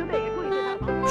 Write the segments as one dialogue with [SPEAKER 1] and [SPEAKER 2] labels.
[SPEAKER 1] 球队也注意对他防守。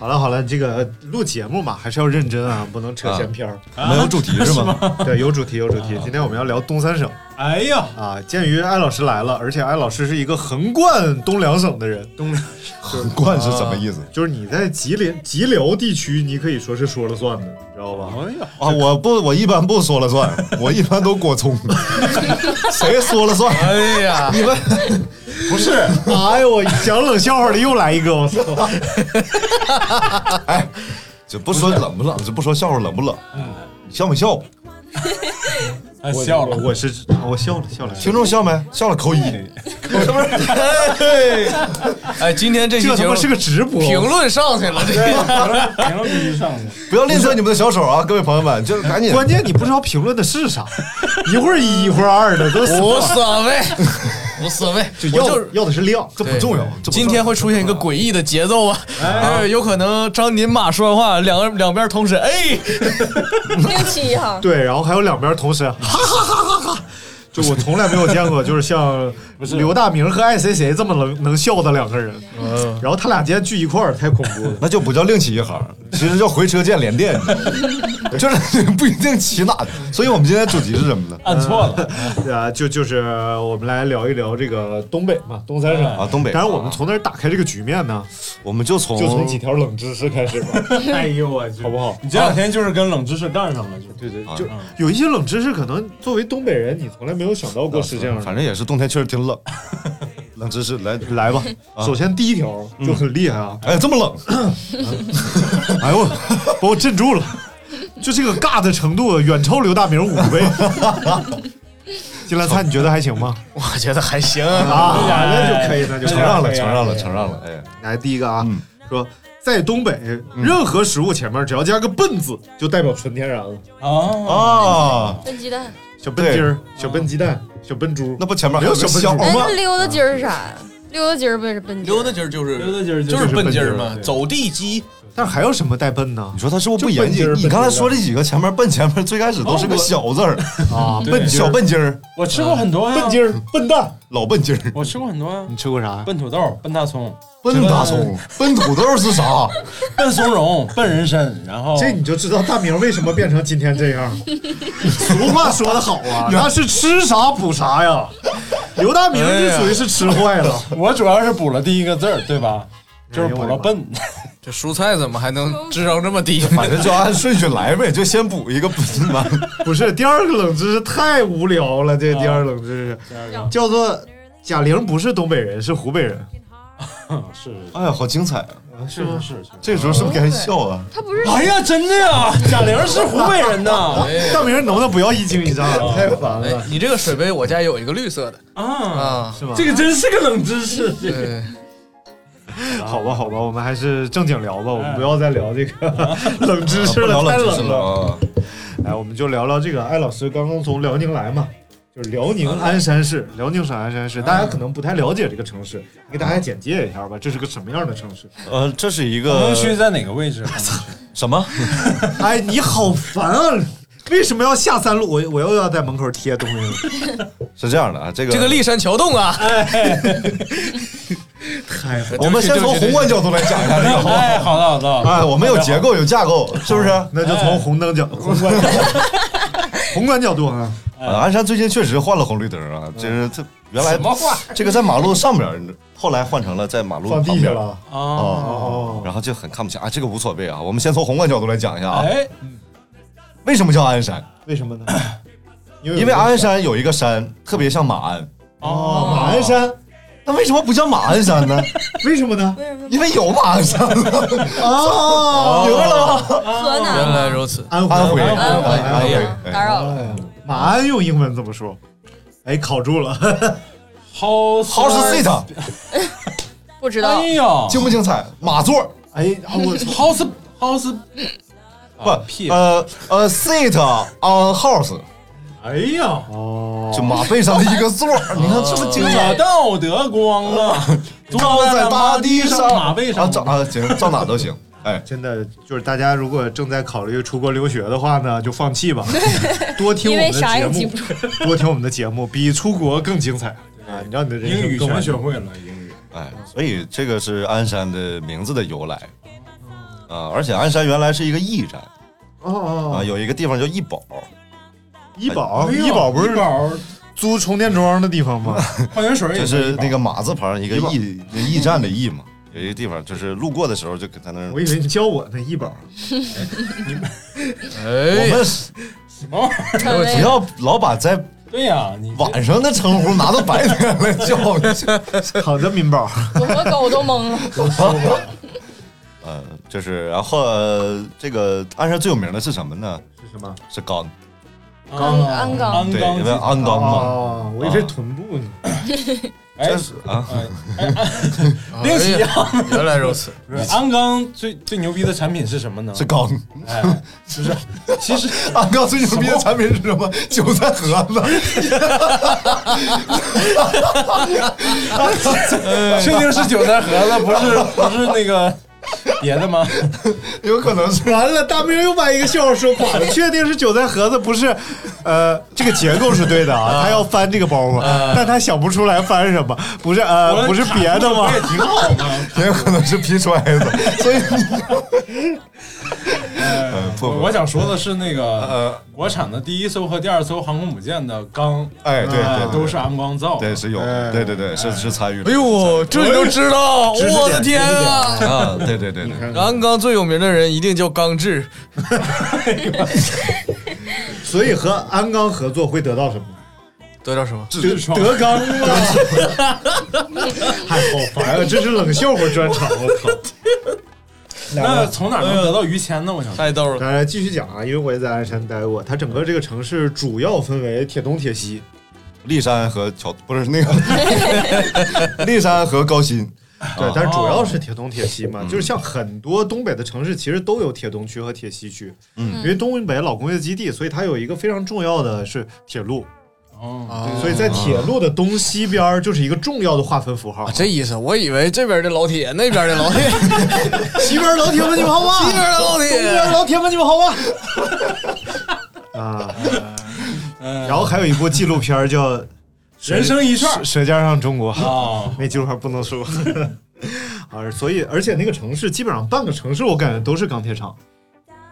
[SPEAKER 2] 好了好了，这个呃录节目嘛，还是要认真啊，不能扯闲篇儿。
[SPEAKER 3] 没有主题 是吗？
[SPEAKER 2] 对，有主题有主题。今天我们要聊东三省
[SPEAKER 4] 哎呀，
[SPEAKER 2] 啊。鉴于艾老师来了，而且艾老师是一个横贯东两省的人，
[SPEAKER 4] 东梁
[SPEAKER 3] 横贯是什么意思？
[SPEAKER 2] 就是你在吉林吉辽地区，你可以说是说了算的，你知道吧？
[SPEAKER 4] 哎呀，
[SPEAKER 3] 啊，我不，我一般不说了算，我一般都裹葱，
[SPEAKER 2] 哎
[SPEAKER 3] 谁说了算？
[SPEAKER 5] 哎呀，
[SPEAKER 3] 你们
[SPEAKER 2] 不是，哎呦，我讲冷笑话的又来一个，我操！
[SPEAKER 3] 就不说冷不冷，就不说笑话冷不冷，
[SPEAKER 4] 嗯
[SPEAKER 3] 你笑没笑吧？
[SPEAKER 4] 哎笑了，
[SPEAKER 2] 我是我笑了笑了，
[SPEAKER 3] 听众笑没？笑了扣一。
[SPEAKER 5] 哎，今天这期
[SPEAKER 2] 这
[SPEAKER 5] 节
[SPEAKER 2] 他
[SPEAKER 5] 目
[SPEAKER 2] 妈是个直播，
[SPEAKER 5] 评论上去了，这个
[SPEAKER 4] 评论区上去，
[SPEAKER 3] 不要吝啬你们的小手啊，各位朋友们，就是赶紧。
[SPEAKER 2] 关键你不知道评论的是 啥，一会儿一一会儿二的都死
[SPEAKER 5] 无
[SPEAKER 2] 了，
[SPEAKER 5] 所谓，无所谓，
[SPEAKER 2] 就
[SPEAKER 5] 我
[SPEAKER 2] 要
[SPEAKER 5] 就是。
[SPEAKER 2] 要的是量，这
[SPEAKER 3] 这嗯不重要，这不重
[SPEAKER 5] 今
[SPEAKER 3] 要
[SPEAKER 5] 天会出现一个诡异的节奏啊！哎，有可能张宁马说完话，两个两边同时哎，
[SPEAKER 6] 另起 一行。
[SPEAKER 2] 对，然后还有两边同时哈哈哈哈哈，就我从来没有见过，就是像刘大明和爱谁谁这么能能笑的两个人，
[SPEAKER 3] 嗯
[SPEAKER 2] 然后他俩今天聚一块儿，太恐怖了。
[SPEAKER 3] 那就不叫另起一行，其实叫回车见 连电，就是 不一定起哪。所以我们今天主题是什么呢？
[SPEAKER 4] 按错了，
[SPEAKER 2] 对啊，就就是我们来聊一聊这个东北嘛，东三省
[SPEAKER 3] 啊东北
[SPEAKER 2] 当然，我们从哪儿打开这个局面呢？
[SPEAKER 3] 我们就从啊
[SPEAKER 2] 就从几条冷知识开始吧。
[SPEAKER 4] 哎呦我去，
[SPEAKER 2] 好不好
[SPEAKER 3] 嗯
[SPEAKER 4] 你这两天就是跟冷知识干上了，就对对，
[SPEAKER 2] 就有一些冷知识，可能作为东北人，你从来没有想到过是这样的。
[SPEAKER 3] 啊反正也是冬天确实挺冷，冷知识来。
[SPEAKER 2] 来吧，
[SPEAKER 3] 啊
[SPEAKER 2] 首先第一条就很厉害啊，
[SPEAKER 3] 哎，这么冷，
[SPEAKER 2] 哎呦，把我镇住了，就这个尬的程度远超刘大明五倍。 金兰灿，你觉得还 行吗？
[SPEAKER 5] 我觉得还行。
[SPEAKER 4] 哎
[SPEAKER 2] 啊，那就可以，啊那就
[SPEAKER 3] 哎承让
[SPEAKER 4] 啊
[SPEAKER 3] 了，承让了，承让了。哎，
[SPEAKER 2] 来第一个啊
[SPEAKER 3] 嗯，
[SPEAKER 2] 说在东北，任何食物前面只要加个“笨”字，就代表纯天然了。
[SPEAKER 4] 啊，
[SPEAKER 3] 啊，
[SPEAKER 6] 炖鸡蛋。
[SPEAKER 2] 小笨鸡儿、小笨鸡蛋、小笨猪，
[SPEAKER 3] 那不前面
[SPEAKER 2] 没
[SPEAKER 3] 还
[SPEAKER 2] 有小
[SPEAKER 3] 有个
[SPEAKER 2] 笨
[SPEAKER 3] 小
[SPEAKER 2] 猪
[SPEAKER 6] 哎，
[SPEAKER 3] 吗
[SPEAKER 6] 那？溜达鸡儿是啥呀？溜达鸡儿不是笨鸡儿？
[SPEAKER 5] 溜达鸡儿就是
[SPEAKER 4] 溜达鸡儿
[SPEAKER 5] 就
[SPEAKER 4] 就是是
[SPEAKER 5] 笨鸡儿
[SPEAKER 2] 笨鸡
[SPEAKER 5] 嘛
[SPEAKER 2] 儿，对
[SPEAKER 5] 走地鸡。
[SPEAKER 2] 但是还有什么带“笨”呢
[SPEAKER 3] 你？说他是不是不
[SPEAKER 2] 就笨
[SPEAKER 3] 严
[SPEAKER 2] 鸡儿
[SPEAKER 3] 谨？你
[SPEAKER 2] 笨
[SPEAKER 3] 刚才
[SPEAKER 2] 鸡儿
[SPEAKER 3] 说这几个前面笨前面最开始都是个小字儿，
[SPEAKER 2] 啊，
[SPEAKER 4] 对
[SPEAKER 2] 笨鸡儿
[SPEAKER 3] 小笨鸡儿，啊
[SPEAKER 4] 我
[SPEAKER 2] 嗯
[SPEAKER 4] 吃过很多呀，
[SPEAKER 2] 笨鸡儿、笨蛋，
[SPEAKER 3] 老笨鸡儿，
[SPEAKER 4] 我吃过很多呀，
[SPEAKER 2] 你吃过啥呀？
[SPEAKER 4] 笨土豆、笨大葱、
[SPEAKER 3] 笨大葱，笨土豆是啥？
[SPEAKER 4] 笨松茸，笨人参，然后
[SPEAKER 2] 这你就知道大明为什么变成今天这样。俗话说得好 啊，那是吃啥补啥呀。刘大明这属于是吃坏了，
[SPEAKER 4] 我主要是补了第一个字儿，对吧？就是补了笨。
[SPEAKER 5] 这蔬菜怎么还能智商这么低？
[SPEAKER 3] 反正就按顺序来呗，就先补一个不是吗？
[SPEAKER 2] 不是第二个冷知识太无聊了，这第二个冷知识叫做贾玲不是东北人，是湖北人。
[SPEAKER 4] 是，
[SPEAKER 3] 哎呀，好精彩啊！
[SPEAKER 4] 是是是，
[SPEAKER 3] 这时候是不是该笑啊？
[SPEAKER 6] 他不是
[SPEAKER 4] 哎呀，真的呀，贾玲是湖北人 呐。
[SPEAKER 2] 大明能不能不要一惊一乍的？太烦
[SPEAKER 5] 哎
[SPEAKER 2] 了。，
[SPEAKER 5] 你这个水杯，我家有一个绿色的啊，
[SPEAKER 2] 是吗
[SPEAKER 4] 这个真是个冷知识。
[SPEAKER 5] 对，
[SPEAKER 2] 好吧，好吧，我们还是正经聊吧，我们不要再聊这个冷知识了，
[SPEAKER 3] 啊不
[SPEAKER 2] 太
[SPEAKER 3] 聊冷知识
[SPEAKER 2] 冷
[SPEAKER 3] 了啊！
[SPEAKER 2] 哎，我们就聊聊这个。艾老师刚刚从辽宁来嘛，就是辽宁鞍山市，辽宁省鞍山
[SPEAKER 3] 嗯
[SPEAKER 2] 市，大家可能不太了解这个城市，给大家简介一下吧，这是个什么样的城 市？
[SPEAKER 3] 呃，这是一
[SPEAKER 4] 衡
[SPEAKER 3] 个
[SPEAKER 4] 区在哪个位置？
[SPEAKER 3] 什么？
[SPEAKER 2] 哎，你好烦啊！为什么要下三路？我我又要在门口贴东西 了，
[SPEAKER 3] 是这样的啊，这个
[SPEAKER 5] 这个立山桥洞啊，
[SPEAKER 2] 太烦。
[SPEAKER 3] 我们先从宏观角度来讲一下 这个
[SPEAKER 2] 啊
[SPEAKER 3] 好不好。
[SPEAKER 4] 哎，好的好的好的。
[SPEAKER 3] 哎，我们有结构，有架构，是不是？哎
[SPEAKER 2] 那就从红灯角、 宏观角度、宏观角度啊，
[SPEAKER 3] 呃鞍山最近确实换了红绿灯啊，这是这原来
[SPEAKER 5] 什么话？
[SPEAKER 3] 这个在马路上边，后来换成了在马路
[SPEAKER 2] 放
[SPEAKER 3] 旁
[SPEAKER 2] 地下
[SPEAKER 3] 边
[SPEAKER 2] 了。
[SPEAKER 4] 啊，
[SPEAKER 2] 哦，
[SPEAKER 3] 哦然后就很看不起啊，这个无所谓啊。我们先从宏观角度来讲一下啊，
[SPEAKER 4] 哎，
[SPEAKER 3] 为什么叫鞍山？
[SPEAKER 2] 为什么呢？因
[SPEAKER 3] 因为鞍山有一个山特别像马鞍，
[SPEAKER 2] 哦，马鞍山，
[SPEAKER 3] 那为什么不叫马鞍山呢？
[SPEAKER 2] 为什么呢？
[SPEAKER 3] 因为有马鞍山了，
[SPEAKER 2] 哦，
[SPEAKER 3] 明白了吗？
[SPEAKER 6] 河
[SPEAKER 5] 原
[SPEAKER 6] 南
[SPEAKER 5] 来如此，
[SPEAKER 2] 安徽，
[SPEAKER 3] 安徽，
[SPEAKER 6] 安徽
[SPEAKER 3] 安
[SPEAKER 5] 哎
[SPEAKER 3] 徽
[SPEAKER 5] 呀，
[SPEAKER 3] 哎
[SPEAKER 6] 打扰了，
[SPEAKER 2] 哎马鞍用英文怎么说？哎，考住了，
[SPEAKER 4] 好好
[SPEAKER 3] House sit
[SPEAKER 6] 不知道
[SPEAKER 4] 哎。呀，
[SPEAKER 3] 精不精彩？马座
[SPEAKER 2] 哎，啊我操，
[SPEAKER 4] house house
[SPEAKER 3] 不
[SPEAKER 4] 啊屁
[SPEAKER 3] 呃呃 sit on house
[SPEAKER 4] 哎呀，
[SPEAKER 3] 就马背上的一个座，你看这么精彩
[SPEAKER 4] 我。到德光啊，
[SPEAKER 3] 坐
[SPEAKER 4] 坐
[SPEAKER 3] 在
[SPEAKER 4] 大
[SPEAKER 3] 大地
[SPEAKER 4] 上，
[SPEAKER 3] 上，
[SPEAKER 4] 马背上
[SPEAKER 3] 啊，照啊，行，照哪都行。哎，
[SPEAKER 2] 真的就是大家如果正在考虑出国留学的话呢，就 放弃吧，多听我
[SPEAKER 6] 因
[SPEAKER 2] 们
[SPEAKER 6] 为
[SPEAKER 2] 的
[SPEAKER 6] 啥
[SPEAKER 2] 节
[SPEAKER 6] 也记
[SPEAKER 2] 目
[SPEAKER 6] 不，住，
[SPEAKER 2] 多听我们的节目，比出国更精彩啊！你让你的人
[SPEAKER 4] 英
[SPEAKER 2] 生
[SPEAKER 4] 语
[SPEAKER 2] 更
[SPEAKER 4] 全
[SPEAKER 2] 完
[SPEAKER 4] 学
[SPEAKER 2] 整
[SPEAKER 4] 会了，英语。
[SPEAKER 3] 哎，所以这个是鞍山的名字的由来。啊，而且鞍山原来是一个驿站
[SPEAKER 2] 哦哦
[SPEAKER 3] 啊，
[SPEAKER 2] 哦，
[SPEAKER 3] 有一个地方叫驿宝，
[SPEAKER 2] 医保，
[SPEAKER 4] 哎呦
[SPEAKER 2] 医保不
[SPEAKER 4] 医
[SPEAKER 2] 是
[SPEAKER 4] 保
[SPEAKER 2] 租充电桩的地 方吗？
[SPEAKER 4] 矿泉水也
[SPEAKER 3] 就是
[SPEAKER 4] 医保
[SPEAKER 3] 那个马字旁一个
[SPEAKER 2] 驿宝
[SPEAKER 3] 驿驿站的驿嘛，有一个地方就是路过的时候就在那儿。
[SPEAKER 2] 我以为你教我呢，医保。
[SPEAKER 3] 我
[SPEAKER 5] 哎，
[SPEAKER 3] 们
[SPEAKER 4] 什么玩意儿？
[SPEAKER 6] 很
[SPEAKER 3] 不
[SPEAKER 6] 累。
[SPEAKER 3] 要老把在
[SPEAKER 4] 对呀，你这
[SPEAKER 3] 晚上的称呼拿到白天来叫，
[SPEAKER 2] 好的，民保，
[SPEAKER 6] 我和狗都懵了。
[SPEAKER 3] 呃，就是然后呃这个鞍山最有名的是什么呢？
[SPEAKER 2] 是什么？
[SPEAKER 3] 是钢，
[SPEAKER 4] 安
[SPEAKER 6] 安钢
[SPEAKER 4] 安
[SPEAKER 3] 对，
[SPEAKER 4] 钢
[SPEAKER 3] 因为鞍钢
[SPEAKER 4] 啊
[SPEAKER 3] 嘛，
[SPEAKER 2] 哦，我以为臀部呢。
[SPEAKER 4] 哎
[SPEAKER 3] 这是啊，
[SPEAKER 4] 另起啊
[SPEAKER 5] 哎呀哎原来如此，
[SPEAKER 4] 不 是鞍钢最最牛逼的产品是什么呢？
[SPEAKER 3] 是钢。
[SPEAKER 4] 哎，是不是？其 实
[SPEAKER 3] 鞍钢最牛逼的产品是什么？韭菜盒子。
[SPEAKER 4] 确定是韭菜盒子，不是不是那个别的吗？
[SPEAKER 3] 有可能是
[SPEAKER 2] 完了，大明又把一个笑话说垮了。确定是韭菜盒子，不是，呃，这个结构是对的啊。他要翻这个包袱，
[SPEAKER 4] 啊
[SPEAKER 2] 但他想不出来翻什么，不是呃，不是别的吗
[SPEAKER 4] 不？也挺好 吗？
[SPEAKER 3] 也有可能是皮揣 子，所以嗯不不
[SPEAKER 4] 我想说的是那个
[SPEAKER 3] 呃，
[SPEAKER 4] 国产的第一艘和第二艘航空母舰的钢，
[SPEAKER 3] 哎，对
[SPEAKER 4] 呃
[SPEAKER 3] 对，
[SPEAKER 4] 都是鞍钢造的
[SPEAKER 3] 对。是有
[SPEAKER 4] 哎
[SPEAKER 3] 的，对对对，是是参与
[SPEAKER 5] 哎
[SPEAKER 3] 的
[SPEAKER 5] 呦，这你都知道，
[SPEAKER 2] 知识点
[SPEAKER 5] 我的天啊！
[SPEAKER 3] 啊，对对对对，
[SPEAKER 5] 鞍钢最有名的人一定叫钢制，
[SPEAKER 2] 所以和鞍钢合作会得到什么？
[SPEAKER 5] 得叫什么？
[SPEAKER 4] 自创
[SPEAKER 2] 德钢啊！哎，好烦啊！这是冷笑话专场，我靠！ 来
[SPEAKER 4] 那
[SPEAKER 2] 吧，
[SPEAKER 4] 从哪儿能得到于谦呢？我想
[SPEAKER 5] 太逗了，
[SPEAKER 2] 来来继续讲啊，因为我也在鞍山待过，它整个这个城市主要分为铁东、铁西。
[SPEAKER 3] 立山和桥不是那 个立山和高新，
[SPEAKER 2] 对
[SPEAKER 3] 啊，
[SPEAKER 2] 但是主要是铁东、铁西嘛，就是像很多东北的城市，其实都有铁东区和铁西区。
[SPEAKER 3] 嗯
[SPEAKER 2] 因为东北老工业基地，所以它有一个非常重要的是铁路，
[SPEAKER 4] 哦，
[SPEAKER 2] 所以在铁路的东西边儿就是一个重要的划分符号
[SPEAKER 5] 啊。这意思，我以为这边的老铁，那边的老铁，
[SPEAKER 2] 西边老铁们你们好
[SPEAKER 5] 这边
[SPEAKER 2] 吧？
[SPEAKER 5] 的老
[SPEAKER 2] 东
[SPEAKER 5] 铁
[SPEAKER 2] 边老铁们你们好吧？啊，然后还有一部纪录片儿叫《
[SPEAKER 4] 人生一串
[SPEAKER 2] 舌舌尖上中国》，
[SPEAKER 4] 啊，
[SPEAKER 2] 那纪录片儿不能说。而啊所以而且那个城市基本上半个城市我感觉都是钢铁厂。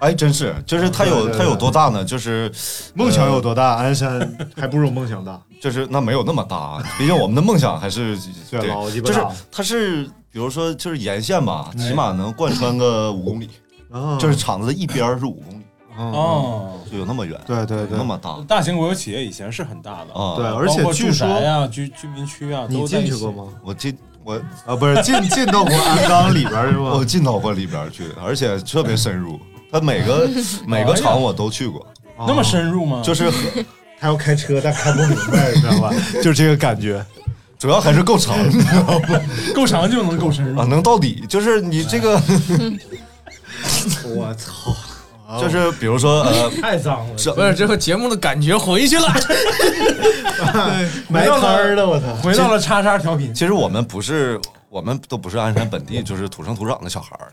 [SPEAKER 3] 哎，真是，就是它有它有多大呢？就是
[SPEAKER 2] 梦想有多大，
[SPEAKER 4] 嗯
[SPEAKER 2] 鞍山 还不如梦想大。
[SPEAKER 3] 就是那没有那么大，啊毕竟我们的梦想还是
[SPEAKER 2] 对老鸡巴
[SPEAKER 3] 就
[SPEAKER 2] 大
[SPEAKER 3] 是它是比如说就是沿线吧，
[SPEAKER 2] 哎
[SPEAKER 3] 起码能贯穿个五公里，
[SPEAKER 2] 哦
[SPEAKER 3] 就是厂子的一边儿是五公里，
[SPEAKER 2] 嗯
[SPEAKER 3] 嗯
[SPEAKER 4] 哦，
[SPEAKER 3] 就有那么远，
[SPEAKER 2] 对对
[SPEAKER 3] 有那么大。
[SPEAKER 4] 大型国有企业以前是很大的
[SPEAKER 3] 啊
[SPEAKER 2] 对而且
[SPEAKER 4] 包括
[SPEAKER 2] 据
[SPEAKER 4] 住宅
[SPEAKER 2] 说
[SPEAKER 4] 呀、居居民区啊，
[SPEAKER 2] 你
[SPEAKER 4] 都在
[SPEAKER 2] 进
[SPEAKER 4] 一
[SPEAKER 2] 去
[SPEAKER 4] 起
[SPEAKER 2] 过吗？
[SPEAKER 3] 我进我
[SPEAKER 2] 啊，不是进进到过鞍钢里边儿是吗？
[SPEAKER 3] 我进到过里边儿去，而且特别深入。它每 个每个厂我都去过，
[SPEAKER 2] 哦
[SPEAKER 4] 那么深入吗？
[SPEAKER 3] 就是
[SPEAKER 2] 他要开车，但开不明白，你 知道吧？就是这个感觉，
[SPEAKER 3] 主要还是 够长，你知道吗？
[SPEAKER 4] 够长就能够深入
[SPEAKER 3] 啊，能到底。就是你 这个，
[SPEAKER 2] 我操！
[SPEAKER 3] 就是比如 说呃，
[SPEAKER 4] 太脏了，
[SPEAKER 5] 不是这个节目的感觉回去了，
[SPEAKER 2] 埋摊儿的，我操！
[SPEAKER 4] 回到了叉叉调频，
[SPEAKER 3] 其实我们不是，我们都不是鞍山本地，就是土生土长的小孩儿，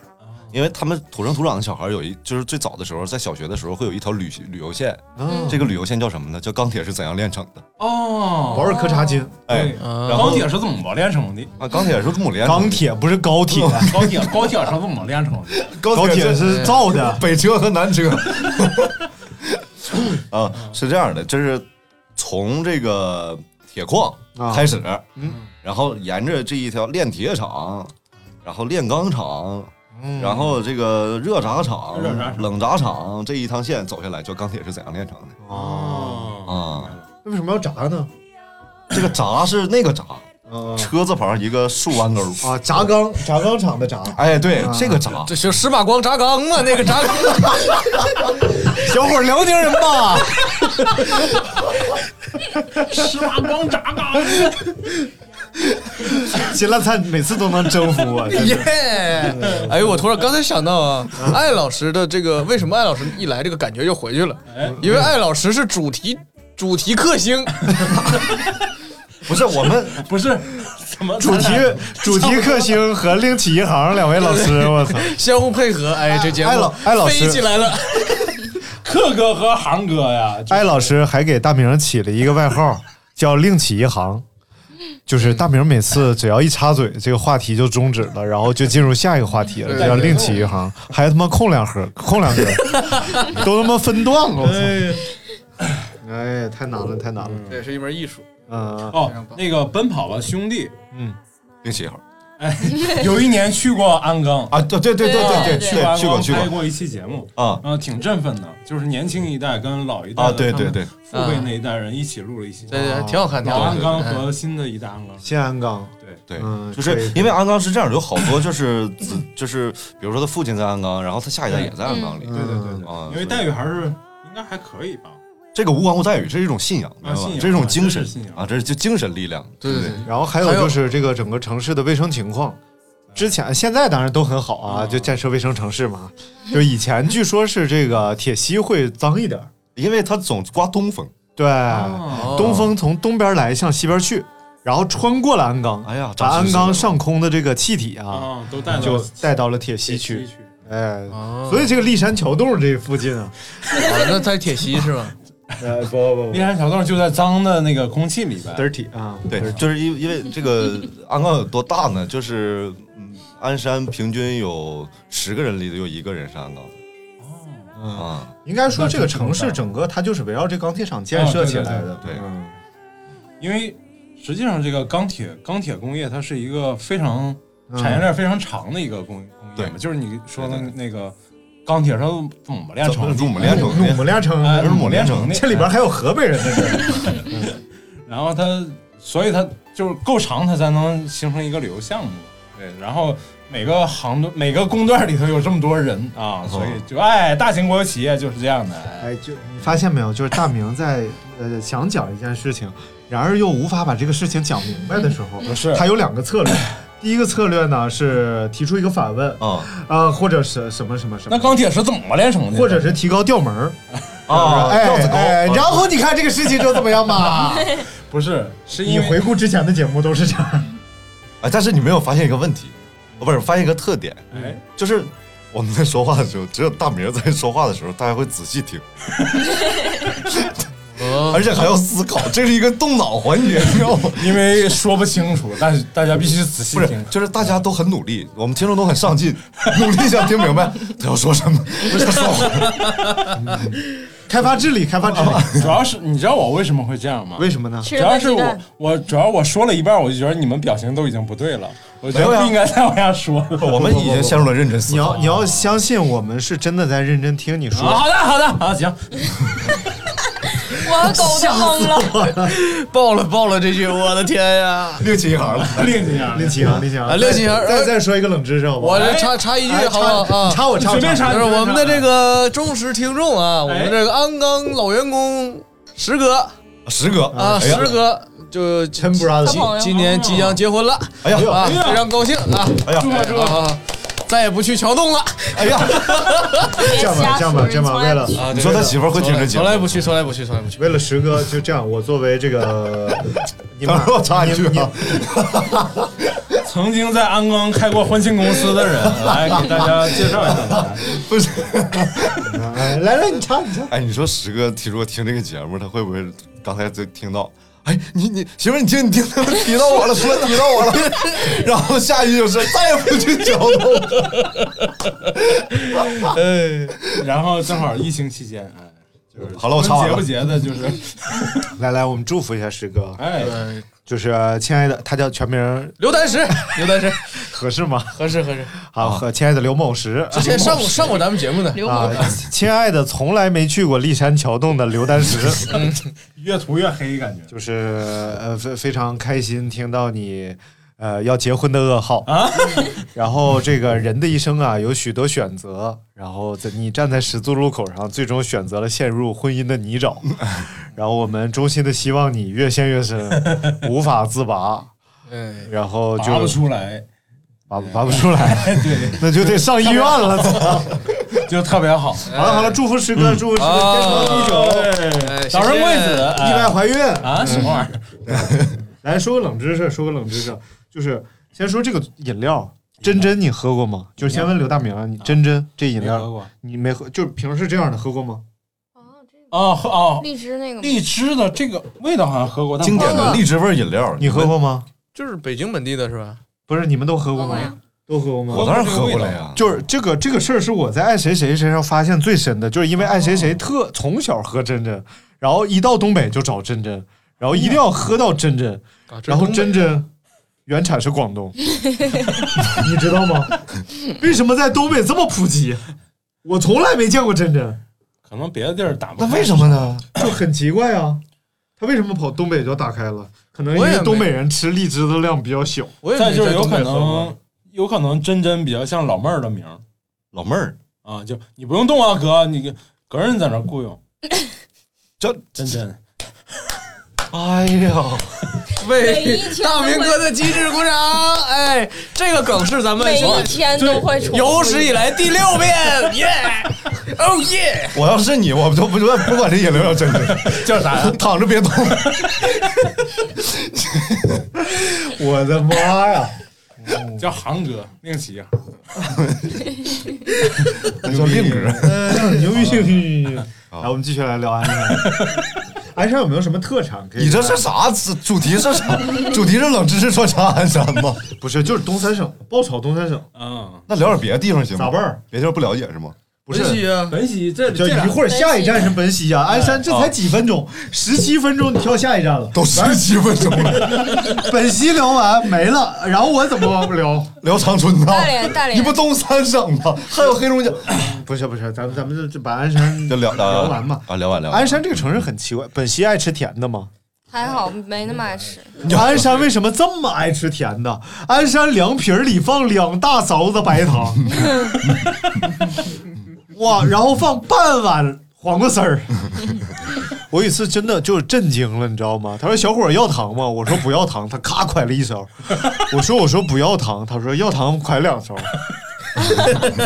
[SPEAKER 3] 因为他们土生土长的小孩儿有一，就是最早的时候，在小学的时候会有一条旅旅游线，
[SPEAKER 2] 嗯
[SPEAKER 3] 这个旅游线叫什么呢？叫钢铁是怎样炼成的？
[SPEAKER 4] 哦，
[SPEAKER 2] 保尔柯察金，
[SPEAKER 3] 哎，然后
[SPEAKER 4] 钢铁是怎么炼成的？
[SPEAKER 3] 啊，钢铁是怎么炼成的？
[SPEAKER 2] 钢铁不是高铁，
[SPEAKER 4] 高铁高铁是怎么炼成的？
[SPEAKER 2] 哦 高铁是造的。
[SPEAKER 3] 北车和南车。 啊，是这样的，就是从这个铁矿开始，然后沿着这一条炼铁厂，然后炼钢厂，然后这个热轧厂、
[SPEAKER 4] 热轧厂
[SPEAKER 3] 冷轧厂这一趟线走下来，叫钢铁是怎样炼成的
[SPEAKER 4] 哦，
[SPEAKER 3] 啊？
[SPEAKER 2] 那为什么要炸呢？
[SPEAKER 3] 这个闸是那个闸，
[SPEAKER 2] 嗯
[SPEAKER 3] 车字旁一个竖弯钩。
[SPEAKER 2] 啊，轧钢轧钢厂的 轧。
[SPEAKER 3] 哎，对，这个闸，
[SPEAKER 5] 这就石马光砸缸嘛，那个砸缸，
[SPEAKER 2] 小伙儿辽宁人 吧？
[SPEAKER 4] 十八光炸缸，
[SPEAKER 2] 辛辣菜每次都能征服我，真
[SPEAKER 5] 耶
[SPEAKER 2] 是！
[SPEAKER 5] 哎呦，我突然刚才想到啊，艾老师的这个为什么艾老师一来这个感觉又回去了？因为艾老师是主题主题克星，
[SPEAKER 3] 不是我们
[SPEAKER 4] 不 是怎么
[SPEAKER 2] 主题
[SPEAKER 4] 咱俩
[SPEAKER 2] 主题克星和另起一行两位老 师，我操！
[SPEAKER 5] 相互配合，哎，这节目
[SPEAKER 2] 艾老艾老师
[SPEAKER 5] 飞起来了，
[SPEAKER 4] 克哥和航哥呀，就
[SPEAKER 2] 艾老师还给大明起了一个外号，叫“另起一行”，就是大明每次只要一插嘴，这个话题就终止了，然后就进入下一个话题了，叫“另起一行”，还他妈空两盒，空两格，都他妈分段了，我操！哎，太难了，太难了，
[SPEAKER 5] 这是一门艺术。
[SPEAKER 2] 嗯，
[SPEAKER 4] 哦，那个《奔跑吧兄弟哎
[SPEAKER 3] 并且一会儿》
[SPEAKER 4] 有一年去过鞍钢，
[SPEAKER 3] 啊，对对对对对对，
[SPEAKER 4] 去鞍
[SPEAKER 3] 对去过
[SPEAKER 4] 钢
[SPEAKER 3] 去
[SPEAKER 4] 拍
[SPEAKER 3] 过
[SPEAKER 4] 过一期节目，
[SPEAKER 3] 啊
[SPEAKER 4] 啊，挺振奋的，就是年轻一代跟老一代
[SPEAKER 3] 啊，
[SPEAKER 4] 的
[SPEAKER 3] 对对
[SPEAKER 4] 他们
[SPEAKER 3] 对。
[SPEAKER 4] 父辈那一代人一起录了一期节
[SPEAKER 5] 对
[SPEAKER 4] 目，
[SPEAKER 5] 对，挺好看，挺
[SPEAKER 4] 老
[SPEAKER 5] 好
[SPEAKER 4] 鞍
[SPEAKER 5] 看。
[SPEAKER 4] 钢和新的一代鞍钢，
[SPEAKER 2] 谢安刚，
[SPEAKER 4] 对，
[SPEAKER 3] 对，
[SPEAKER 2] 嗯
[SPEAKER 3] 就
[SPEAKER 2] 可以
[SPEAKER 3] 是因为鞍钢是这样，有好多就是子就是，比如说他父亲在鞍钢，然后他下一代也在鞍钢里，
[SPEAKER 2] 嗯
[SPEAKER 4] 对对对对，
[SPEAKER 3] 啊，
[SPEAKER 4] 因为
[SPEAKER 3] 所以
[SPEAKER 4] 待遇还是应该还可以吧，
[SPEAKER 3] 这个无关乎待遇，这是一种信仰，
[SPEAKER 4] 啊
[SPEAKER 3] 明白吧
[SPEAKER 4] 信仰
[SPEAKER 3] 这是一种精神
[SPEAKER 4] 这是信仰
[SPEAKER 3] 啊，这是就精神力量，
[SPEAKER 5] 对
[SPEAKER 3] 不
[SPEAKER 5] 对对，
[SPEAKER 2] 然后还有就是这个整个城市的卫生情况，之前现在当然都很好
[SPEAKER 3] 嗯
[SPEAKER 2] 啊，就建设卫生城市嘛。就以前据说是这个铁西会脏一点儿，
[SPEAKER 3] 因为他总刮东风，
[SPEAKER 2] 对，
[SPEAKER 4] 哦
[SPEAKER 2] 东风从东边来向西边去，然后穿过了鞍钢，
[SPEAKER 3] 哎呀，
[SPEAKER 2] 把鞍钢
[SPEAKER 3] 长知识了哦
[SPEAKER 2] 上空的这个气体啊，
[SPEAKER 4] 啊，都带到
[SPEAKER 2] 就带到了铁
[SPEAKER 4] 西
[SPEAKER 2] 西区。
[SPEAKER 4] 区，
[SPEAKER 2] 哎，
[SPEAKER 3] 哦
[SPEAKER 2] 所以这个立山桥洞这附近啊，
[SPEAKER 5] 啊那在铁西是吧？
[SPEAKER 2] 呃，不不
[SPEAKER 4] 立山桥洞就在脏的那个空气里边，
[SPEAKER 2] ，dirty 啊，
[SPEAKER 3] 对，就是因为因为 这个鞍钢有多大呢？就是嗯，鞍山平均有十个人里头有一个人是鞍钢的
[SPEAKER 4] 哦
[SPEAKER 2] 嗯，
[SPEAKER 3] 啊，
[SPEAKER 2] 应该说这个城市整个它就是围绕这钢铁厂建设起来的
[SPEAKER 4] 啊，
[SPEAKER 3] 哦对对对
[SPEAKER 2] 嗯
[SPEAKER 4] 因为实际上这个钢铁钢铁工业它是一个非常
[SPEAKER 2] 嗯
[SPEAKER 4] 产业链非常长的一个工工业嘛，
[SPEAKER 3] 对
[SPEAKER 4] 就是你说的那个钢铁它怎么炼成的？
[SPEAKER 3] 怎么炼成
[SPEAKER 2] 努木
[SPEAKER 3] 的？
[SPEAKER 2] 梁城，
[SPEAKER 4] 哎，
[SPEAKER 3] 就是
[SPEAKER 4] 怎么
[SPEAKER 3] 抹
[SPEAKER 4] 炼
[SPEAKER 3] 炼
[SPEAKER 4] 成
[SPEAKER 3] 成
[SPEAKER 4] 的？
[SPEAKER 2] 这里边还有河北人在这儿。
[SPEAKER 4] 然后它，所以它就是够长，它才能形成一个旅游项目。对，然后每个行段、每个工段里头有这么多人啊，所以就哎，大型国有企业就是这样的。哎
[SPEAKER 2] 哎，就你发现没有，就是大明在呃想讲一件事情，然而又无法把这个事情讲明白的时候，
[SPEAKER 4] 不嗯是
[SPEAKER 2] 他有两个 策略。第一个策略呢是提出一个反问啊、
[SPEAKER 4] 哦
[SPEAKER 3] 啊
[SPEAKER 2] 或者是什么什么什
[SPEAKER 4] 那
[SPEAKER 2] 么，
[SPEAKER 4] 钢铁是怎么炼成的？
[SPEAKER 2] 或者是提高调门儿
[SPEAKER 4] 哦
[SPEAKER 3] 啊，
[SPEAKER 2] 哎
[SPEAKER 3] 调子哦高
[SPEAKER 2] 哎，然后你看这个事情就怎么样嘛？
[SPEAKER 4] 不是？是
[SPEAKER 2] 你
[SPEAKER 4] 因为
[SPEAKER 2] 回顾之前的节目都是这样，
[SPEAKER 3] 哎，但是你没有发现一个问题，哦，不是发现一个特点，
[SPEAKER 4] 哎，
[SPEAKER 3] 就是我们 在说话的时候，只有大明在说话的时候，大家会仔细听。
[SPEAKER 2] 哦
[SPEAKER 3] 而且还要思考，这是一个动脑环节，你知道吗？
[SPEAKER 4] 因为说不清楚，但是大家必须仔细
[SPEAKER 3] 不是，就是大家都很努力，我们听众都很上进，努力想听明白他要说什么，不是说
[SPEAKER 2] 开发智力，开发智
[SPEAKER 3] 啊
[SPEAKER 2] 力，
[SPEAKER 4] 主要是你知道我为什么会这样吗？
[SPEAKER 2] 为什么呢
[SPEAKER 4] 主要是我，我主要我说了一半，我就觉得你们表情都已经不对了，我觉得
[SPEAKER 2] 没有呀
[SPEAKER 4] 不应该再往下说了。
[SPEAKER 3] 我们已经陷入了认真思
[SPEAKER 2] 你
[SPEAKER 3] 考
[SPEAKER 2] 要你要相信我们是真的在认真听你说。
[SPEAKER 4] 啊好的好的好行。
[SPEAKER 6] 我和狗都懵了。
[SPEAKER 5] 爆了爆了！这句，我的天呀！
[SPEAKER 3] 另起一行了，
[SPEAKER 4] 另起一行，
[SPEAKER 2] 另起一行，另起一
[SPEAKER 5] 啊
[SPEAKER 2] 行，
[SPEAKER 5] 另起一行
[SPEAKER 2] 再
[SPEAKER 5] 哎
[SPEAKER 2] 再说一个冷知识，好不好？
[SPEAKER 5] 我这插插一句
[SPEAKER 2] 哎
[SPEAKER 5] 好不好
[SPEAKER 2] 插
[SPEAKER 5] 啊？
[SPEAKER 2] 插我插啊我
[SPEAKER 4] 随便插
[SPEAKER 5] 就是我们的
[SPEAKER 4] 个
[SPEAKER 5] 这个忠实听众啊，我们这个鞍钢老员工石哥
[SPEAKER 3] 石哥
[SPEAKER 5] 啊，
[SPEAKER 3] 哎呀
[SPEAKER 5] 石哥就
[SPEAKER 2] 陈 brother，
[SPEAKER 5] 今今年即将结婚了，
[SPEAKER 3] 哎呀
[SPEAKER 5] 啊，
[SPEAKER 4] 呀
[SPEAKER 5] 非常高兴啊
[SPEAKER 3] 哎呀
[SPEAKER 4] 祝贺
[SPEAKER 5] 啊，再也不去桥洞了。
[SPEAKER 3] 哎呀，
[SPEAKER 4] 哎
[SPEAKER 2] 这样吧，这样吧，这样吧，为了
[SPEAKER 5] 啊
[SPEAKER 3] 哎你说他媳妇儿会听着节
[SPEAKER 5] 从
[SPEAKER 3] 目？
[SPEAKER 5] 来不去，从来不去，从来不去。
[SPEAKER 2] 为了石哥，就这样，我作为这个，你 们
[SPEAKER 3] 等会儿我插一句 啊
[SPEAKER 4] 曾经在鞍钢开过婚庆公司的人，来给大家介绍一下。
[SPEAKER 3] 不是，
[SPEAKER 2] 哎来来，你插你插，
[SPEAKER 3] 哎，你说石哥听说听这个节目，他会不会刚才就听到？哎，你你媳妇儿，你听你听， 提到我了，说提到我了， 然后下一句就是再也不去角斗。
[SPEAKER 4] 呃， 然后正好疫情期间，哎，就是
[SPEAKER 3] 好了我插完
[SPEAKER 4] 节
[SPEAKER 3] 了
[SPEAKER 4] 不节的，就是
[SPEAKER 2] 来来，我们祝福一下石哥，
[SPEAKER 4] 哎，
[SPEAKER 2] 就是亲爱的，他叫全名
[SPEAKER 5] 刘丹石，刘丹石，
[SPEAKER 2] 合适吗？
[SPEAKER 5] 合适合适。
[SPEAKER 2] 好，和亲爱的刘某石。
[SPEAKER 5] 之前上过上过咱们节目的，
[SPEAKER 6] 刘
[SPEAKER 2] 啊
[SPEAKER 6] 猛，，
[SPEAKER 2] 亲爱的，从来没去过骊山桥洞的刘丹石，
[SPEAKER 4] 嗯越涂越黑，感觉
[SPEAKER 2] 就是呃非非常开心听到你呃要结婚的噩耗啊。然后这个人的一生啊有许多选择，然后在你站在十字路口上，最终选择了陷入婚姻的 泥沼。然后我们衷心的希望你越陷 越深，无法自拔，
[SPEAKER 5] 嗯，
[SPEAKER 2] 然后就
[SPEAKER 4] 拔不出来，
[SPEAKER 2] 拔不拔不出 来，那就得上医院了。
[SPEAKER 4] 哎就特别好。
[SPEAKER 2] 好了好了，祝福师
[SPEAKER 4] 嗯
[SPEAKER 2] 哥，祝福师哥，天长地久。
[SPEAKER 4] 对，
[SPEAKER 5] 哎
[SPEAKER 4] 早生贵子，
[SPEAKER 5] 谢谢
[SPEAKER 2] 意外
[SPEAKER 4] 哎
[SPEAKER 2] 怀孕。嗯
[SPEAKER 4] 啊，什么玩意儿？
[SPEAKER 2] 来说个冷知识，说个冷知识，就是先说这个饮料，真真你喝过吗？就是先问刘大明啊，你真真这饮
[SPEAKER 4] 没喝
[SPEAKER 2] 料
[SPEAKER 4] 过
[SPEAKER 2] 你没喝，就是平时这样的喝过吗？
[SPEAKER 4] 啊，喝啊，
[SPEAKER 6] 荔枝那个吗
[SPEAKER 4] 荔枝的这个味道好像喝过，但
[SPEAKER 3] 经典的荔枝味儿饮料，
[SPEAKER 2] 啊你喝？过吗？
[SPEAKER 5] 就是北京本地的是吧？
[SPEAKER 2] 不是，你们都喝过
[SPEAKER 6] 喝过
[SPEAKER 2] 吗
[SPEAKER 6] 呀？
[SPEAKER 2] 都喝过
[SPEAKER 3] 我
[SPEAKER 2] 吗？
[SPEAKER 3] 当然喝过了呀。
[SPEAKER 2] 就是这个这个事儿是我在爱谁谁身上发现最深的，就是因为爱谁谁特从小喝真真，然后一到东北就找真真，然后一定要喝到真真，
[SPEAKER 5] 啊，这
[SPEAKER 2] 然后
[SPEAKER 5] 东北
[SPEAKER 2] 真真原产是广 东，你知道吗？ 为什么在东北这么普及？啊我从来没见过真真，
[SPEAKER 4] 可能别的地儿打不
[SPEAKER 2] 那
[SPEAKER 4] 开。
[SPEAKER 2] 为什么呢？就很奇怪啊，他为什么跑东北就打开了？可能因
[SPEAKER 5] 我也
[SPEAKER 2] 为
[SPEAKER 5] 没
[SPEAKER 2] 东北人吃荔枝的量比较 小。
[SPEAKER 5] 我也
[SPEAKER 4] 再
[SPEAKER 5] 没
[SPEAKER 4] 就是
[SPEAKER 5] 在
[SPEAKER 4] 有
[SPEAKER 5] 东
[SPEAKER 4] 可
[SPEAKER 5] 北喝过
[SPEAKER 4] 能，有可能真真比较像老妹儿的名儿
[SPEAKER 3] 老妹儿，
[SPEAKER 4] 啊，就你不用动啊，哥，你个人在那儿雇佣。
[SPEAKER 3] 这
[SPEAKER 4] 真 真，
[SPEAKER 2] 哎呀，
[SPEAKER 5] 为
[SPEAKER 6] 每一天都
[SPEAKER 5] 大
[SPEAKER 6] 会
[SPEAKER 5] 明哥的机智鼓掌！ 哎，这个梗是咱们
[SPEAKER 6] 每一天都会重复
[SPEAKER 5] 有史以来第六遍，耶，Oh yeah！
[SPEAKER 3] 我要是你，我就不我也不管这饮料叫真 真，叫
[SPEAKER 4] 啊
[SPEAKER 3] 啥？ 躺着别动。
[SPEAKER 2] 我的妈呀！
[SPEAKER 4] 叫航哥，啊另起一行。
[SPEAKER 3] 那 叫令哥。
[SPEAKER 2] 哎牛逼！牛逼！ 牛逼来，啊我们继续来聊鞍 山。鞍山有没有什么特产可以？
[SPEAKER 3] 你这是啥？主主题是 啥？主题是冷知识穿插鞍山吗？
[SPEAKER 2] 不是就是东三省爆炒东三省
[SPEAKER 4] 嗯，
[SPEAKER 3] 那聊点别的地方行吗？
[SPEAKER 2] 咋办？
[SPEAKER 3] 别的地方不了解是吗？
[SPEAKER 2] 不是
[SPEAKER 5] 啊，
[SPEAKER 4] 本喜这
[SPEAKER 2] 这一会儿下一站是本溪啊，鞍山这才几分钟，十七分钟你跳下一站 了。
[SPEAKER 3] 都十七分钟了，
[SPEAKER 2] 本溪聊完没了，然后我怎么聊？
[SPEAKER 3] 聊长春呢？
[SPEAKER 6] 大连大连
[SPEAKER 3] 你不东三省吗？还有黑龙江，
[SPEAKER 2] 不是不是，咱们咱们 就就把鞍山
[SPEAKER 3] 就聊
[SPEAKER 2] 嗯聊完吧。
[SPEAKER 3] 啊，聊完聊完。
[SPEAKER 2] 鞍山这个城市很奇怪，本溪爱吃甜的吗？
[SPEAKER 6] 还好没那么爱吃。
[SPEAKER 2] 鞍山为什么这么爱吃甜的？鞍山凉皮儿里放两大勺子白糖， 哇，然后放半碗黄瓜丝儿。我有一次真的就是震惊了，你知道吗？他说小伙儿要糖吗？我说不要糖，他咔㧟了一勺。我说我说不要糖，他说要糖㧟两勺。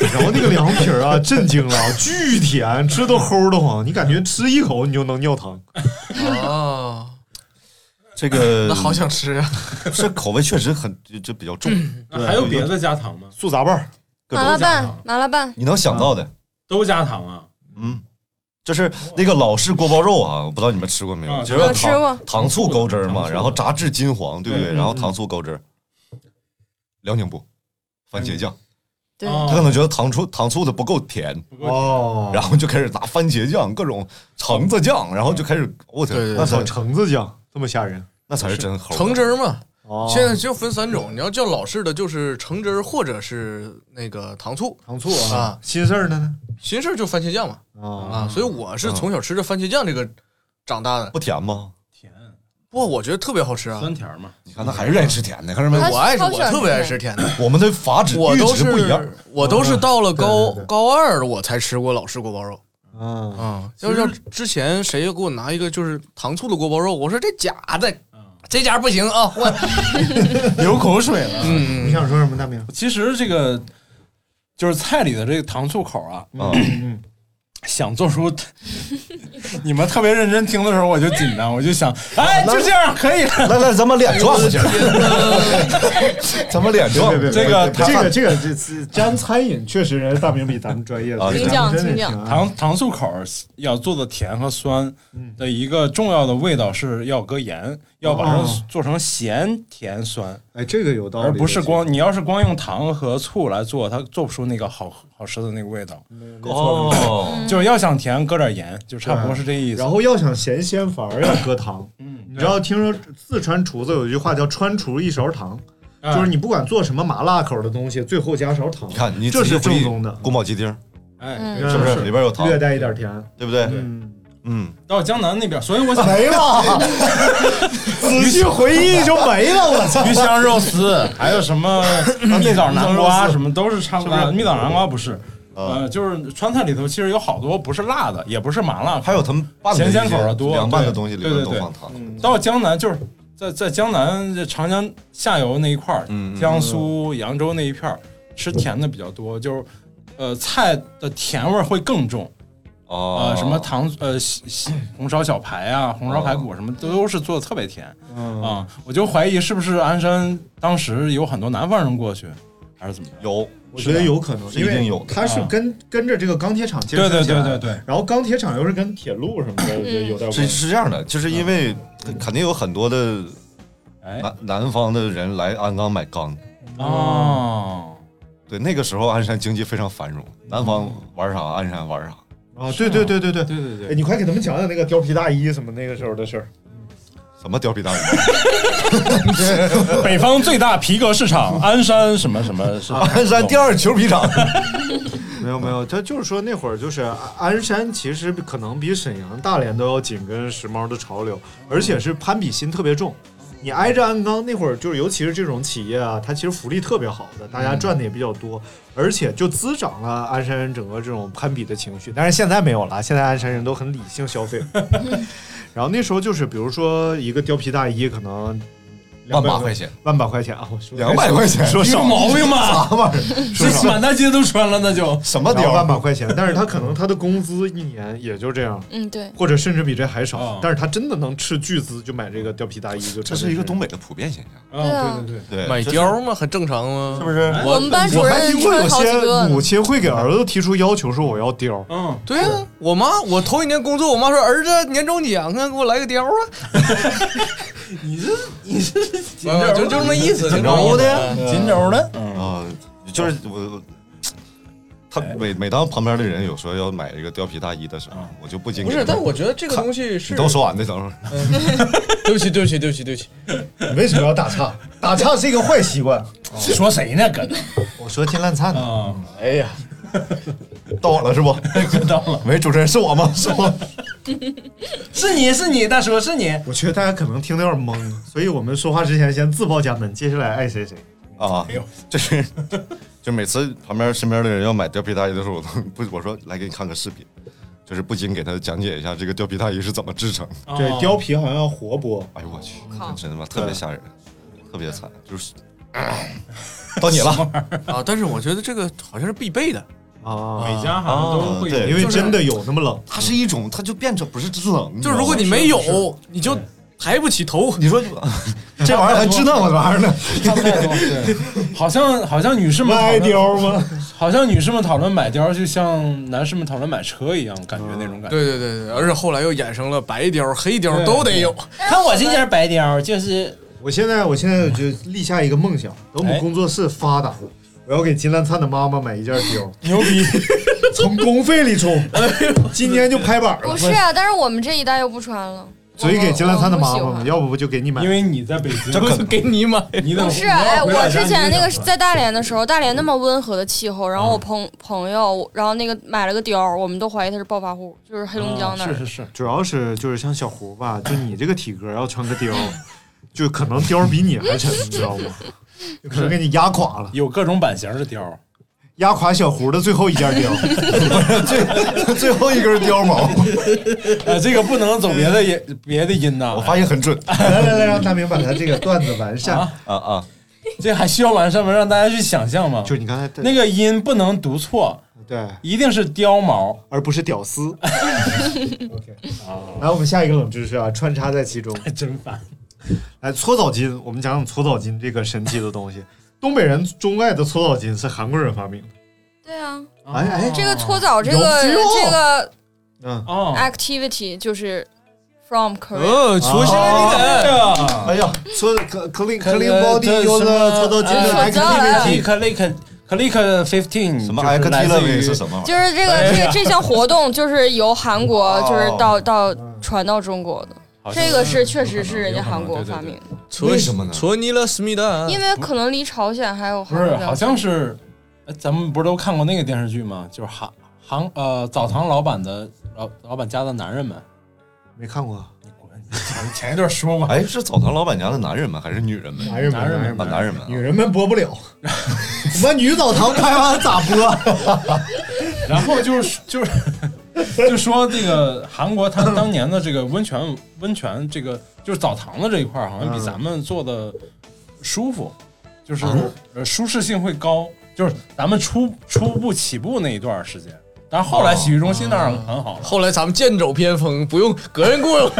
[SPEAKER 2] 然后那个凉皮儿啊，震惊了，巨甜，吃都齁的慌。你感觉吃一口你就能尿糖。
[SPEAKER 5] 哦，
[SPEAKER 3] 这个
[SPEAKER 5] 那好想吃啊！
[SPEAKER 3] 这口味确实很这这比较重，
[SPEAKER 2] 嗯
[SPEAKER 4] 那还有别的加糖吗？
[SPEAKER 2] 素杂拌儿，
[SPEAKER 3] 各
[SPEAKER 6] 麻
[SPEAKER 3] 种
[SPEAKER 6] 辣拌，麻辣拌，
[SPEAKER 3] 你能想到的，
[SPEAKER 4] 都加糖啊？
[SPEAKER 3] 嗯，就是那个老式锅包肉啊，我不知道你们吃过没有？
[SPEAKER 4] 啊
[SPEAKER 3] 就是
[SPEAKER 4] 我吃过
[SPEAKER 3] 糖糖醋勾汁儿嘛，然后炸至金黄，对不
[SPEAKER 5] 嗯
[SPEAKER 3] 对？
[SPEAKER 4] 对
[SPEAKER 3] 然后糖醋勾汁儿，辽宁不，番茄
[SPEAKER 5] 嗯
[SPEAKER 3] 酱。
[SPEAKER 7] 对
[SPEAKER 5] 哦
[SPEAKER 3] 他可能觉得糖醋糖醋的不够甜
[SPEAKER 2] 哦，
[SPEAKER 3] 然后就开始拿番茄酱、各种橙子
[SPEAKER 5] 嗯
[SPEAKER 3] 酱，然后就开始，我天，
[SPEAKER 2] 那
[SPEAKER 3] 那
[SPEAKER 2] 叫
[SPEAKER 3] 才
[SPEAKER 2] 橙子酱，这么吓人，
[SPEAKER 3] 那才是真啊齁。
[SPEAKER 5] 橙汁儿嘛。
[SPEAKER 2] 哦
[SPEAKER 5] 现在就分三种，你要叫老式的就是橙汁儿或者是那个糖醋，
[SPEAKER 2] 糖醋
[SPEAKER 5] 啊
[SPEAKER 2] 啊，，新事儿呢？哦
[SPEAKER 5] 新式就番茄酱嘛啊，所以我是从小吃着番茄酱这个长大的，
[SPEAKER 3] 不甜吗？
[SPEAKER 5] 不过我觉得特别好吃啊，酸
[SPEAKER 4] 甜嘛，
[SPEAKER 3] 你看他还是愿意吃甜的，看着没？
[SPEAKER 5] 我爱吃，我特别爱吃甜的，
[SPEAKER 3] 我们的法旨
[SPEAKER 5] 我
[SPEAKER 3] 阈
[SPEAKER 5] 都
[SPEAKER 3] 值
[SPEAKER 5] 是
[SPEAKER 3] 不一样，
[SPEAKER 5] 我都
[SPEAKER 4] 嗯
[SPEAKER 5] 是到了高高二了我才吃过老式锅包肉。
[SPEAKER 2] 嗯
[SPEAKER 5] 嗯，要是之前谁给我拿一个就是糖醋的锅包肉，我说这假的，这家不行啊，我
[SPEAKER 4] 流口水了。嗯，
[SPEAKER 2] 你想说什么，大明？
[SPEAKER 4] 其实这个就是菜里的这个糖醋口啊，
[SPEAKER 2] 嗯
[SPEAKER 4] 想做出你们特别认真听的时候，我就紧张，我就想，哎，就这样可以了。
[SPEAKER 3] 那那咱们脸撞过去， 咱们脸撞
[SPEAKER 2] 别别别
[SPEAKER 4] 这个
[SPEAKER 2] 这个这个这次沾餐饮确实人家大明比咱们专业的，
[SPEAKER 4] 对
[SPEAKER 2] 真的挺爱
[SPEAKER 4] 糖糖醋口儿要做的甜和酸的一个重要的味道是要搁盐，要把它
[SPEAKER 3] 嗯
[SPEAKER 2] 哦
[SPEAKER 4] 做成咸甜酸，
[SPEAKER 2] 哎，这个有道理，
[SPEAKER 4] 而不是光你要是光用糖和醋来做，它做不出那个好好吃的那个味道。嗯
[SPEAKER 2] 哦
[SPEAKER 4] 就是要想甜，搁点盐，就差不多是这意思。
[SPEAKER 2] 然后要想咸鲜，反而要搁糖。嗯，你知道，听说四川厨子有一句话叫“川厨一勺糖”，
[SPEAKER 4] 嗯
[SPEAKER 2] 就是你不管做什么麻辣口的东西，最后加勺糖。
[SPEAKER 3] 你看你
[SPEAKER 2] 这
[SPEAKER 3] 仔细
[SPEAKER 2] 是
[SPEAKER 3] 回
[SPEAKER 2] 正
[SPEAKER 3] 忆
[SPEAKER 2] 宗的，
[SPEAKER 3] 宫保鸡丁，
[SPEAKER 4] 哎
[SPEAKER 2] 嗯
[SPEAKER 3] 是不是里边有糖，
[SPEAKER 2] 略带一点甜，
[SPEAKER 3] 对不对？
[SPEAKER 2] 嗯
[SPEAKER 3] 嗯，
[SPEAKER 4] 到江南那边，所以我想
[SPEAKER 2] 没 了仔细回忆就没了我操
[SPEAKER 4] 鱼香肉 丝，还有 什么啊蜜枣南瓜，什么都是差不
[SPEAKER 3] 是不嗯
[SPEAKER 4] 多。
[SPEAKER 3] 是
[SPEAKER 4] 蜜枣南瓜不是，呃，就是川菜里头其实有好多不是辣的，也不是麻辣口，
[SPEAKER 3] 还有他们拌的
[SPEAKER 4] 咸
[SPEAKER 3] 一些
[SPEAKER 4] 鲜口的多，
[SPEAKER 3] 凉拌的
[SPEAKER 4] 对
[SPEAKER 3] 东西里
[SPEAKER 4] 对
[SPEAKER 3] 边
[SPEAKER 4] 对
[SPEAKER 3] 都
[SPEAKER 4] 对
[SPEAKER 3] 放糖
[SPEAKER 4] 嗯到江南就是在在江南这长江下游那一块儿，
[SPEAKER 3] 嗯
[SPEAKER 4] 江苏扬州那一片儿吃甜的比较多，就是呃菜的甜味儿会更重。
[SPEAKER 3] 哦哦
[SPEAKER 4] 呃，什么糖呃西西红烧小排啊，红烧排骨什么都都是做的特别甜
[SPEAKER 3] 嗯
[SPEAKER 4] 啊，我就怀疑是不是鞍山当时有很多南方人过去，还是怎么样？
[SPEAKER 3] 有，
[SPEAKER 2] 我觉得有可能，因
[SPEAKER 4] 一定
[SPEAKER 2] 为
[SPEAKER 4] 有的
[SPEAKER 2] 它是
[SPEAKER 4] 啊
[SPEAKER 2] 跟跟着这个钢铁厂接
[SPEAKER 4] 对
[SPEAKER 2] 触
[SPEAKER 4] 对
[SPEAKER 2] 起来
[SPEAKER 4] 对对对，
[SPEAKER 2] 然后钢铁厂又是跟铁路什么的
[SPEAKER 3] 嗯
[SPEAKER 2] 有点关系
[SPEAKER 3] 是是这样的，就是
[SPEAKER 4] 嗯
[SPEAKER 3] 因为肯定有很多的
[SPEAKER 4] 哎
[SPEAKER 3] 南南方的人来鞍钢买钢
[SPEAKER 4] 哦，
[SPEAKER 3] 对，那个时候鞍山经济非常繁荣，南方玩啥鞍山玩啥。
[SPEAKER 2] 啊，对对对对对
[SPEAKER 4] 哦对对
[SPEAKER 2] 哎，你快给他们讲讲那个貂皮大衣什么那个时候的事儿。
[SPEAKER 3] 什么貂皮大 衣？
[SPEAKER 4] 北方最大皮革市场鞍山什么什么是
[SPEAKER 3] 鞍山第二裘皮厂，
[SPEAKER 4] 哎
[SPEAKER 2] 没有没有，他就是说那会儿就是鞍山，其实可能比沈阳、大连都要紧跟时髦的潮流，而且是攀比心特别重。你挨着鞍钢那会儿，就是尤其是这种企业啊，它其实福利特别好的，大家赚的也比较多，而且就滋长了鞍山人整个这种攀比的情绪。但是现在没有了，现在鞍山人都很理性消 费。然后那时候就是，比如说一个貂皮大衣可能200
[SPEAKER 3] 万把块钱，
[SPEAKER 2] 万把块钱啊，我说
[SPEAKER 3] 200块钱
[SPEAKER 2] 说少
[SPEAKER 4] 有毛病吧
[SPEAKER 2] 啥玩意儿？说
[SPEAKER 4] 这
[SPEAKER 2] 少
[SPEAKER 4] 满大街都穿了，那就
[SPEAKER 3] 什
[SPEAKER 2] 然后万把块钱，但是他可能他的工资一年也就这样，
[SPEAKER 6] 嗯，对，
[SPEAKER 2] 或者甚至比这还
[SPEAKER 4] 哦
[SPEAKER 2] 少，但是他真的能斥巨资就买这个貂皮大衣，就
[SPEAKER 3] 这是一个东北的普遍现象。
[SPEAKER 4] 啊
[SPEAKER 2] 哦对对
[SPEAKER 3] 对
[SPEAKER 5] 买貂吗？很正常吗？
[SPEAKER 3] 是不
[SPEAKER 4] 哎
[SPEAKER 3] 是
[SPEAKER 5] 我
[SPEAKER 2] 我
[SPEAKER 5] 们
[SPEAKER 6] 班主任
[SPEAKER 2] 我还听过有
[SPEAKER 6] 穿好几个
[SPEAKER 2] 些
[SPEAKER 6] 呢
[SPEAKER 2] 母亲会给儿子提出要求，说我要貂。
[SPEAKER 4] 嗯，
[SPEAKER 5] 对啊，我妈我头一年工作，我妈说儿子年终奖啊，给我来个貂啊。
[SPEAKER 4] 你是
[SPEAKER 5] 紧着就就这么意思，嗯
[SPEAKER 3] 锦州的，
[SPEAKER 4] 锦州的
[SPEAKER 3] 啊，
[SPEAKER 5] 哦
[SPEAKER 3] 就是我。他每每当旁边的人有说要买一个貂皮大衣的时候，我就不禁
[SPEAKER 5] 嗯不是，
[SPEAKER 3] 给他
[SPEAKER 5] 但我觉得这个东西是嗯
[SPEAKER 3] 你等我说完再等会儿。
[SPEAKER 5] 对不起，对不起，对不起，对不起。
[SPEAKER 2] 你为什么要打 岔？打岔是一个坏习惯。
[SPEAKER 4] 哦说谁呢？搁那
[SPEAKER 2] 我说金烂灿呢。
[SPEAKER 4] 啊，
[SPEAKER 2] 哎呀，
[SPEAKER 3] 到我了 是不？
[SPEAKER 4] 到了，
[SPEAKER 3] 喂，主持人是 我吗？是我。
[SPEAKER 4] 是你是你大叔是你，
[SPEAKER 2] 我觉得大家可能听得有点懵，所以我们说话之前先自报家门，接下来爱谁谁。
[SPEAKER 3] 啊，就是 就每次旁边身边的人要买貂皮大衣的时候，我都不我说来给你看个视频，就是不禁给他讲解一下这个貂皮大衣是怎么制成。
[SPEAKER 5] 哦
[SPEAKER 2] 对，
[SPEAKER 4] 哦
[SPEAKER 2] 貂皮好像要活剥。
[SPEAKER 3] 哎呦我去
[SPEAKER 2] 靠，
[SPEAKER 3] 真他妈特别吓人，特别惨，就是。 到你了
[SPEAKER 5] 啊！但是我觉得这个好像是必备的，
[SPEAKER 2] 啊
[SPEAKER 4] 每家好像都会有
[SPEAKER 3] 对，
[SPEAKER 2] 因为真的有那么冷，
[SPEAKER 3] 它是一种，它就变成不是冷，
[SPEAKER 5] 就是如果你没有，你就抬不起头。
[SPEAKER 3] 你说
[SPEAKER 2] 这玩意儿还知道我这玩意儿呢？
[SPEAKER 4] 差不太多，对，好像好像女士们
[SPEAKER 2] 买貂
[SPEAKER 4] 吗？好像女士们讨论买貂，就像男士们讨论买车一样，感觉那种感觉。
[SPEAKER 5] 对对对对，而且后来又衍生了白貂、黑貂
[SPEAKER 4] 对
[SPEAKER 5] 都得有。
[SPEAKER 4] 看我这件白貂，就是
[SPEAKER 2] 我现在我现在就立下一个梦想，等我们工作室发达，我要给金兰灿的妈妈买一件貂，
[SPEAKER 4] 牛逼，
[SPEAKER 2] 从公费里充，今年就拍板了。
[SPEAKER 6] 不是啊，但是我们这一代又不穿了。
[SPEAKER 2] 所以给金兰灿的妈
[SPEAKER 6] 我
[SPEAKER 2] 妈，要不不就给你买，
[SPEAKER 4] 因为你在北京，
[SPEAKER 2] 这可
[SPEAKER 5] 给你买。
[SPEAKER 4] 你
[SPEAKER 6] 不是，哎，我之前那个是在大连的时候，大连那么温和的气候，然后
[SPEAKER 2] 嗯
[SPEAKER 6] 我朋朋友，然后那个买了个貂儿，我们都怀疑他是暴发户，就是黑龙江那儿。
[SPEAKER 4] 是是，
[SPEAKER 2] 主要哦是就是像小胡吧，就你这个体格要穿个貂， 就可能貂比你还沉，你 知道吗？有可能给你压垮了，
[SPEAKER 4] 有各种版型的貂，
[SPEAKER 2] 压垮小胡的最后一件貂， 最最后一根 貂毛。
[SPEAKER 4] 呃，这个不能走别的也别的音呐。我发
[SPEAKER 3] 现很准，
[SPEAKER 2] 来来来，让大明把他这个段子完善
[SPEAKER 4] 啊
[SPEAKER 3] 啊啊！
[SPEAKER 4] 这还需要完善吗？让大家去想象吗？
[SPEAKER 2] 就是你刚才
[SPEAKER 4] 那个音不能读错，
[SPEAKER 2] 对，
[SPEAKER 4] 一定是貂毛，
[SPEAKER 2] 而不是屌 丝。来，我们下一个冷知识啊，穿插在其中，
[SPEAKER 4] 真烦。
[SPEAKER 2] 来，搓澡巾，我们讲讲搓澡巾这个神奇的东西。东北人钟爱的搓澡巾是韩国人发明的。
[SPEAKER 6] 对啊，
[SPEAKER 2] 哎
[SPEAKER 3] 哦
[SPEAKER 2] 哎，
[SPEAKER 6] 这个搓澡这
[SPEAKER 2] 有
[SPEAKER 6] 个
[SPEAKER 2] 肌肉
[SPEAKER 6] 这个
[SPEAKER 2] 嗯，
[SPEAKER 4] 哦
[SPEAKER 6] activity 就是 from Korea。
[SPEAKER 3] 啊
[SPEAKER 5] 呃，搓心
[SPEAKER 4] 啊
[SPEAKER 5] 了你得。
[SPEAKER 2] 哎呀，搓可可令可令
[SPEAKER 4] 包
[SPEAKER 2] 包
[SPEAKER 4] 地
[SPEAKER 2] 地有的搓澡巾啊的
[SPEAKER 6] 哎
[SPEAKER 4] activity click click fifteen
[SPEAKER 3] 什么 i c t l v 是什么玩意
[SPEAKER 6] 就是这
[SPEAKER 4] 哎
[SPEAKER 6] 个这个这项活动，就是由韩国就是到
[SPEAKER 2] 嗯
[SPEAKER 6] 到传到中国的，这个是确实是人家韩国发明的，
[SPEAKER 3] 儿？为什么呢？
[SPEAKER 5] 搓泥了思密达。
[SPEAKER 6] 因为可能离朝鲜还有
[SPEAKER 4] 嗯不
[SPEAKER 6] 韩
[SPEAKER 4] 是
[SPEAKER 6] 国，
[SPEAKER 4] 好像是，哎咱们不是都看过那个电视剧吗？就是韩韩呃澡堂老板的老老板家的男人们，
[SPEAKER 2] 没看过，
[SPEAKER 4] 前前一段说嘛，
[SPEAKER 3] 哎，是澡堂老板家的男人们还是女人们？
[SPEAKER 2] 男人们
[SPEAKER 4] 男人们
[SPEAKER 3] 啊，男人们啊。
[SPEAKER 2] 女人们播不了，我们女澡堂开完咋播？
[SPEAKER 4] 然后就是就是就说这个韩国他们当年的这个温泉温泉这个就是澡堂子这一块儿，好像比咱们做的舒服，就是
[SPEAKER 8] 啊
[SPEAKER 4] 呃舒适性会高。就是咱们初初步起步那一段儿时间，但是后来洗浴中心那儿很好了。
[SPEAKER 5] 后来咱们剑走偏锋，不用隔人 固有，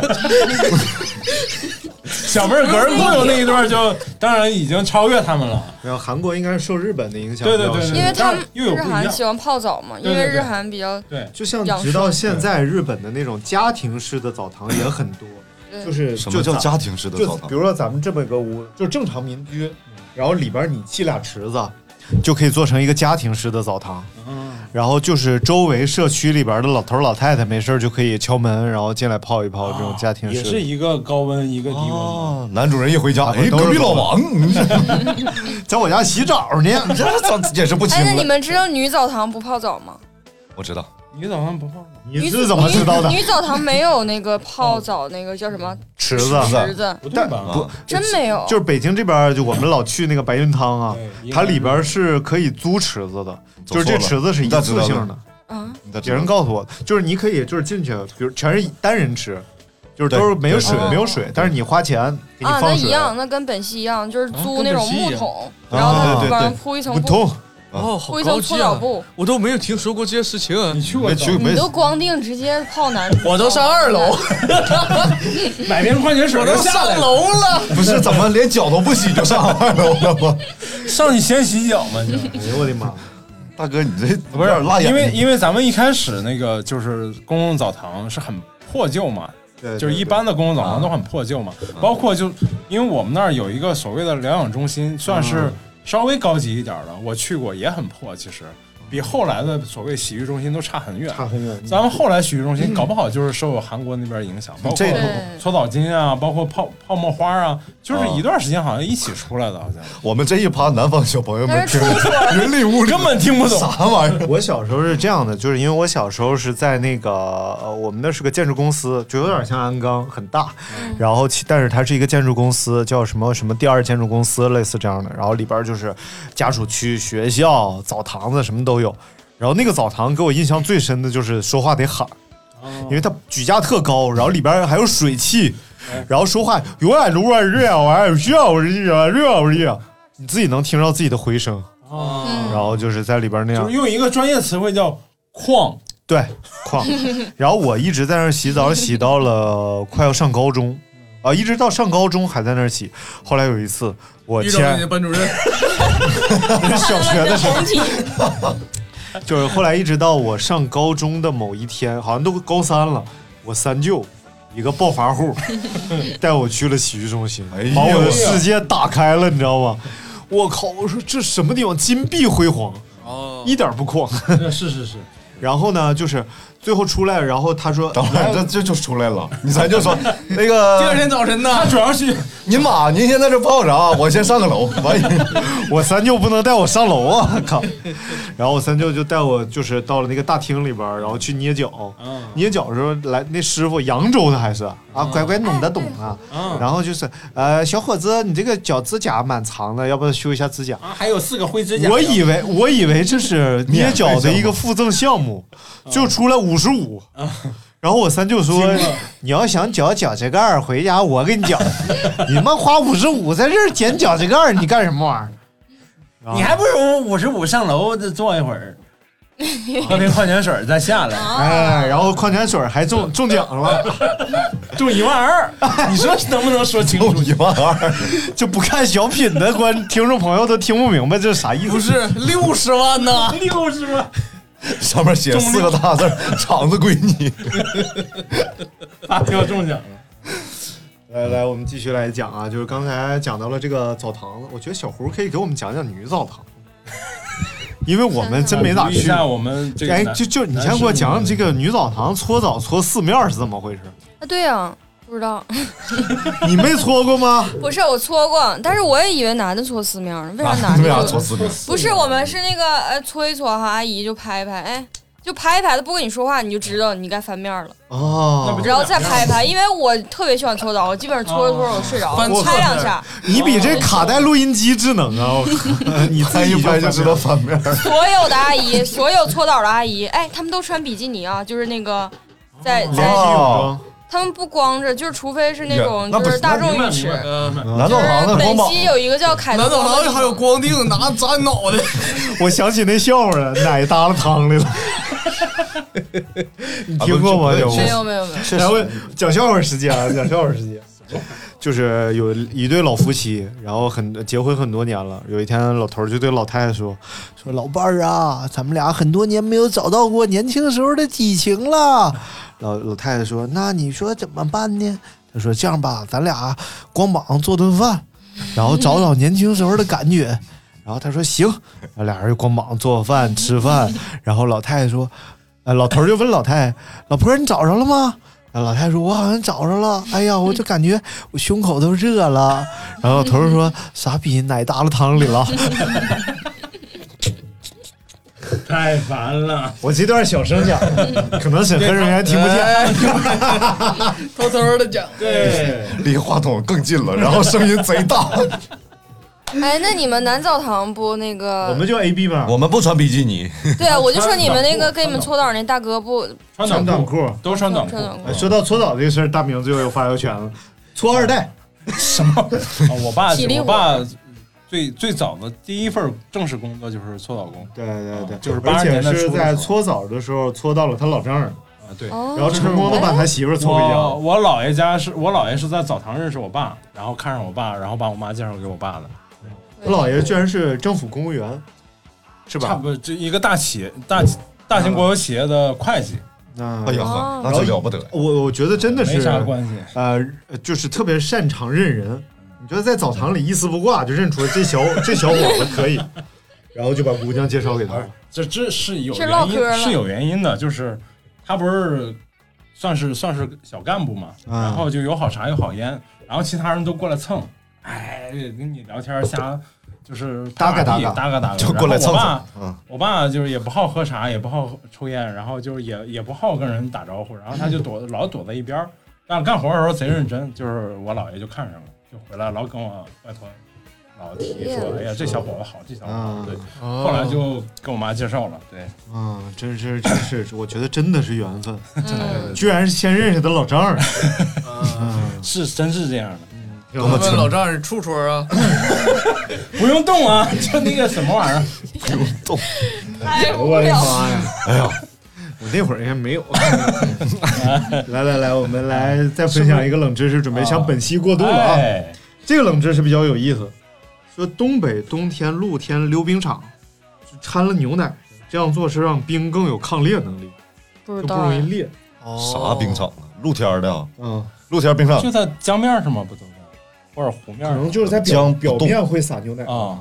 [SPEAKER 4] 小妹儿个人共有那一段就当然已经超越他们了。
[SPEAKER 2] 然后韩国应该是受日本的影响，
[SPEAKER 4] 对对对对
[SPEAKER 6] 因为他们
[SPEAKER 4] 又有
[SPEAKER 6] 日
[SPEAKER 4] 不一样
[SPEAKER 6] 韩喜欢泡澡嘛，因
[SPEAKER 4] 对对
[SPEAKER 6] 为
[SPEAKER 4] 对
[SPEAKER 6] 日韩比较
[SPEAKER 4] 对，
[SPEAKER 2] 就像直到现在，日本的那种家庭式的澡堂也很多，
[SPEAKER 6] 对
[SPEAKER 2] 就是
[SPEAKER 3] 什
[SPEAKER 2] 就
[SPEAKER 3] 么叫
[SPEAKER 2] 咱
[SPEAKER 3] 家庭式的
[SPEAKER 2] 就
[SPEAKER 3] 澡
[SPEAKER 2] 比
[SPEAKER 3] 堂？
[SPEAKER 2] 如说咱们这么一个屋，就正常民居，然后里边你砌俩池子，就可以做成一个家庭式的澡堂。然后就是周围社区里边的老头老太太没事儿就可以敲门，然后进来泡一泡这
[SPEAKER 3] 啊
[SPEAKER 2] 种家庭
[SPEAKER 4] 也
[SPEAKER 2] 式
[SPEAKER 4] 是
[SPEAKER 2] 的。
[SPEAKER 4] 一个高温一个低温。
[SPEAKER 3] 哦，男主人一回家，
[SPEAKER 2] 啊
[SPEAKER 3] 哎，
[SPEAKER 2] 都是
[SPEAKER 3] 隔壁老王，
[SPEAKER 2] 在我家洗澡呢，
[SPEAKER 3] 这这也是不
[SPEAKER 6] 哎，那
[SPEAKER 3] 轻
[SPEAKER 6] 你
[SPEAKER 3] 了。
[SPEAKER 6] 们知道女澡堂不泡澡吗？
[SPEAKER 3] 我知道，
[SPEAKER 4] 你怎么不泡澡？
[SPEAKER 2] 你是怎么知道的
[SPEAKER 6] 女？女澡堂没有那个
[SPEAKER 4] 嗯
[SPEAKER 6] 泡澡那个叫什么
[SPEAKER 2] 池子
[SPEAKER 6] 池子，
[SPEAKER 4] 不
[SPEAKER 2] 但
[SPEAKER 4] 对吧？
[SPEAKER 3] 不，
[SPEAKER 6] 真没有。
[SPEAKER 2] 就是北京这边，就我们老去那个白云汤啊
[SPEAKER 4] 对，
[SPEAKER 2] 它里边是可以租池子的，
[SPEAKER 3] 走错
[SPEAKER 2] 就是这
[SPEAKER 3] 了
[SPEAKER 2] 池子是一次
[SPEAKER 3] 你咋知
[SPEAKER 2] 性
[SPEAKER 3] 道
[SPEAKER 2] 的
[SPEAKER 3] 的。
[SPEAKER 6] 啊，
[SPEAKER 3] 你咋知
[SPEAKER 2] 有
[SPEAKER 3] 道
[SPEAKER 2] 人告诉我，就是你可以就是进去，比如全是单人池，就是都是
[SPEAKER 3] 对
[SPEAKER 2] 没有水
[SPEAKER 6] 对对
[SPEAKER 2] 没有水，但是你花钱给你
[SPEAKER 6] 啊，那
[SPEAKER 2] 放
[SPEAKER 6] 一
[SPEAKER 2] 水，
[SPEAKER 6] 样，那跟本溪一样，就是
[SPEAKER 5] 啊
[SPEAKER 6] 租那种木桶，
[SPEAKER 3] 跟本溪一样
[SPEAKER 6] 然后
[SPEAKER 3] 啊
[SPEAKER 6] 它
[SPEAKER 3] 对对
[SPEAKER 6] 往上
[SPEAKER 3] 对
[SPEAKER 6] 铺一层
[SPEAKER 2] 不
[SPEAKER 6] 布，
[SPEAKER 2] 通。
[SPEAKER 5] 哦，好
[SPEAKER 6] 铺一层
[SPEAKER 5] 高
[SPEAKER 6] 搓
[SPEAKER 5] 级
[SPEAKER 6] 澡
[SPEAKER 5] 啊！
[SPEAKER 6] 布。
[SPEAKER 5] 我都没有听说过这些事情啊
[SPEAKER 4] 你。去过
[SPEAKER 3] 没去
[SPEAKER 4] 澡？
[SPEAKER 2] 嗯
[SPEAKER 3] 没
[SPEAKER 6] 你都光腚直接泡男，
[SPEAKER 5] 我都上二 楼，
[SPEAKER 4] 买瓶矿泉水
[SPEAKER 5] 我
[SPEAKER 4] 就
[SPEAKER 5] 都
[SPEAKER 4] 下来了，
[SPEAKER 5] 上楼了。
[SPEAKER 3] 不是怎么连脚都不洗就上二楼了吗？
[SPEAKER 4] 上去先洗脚嘛。你
[SPEAKER 2] 哎呦我的妈！
[SPEAKER 3] 大哥，你这
[SPEAKER 4] 不
[SPEAKER 3] 有点辣
[SPEAKER 4] 是，
[SPEAKER 3] 眼
[SPEAKER 4] 因
[SPEAKER 3] 睛
[SPEAKER 4] 为因为咱们一开始那个就是公共澡堂是很破旧嘛，
[SPEAKER 2] 对
[SPEAKER 4] 就是一般的公共澡堂都很破旧嘛，
[SPEAKER 3] 啊
[SPEAKER 4] 包括就因为我们那儿有一个所谓的疗养中心，算是
[SPEAKER 3] 嗯
[SPEAKER 4] 稍微高级一点的，我去过也很破，其实比后来的所谓洗浴中心都差很远。
[SPEAKER 2] 差很远。
[SPEAKER 4] 咱们后来洗浴中心
[SPEAKER 3] 嗯
[SPEAKER 4] 搞不好就是受韩国那边影响，包括
[SPEAKER 2] 这
[SPEAKER 6] 对
[SPEAKER 4] 搓澡巾啊，包括泡泡沫花啊，就是一段时间好像一起出来的，好像
[SPEAKER 3] 我们这一趴南方小朋友们
[SPEAKER 6] 但是
[SPEAKER 3] 听
[SPEAKER 6] 出错了。
[SPEAKER 3] 云里雾里
[SPEAKER 4] 根本听不懂。
[SPEAKER 3] 啥玩意儿？
[SPEAKER 2] 我小时候是这样的，就是因为我小时候是在那个呃，我们那是个建筑公司，就有点像鞍钢，很大，
[SPEAKER 4] 嗯
[SPEAKER 2] 然后其但是它是一个建筑公司，叫什么什么第二建筑公司，类似这样的。然后里边就是家属区、学校、澡堂子什么都有。然后那个澡堂给我印象最深的就是说话得喊，
[SPEAKER 4] 哦
[SPEAKER 2] 因为它举架特高，然后里边还有水汽，
[SPEAKER 4] 嗯
[SPEAKER 2] 然后说话永远都我啊热我热我热我热，啊你自己能听到自己的回声，
[SPEAKER 4] 啊，
[SPEAKER 2] 然后就是在里边那样
[SPEAKER 4] 就是。用一个专业词汇叫“旷
[SPEAKER 2] 对，旷。然后我一直在那儿洗澡，洗到了快要上高中，啊，一直到上高中还在那儿洗。后来有一次，我
[SPEAKER 5] 遇到了
[SPEAKER 2] 签
[SPEAKER 5] 你的班 主任，
[SPEAKER 2] 小学的时候
[SPEAKER 5] 红旗，
[SPEAKER 2] 就是后来一直到我上高中的某一天，好像都高三了，我三舅一个暴发户带我去了洗浴中心，
[SPEAKER 5] 哎
[SPEAKER 3] 呀
[SPEAKER 2] 把我的
[SPEAKER 5] 啊
[SPEAKER 2] 世界打开了，你知道吗？我靠！我说这什么地方金碧辉煌，
[SPEAKER 5] 哦，
[SPEAKER 2] 一点 不旷。
[SPEAKER 4] 是是是。
[SPEAKER 2] 然后呢，就是最后出来，然后他说：“等
[SPEAKER 3] 会儿这
[SPEAKER 2] 这就出来了。”
[SPEAKER 3] 你咱就 说那个
[SPEAKER 5] 第二天早晨呢他
[SPEAKER 4] 主要是
[SPEAKER 3] 您妈，您先在这泡 着啊，我先上个楼。完，
[SPEAKER 2] 我三舅不能带我上楼啊！ 靠！然后我三舅就带我，就是到了那个大厅里边儿，然后去捏脚。
[SPEAKER 5] 嗯
[SPEAKER 2] 捏脚的时候来那师傅，扬州的还是啊，乖乖懂得懂啊。
[SPEAKER 5] 嗯
[SPEAKER 2] 然后就是呃，小伙子，你这个脚指甲蛮长的，要不要修一下指甲？
[SPEAKER 4] 还有四个灰指甲。
[SPEAKER 2] 我以为我以为这是捏脚的一
[SPEAKER 4] 免费项
[SPEAKER 2] 个
[SPEAKER 4] 目
[SPEAKER 2] 附赠项目，
[SPEAKER 5] 嗯
[SPEAKER 2] 就出来五十五。然后我三舅说：“你要想绞脚趾盖儿，回家我给你绞。 你妈花五十五在这儿剪脚趾盖儿，你干什么玩意儿？”
[SPEAKER 4] 你还不如五十五上楼再坐一会儿，喝瓶矿泉水儿再下来。
[SPEAKER 5] 啊
[SPEAKER 2] 哎，然后矿泉水还中中奖 了，
[SPEAKER 4] 中一万二， 你说能不能说清 楚？
[SPEAKER 2] 一万二， 就不看小品的观听众朋友都听不明白这是啥意思。
[SPEAKER 5] 不是六十万呐，
[SPEAKER 4] 六十万，
[SPEAKER 3] 上面写四个 大字儿，厂子归你。
[SPEAKER 4] 发票中奖了。
[SPEAKER 2] 来来，我们继续来讲啊，就是刚才讲到了这个澡堂子，我觉得小胡可以给我们讲讲女澡堂， 因为我们真没咋
[SPEAKER 4] 一
[SPEAKER 2] 去。
[SPEAKER 4] 下我们这个
[SPEAKER 2] 哎，
[SPEAKER 4] 男嗯
[SPEAKER 2] 就就你先给我讲讲这个女澡堂搓澡搓四面是怎么回事？
[SPEAKER 6] 啊，对呀、不知道，
[SPEAKER 2] 你没搓过吗？
[SPEAKER 6] 不是我搓过，但是我也以为男的搓丝面呢，
[SPEAKER 2] 啊
[SPEAKER 6] 为 啥男的
[SPEAKER 3] 为啥
[SPEAKER 6] 就
[SPEAKER 3] 搓四面？
[SPEAKER 6] 不是，我们是那个呃搓一搓哈，阿姨就拍一拍，哎，就拍一拍，她不跟你说话，你就知道你该翻面了，
[SPEAKER 2] 哦，
[SPEAKER 6] 然后再拍一拍，因为我特别喜欢搓澡，我基本上搓着搓着我睡着，
[SPEAKER 5] 翻
[SPEAKER 6] 了，
[SPEAKER 5] 侧
[SPEAKER 6] 拍两
[SPEAKER 5] 面
[SPEAKER 6] 下，
[SPEAKER 2] 你比这卡带录音机智能啊！我靠， 你自
[SPEAKER 3] 咱
[SPEAKER 2] 己
[SPEAKER 3] 一拍就 知道
[SPEAKER 2] 翻
[SPEAKER 3] 翻面儿。
[SPEAKER 6] 所有的阿姨， 所有搓澡的阿姨，哎，她们都穿比基尼啊，就是那个在
[SPEAKER 2] 面
[SPEAKER 6] 在，
[SPEAKER 2] 了
[SPEAKER 3] 哦。
[SPEAKER 6] 她们不光着，就是除非是那种
[SPEAKER 3] 那不
[SPEAKER 6] 就是是大众浴池，
[SPEAKER 3] 男澡堂
[SPEAKER 6] 就是
[SPEAKER 3] 子
[SPEAKER 6] 本
[SPEAKER 3] 光膀
[SPEAKER 6] 溪有一个叫凯
[SPEAKER 5] 男
[SPEAKER 6] 子
[SPEAKER 5] 澡
[SPEAKER 6] 光
[SPEAKER 5] 堂
[SPEAKER 6] 的，
[SPEAKER 5] 还有光腚拿砸脑袋，
[SPEAKER 2] 我想起那笑话了，奶耷拉汤里了。 你听过
[SPEAKER 4] 啊
[SPEAKER 2] 吗？小
[SPEAKER 6] 没
[SPEAKER 2] 吴
[SPEAKER 6] 有没有没有，
[SPEAKER 3] 确
[SPEAKER 2] 来，
[SPEAKER 3] 实
[SPEAKER 2] 我讲笑话时间啊，讲笑话时间。 就是有一对老夫妻，然后很结婚很多年了。有一天，老头儿就对老太太说：“说老伴儿啊，咱们俩很多年没有找到过年轻时候的激情了。”老 老太太说：“那你说怎么办呢？”他说：“这样吧，咱俩光膀做顿 饭，然后找找年轻时候的感觉。”然后他说：“行。”然后俩人就光膀做饭吃饭。然后老太太说：“呃，老头儿就问老太太，老婆儿你找着了吗？”然后老太太说：“我好像找着了，哎呀，我就感觉我胸口都热了。”然后老头儿说：“傻逼，奶耷拉汤里了。
[SPEAKER 4] 太烦了”。
[SPEAKER 2] 我这段小声讲，可能审核人员听不见。
[SPEAKER 5] 哎，偷偷的讲，
[SPEAKER 4] 对，
[SPEAKER 3] 离话筒更近了，然后声音贼 大。
[SPEAKER 6] 哎，那你们男澡堂不那个？
[SPEAKER 2] 我们就 A B 嘛，
[SPEAKER 3] 我们不穿比基尼，
[SPEAKER 6] 对啊，我就说你们那个给你们搓澡那大哥不
[SPEAKER 4] 穿
[SPEAKER 2] 穿
[SPEAKER 4] 短
[SPEAKER 2] 短裤。
[SPEAKER 4] 都穿短
[SPEAKER 6] 穿
[SPEAKER 4] 裤。
[SPEAKER 6] 短裤
[SPEAKER 2] 哎，说到搓澡这事儿，大明最后有发言权了。搓二代，
[SPEAKER 4] 什么？啊我爸
[SPEAKER 6] 体力
[SPEAKER 4] 我
[SPEAKER 6] 活
[SPEAKER 4] 爸最最早的第一份正式工作就是搓澡工
[SPEAKER 2] 对对对，
[SPEAKER 4] 就是
[SPEAKER 2] 而
[SPEAKER 4] 80
[SPEAKER 2] 且
[SPEAKER 4] 哦年代初的时
[SPEAKER 2] 是
[SPEAKER 4] 候
[SPEAKER 2] 在搓澡的时候搓到了他老丈人，
[SPEAKER 4] 啊，对。
[SPEAKER 6] 哦
[SPEAKER 2] 然后成功的把他媳妇儿搓回家
[SPEAKER 4] 我
[SPEAKER 2] 了。
[SPEAKER 4] 我姥爷家是我姥爷是在澡堂认识我爸，然后看上我爸，然后把我妈介绍给我爸的，
[SPEAKER 3] 啊
[SPEAKER 2] 我姥爷居然是政府公务员，是
[SPEAKER 4] 是
[SPEAKER 2] 吧
[SPEAKER 4] 差不？多这一个大企业大大型国有企业的会计，
[SPEAKER 2] 那
[SPEAKER 3] 哎呀
[SPEAKER 6] 哦
[SPEAKER 3] 呵，那就了不得。
[SPEAKER 2] 我我觉得真的
[SPEAKER 4] 没
[SPEAKER 2] 是
[SPEAKER 4] 啥关系。
[SPEAKER 2] 呃，就是特别擅长认人。你觉得在澡堂里一丝不挂就认出了这 小这小伙子可以，然后就把姑娘介绍给他了。
[SPEAKER 4] 这这是有
[SPEAKER 6] 这唠
[SPEAKER 4] 原因
[SPEAKER 6] 嗑了
[SPEAKER 4] 是有原因的，就是他不是算是算是小干部嘛，
[SPEAKER 2] 啊
[SPEAKER 4] 然后就有好茶有好烟，然后其他人都过来蹭，哎，跟你聊天瞎就是
[SPEAKER 2] 搭嘎
[SPEAKER 4] 搭
[SPEAKER 2] 搭嘎
[SPEAKER 4] 搭嘎搭嘎，
[SPEAKER 3] 就过
[SPEAKER 4] 然后
[SPEAKER 3] 来蹭
[SPEAKER 4] 我
[SPEAKER 3] 蹭
[SPEAKER 4] 爸，
[SPEAKER 3] 嗯，
[SPEAKER 4] 我爸就是也不好喝茶，也不好抽烟，然后就是也也不好跟人打招呼，然后他就躲老躲在一边儿，但干活的时候贼认真，就是我姥爷就看上了，就回来老跟我外婆老提说，哎呀这小伙子好，这小伙
[SPEAKER 2] 啊
[SPEAKER 4] 子对。后来就跟我妈介绍了，对，
[SPEAKER 2] 啊，真是真是，我觉得真的是缘分，
[SPEAKER 6] 嗯，
[SPEAKER 2] 居然是先认识的老丈人。
[SPEAKER 3] 嗯
[SPEAKER 4] 是真是这样的，
[SPEAKER 5] 我问老丈人处处啊，
[SPEAKER 4] 不用动啊，就那个什么玩意儿，
[SPEAKER 6] 太无
[SPEAKER 2] 我的
[SPEAKER 6] 聊了。
[SPEAKER 2] 妈呀！
[SPEAKER 3] 哎呀，
[SPEAKER 2] 我那会儿应该没有。 来来来，我们来再分享一个冷知识，准备向本溪过渡了啊
[SPEAKER 4] 哎。
[SPEAKER 2] 这个冷知识比较有意思，说东北冬天露天溜冰场就掺了牛奶，这样做是让冰更有抗裂能力，
[SPEAKER 6] 不
[SPEAKER 2] 就
[SPEAKER 6] 知
[SPEAKER 2] 不
[SPEAKER 6] 道
[SPEAKER 2] 容易
[SPEAKER 6] 啊。
[SPEAKER 2] 裂。
[SPEAKER 3] 啥冰场啊？露天的啊？
[SPEAKER 2] 嗯，
[SPEAKER 3] 露天冰场
[SPEAKER 4] 就在江面上吗？不都是，或者湖面
[SPEAKER 2] 可
[SPEAKER 4] 上？
[SPEAKER 2] 能就是在表
[SPEAKER 3] 江
[SPEAKER 2] 表
[SPEAKER 3] 不动
[SPEAKER 2] 面会撒牛奶
[SPEAKER 4] 啊，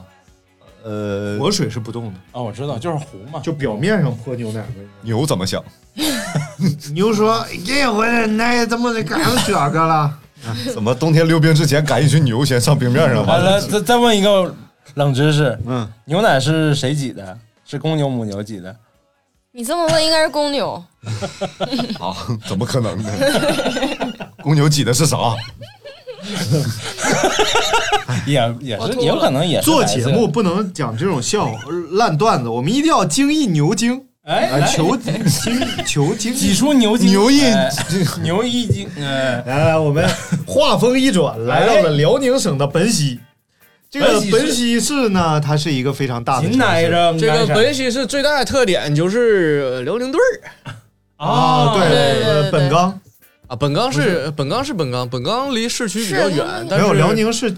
[SPEAKER 3] 呃，
[SPEAKER 2] 活水是不动的
[SPEAKER 4] 啊，我知道，就是湖嘛，
[SPEAKER 2] 就表面上泼牛奶呗。
[SPEAKER 3] 牛怎么想？
[SPEAKER 2] 牛说这回那怎么赶上这个了？
[SPEAKER 3] 怎么冬天溜冰之前赶一群牛先上冰面上？
[SPEAKER 4] 来
[SPEAKER 3] 完
[SPEAKER 4] 来，
[SPEAKER 3] 了，
[SPEAKER 4] 再再问一个冷知识，
[SPEAKER 2] 嗯，
[SPEAKER 4] 牛奶是谁挤的？是公牛母牛挤的？
[SPEAKER 6] 你这么问应该是公牛，
[SPEAKER 3] 啊，怎么可 能呢？公牛挤的是啥？
[SPEAKER 4] 也也
[SPEAKER 6] 我
[SPEAKER 4] 是，
[SPEAKER 6] 吐
[SPEAKER 4] 也有可能也是
[SPEAKER 2] 做
[SPEAKER 4] 来
[SPEAKER 2] 节
[SPEAKER 4] 自
[SPEAKER 2] 目。不能讲这种笑话、烂段子，我们一定要精益牛精，
[SPEAKER 4] 哎，
[SPEAKER 2] 啊，
[SPEAKER 4] 来
[SPEAKER 2] 求精求精。
[SPEAKER 4] 挤出牛筋，
[SPEAKER 3] 牛一
[SPEAKER 4] 哎牛一斤，哎，
[SPEAKER 2] 来来，我们话锋一转，来到了辽宁省的本溪。这个
[SPEAKER 4] 本溪市
[SPEAKER 2] 本溪市呢，它是一个非常大的
[SPEAKER 4] 紧
[SPEAKER 2] 城
[SPEAKER 4] 挨
[SPEAKER 2] 市
[SPEAKER 4] 着
[SPEAKER 5] 这个本溪市最大的特点就是呃辽宁队儿
[SPEAKER 2] 啊，
[SPEAKER 4] 哦对，
[SPEAKER 5] 对
[SPEAKER 2] 呃
[SPEAKER 6] 对
[SPEAKER 2] 本刚
[SPEAKER 5] 啊，本冈是本冈是本冈，本冈离市区比较
[SPEAKER 6] 是他
[SPEAKER 5] 远
[SPEAKER 6] 们，
[SPEAKER 5] 但
[SPEAKER 2] 没
[SPEAKER 5] 是
[SPEAKER 2] 有辽。宁市，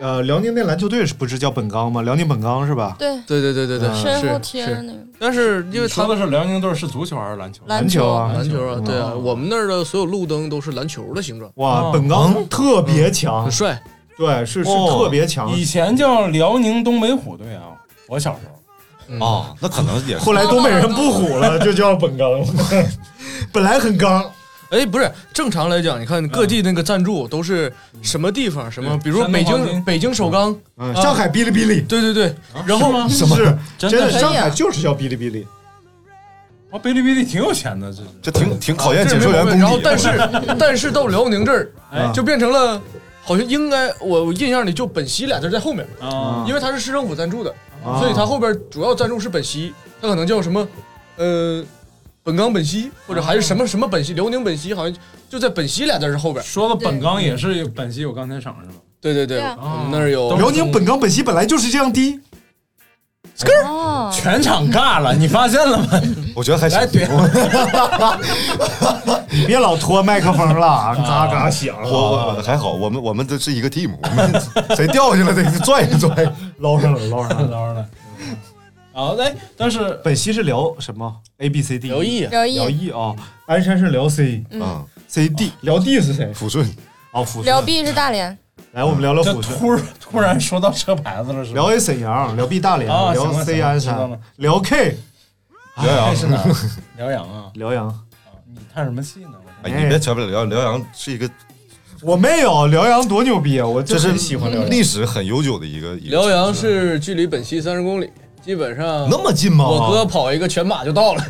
[SPEAKER 2] 呃，辽宁那篮球队是不是叫本刚吗？辽宁本刚是吧？
[SPEAKER 6] 对，
[SPEAKER 5] 对对对对对，
[SPEAKER 2] 嗯
[SPEAKER 6] 身后
[SPEAKER 5] 是
[SPEAKER 6] 贴
[SPEAKER 5] 是
[SPEAKER 6] 着那个
[SPEAKER 5] 但是因为他
[SPEAKER 4] 说
[SPEAKER 5] 们
[SPEAKER 4] 的是辽宁队是足球还是篮球？
[SPEAKER 6] 篮
[SPEAKER 2] 球
[SPEAKER 6] 球，
[SPEAKER 2] 啊，
[SPEAKER 5] 篮球啊，对啊，
[SPEAKER 2] 哦
[SPEAKER 5] 我们那儿的所有路灯都是篮球的形状，
[SPEAKER 2] 哇，
[SPEAKER 4] 哦
[SPEAKER 2] 本刚特别强
[SPEAKER 5] 嗯很，帅。
[SPEAKER 2] 对，是是
[SPEAKER 4] 哦
[SPEAKER 2] 特别强，
[SPEAKER 4] 以前叫辽宁东北虎队啊，我小时候
[SPEAKER 5] 嗯，
[SPEAKER 3] 啊，那可能也是
[SPEAKER 2] 后来东北人不虎 了，就叫本刚， 本来很刚，
[SPEAKER 5] 哎，不是，正常来讲，你看各地那个赞助都是什么地方什么，
[SPEAKER 4] 嗯对
[SPEAKER 5] 比如
[SPEAKER 4] 山东
[SPEAKER 5] 北
[SPEAKER 4] 黄
[SPEAKER 5] 京
[SPEAKER 4] 金
[SPEAKER 5] 北京首钢，
[SPEAKER 2] 嗯，上海哔哩哔哩，
[SPEAKER 5] 对对对，然后吗？
[SPEAKER 2] 什么是
[SPEAKER 4] 真
[SPEAKER 2] 真
[SPEAKER 4] 的
[SPEAKER 2] 的
[SPEAKER 4] 是
[SPEAKER 2] 上海就是叫哔哩哔哩，
[SPEAKER 4] 啊，哔哩哔哩挺有钱的，这是
[SPEAKER 3] 这挺挺考验
[SPEAKER 5] 啊这
[SPEAKER 3] 解
[SPEAKER 5] 没
[SPEAKER 3] 说
[SPEAKER 5] 有
[SPEAKER 3] 员
[SPEAKER 5] 问
[SPEAKER 3] 功
[SPEAKER 5] 题
[SPEAKER 3] 底。
[SPEAKER 5] 然后但是但是到辽宁这儿
[SPEAKER 2] 嗯
[SPEAKER 4] 哎
[SPEAKER 5] 就变成了，好像应该我印象里就本溪俩字在后面，
[SPEAKER 4] 啊，
[SPEAKER 5] 因为它是市政府赞助的，
[SPEAKER 2] 哦
[SPEAKER 5] 所以它后边主要赞助是本溪，它可能叫什么，呃，本冈本溪或者还是什
[SPEAKER 2] 哦
[SPEAKER 5] 么什么本溪，辽宁本溪好像就在本溪俩字儿后边。
[SPEAKER 4] 说的本刚也是本溪有钢铁厂是吗？
[SPEAKER 5] 对对对，
[SPEAKER 6] 对啊
[SPEAKER 5] 我们那儿有
[SPEAKER 2] 辽宁本刚本溪本来就是这样 低，
[SPEAKER 6] 哦，
[SPEAKER 4] 全场尬了，你发现了吗？
[SPEAKER 3] 我觉得还行
[SPEAKER 5] 哎
[SPEAKER 4] 来，怼
[SPEAKER 2] 你别老拖麦克风了啊，嘎嘎响
[SPEAKER 3] 我我我还好，我们我们这是一个 team，我们谁掉下来得拽一拽。
[SPEAKER 2] 捞上了捞上了。
[SPEAKER 4] 捞了。啊，哎，但是
[SPEAKER 2] 本溪是辽什么？A B C D
[SPEAKER 5] 辽艺啊，
[SPEAKER 6] 辽
[SPEAKER 2] 辽
[SPEAKER 6] 艺、
[SPEAKER 2] 艺啊，鞍山是辽 C
[SPEAKER 3] 嗯，
[SPEAKER 2] C D，辽 D 是谁？
[SPEAKER 3] 抚顺
[SPEAKER 2] 啊，抚
[SPEAKER 6] 辽
[SPEAKER 2] 顺。
[SPEAKER 6] B 是大连，
[SPEAKER 2] 来，我们聊聊
[SPEAKER 4] 这
[SPEAKER 2] 抚顺。
[SPEAKER 4] 突突然说到车牌子了，是吧？
[SPEAKER 2] 辽 A 沈阳，辽 B 大连，
[SPEAKER 4] 啊行
[SPEAKER 2] 辽
[SPEAKER 4] 了
[SPEAKER 2] C
[SPEAKER 4] 行了
[SPEAKER 2] 鞍
[SPEAKER 4] 知道
[SPEAKER 2] 山
[SPEAKER 4] 了，
[SPEAKER 2] 辽 K
[SPEAKER 5] 哎
[SPEAKER 3] 辽阳
[SPEAKER 4] 这。是哪儿？辽阳啊，
[SPEAKER 2] 辽阳。
[SPEAKER 4] 啊你叹什么气呢？我
[SPEAKER 3] 哎，你别瞧不起辽阳，辽阳是一个，
[SPEAKER 2] 我没有辽阳多牛逼啊！我
[SPEAKER 3] 这
[SPEAKER 2] 就是很喜欢辽阳。
[SPEAKER 3] 历史很悠久的一个。
[SPEAKER 5] 嗯
[SPEAKER 3] 一个
[SPEAKER 5] 辽阳是距离本溪三十公里，基本上
[SPEAKER 3] 那么近吗？
[SPEAKER 5] 我哥跑一个全马就到了。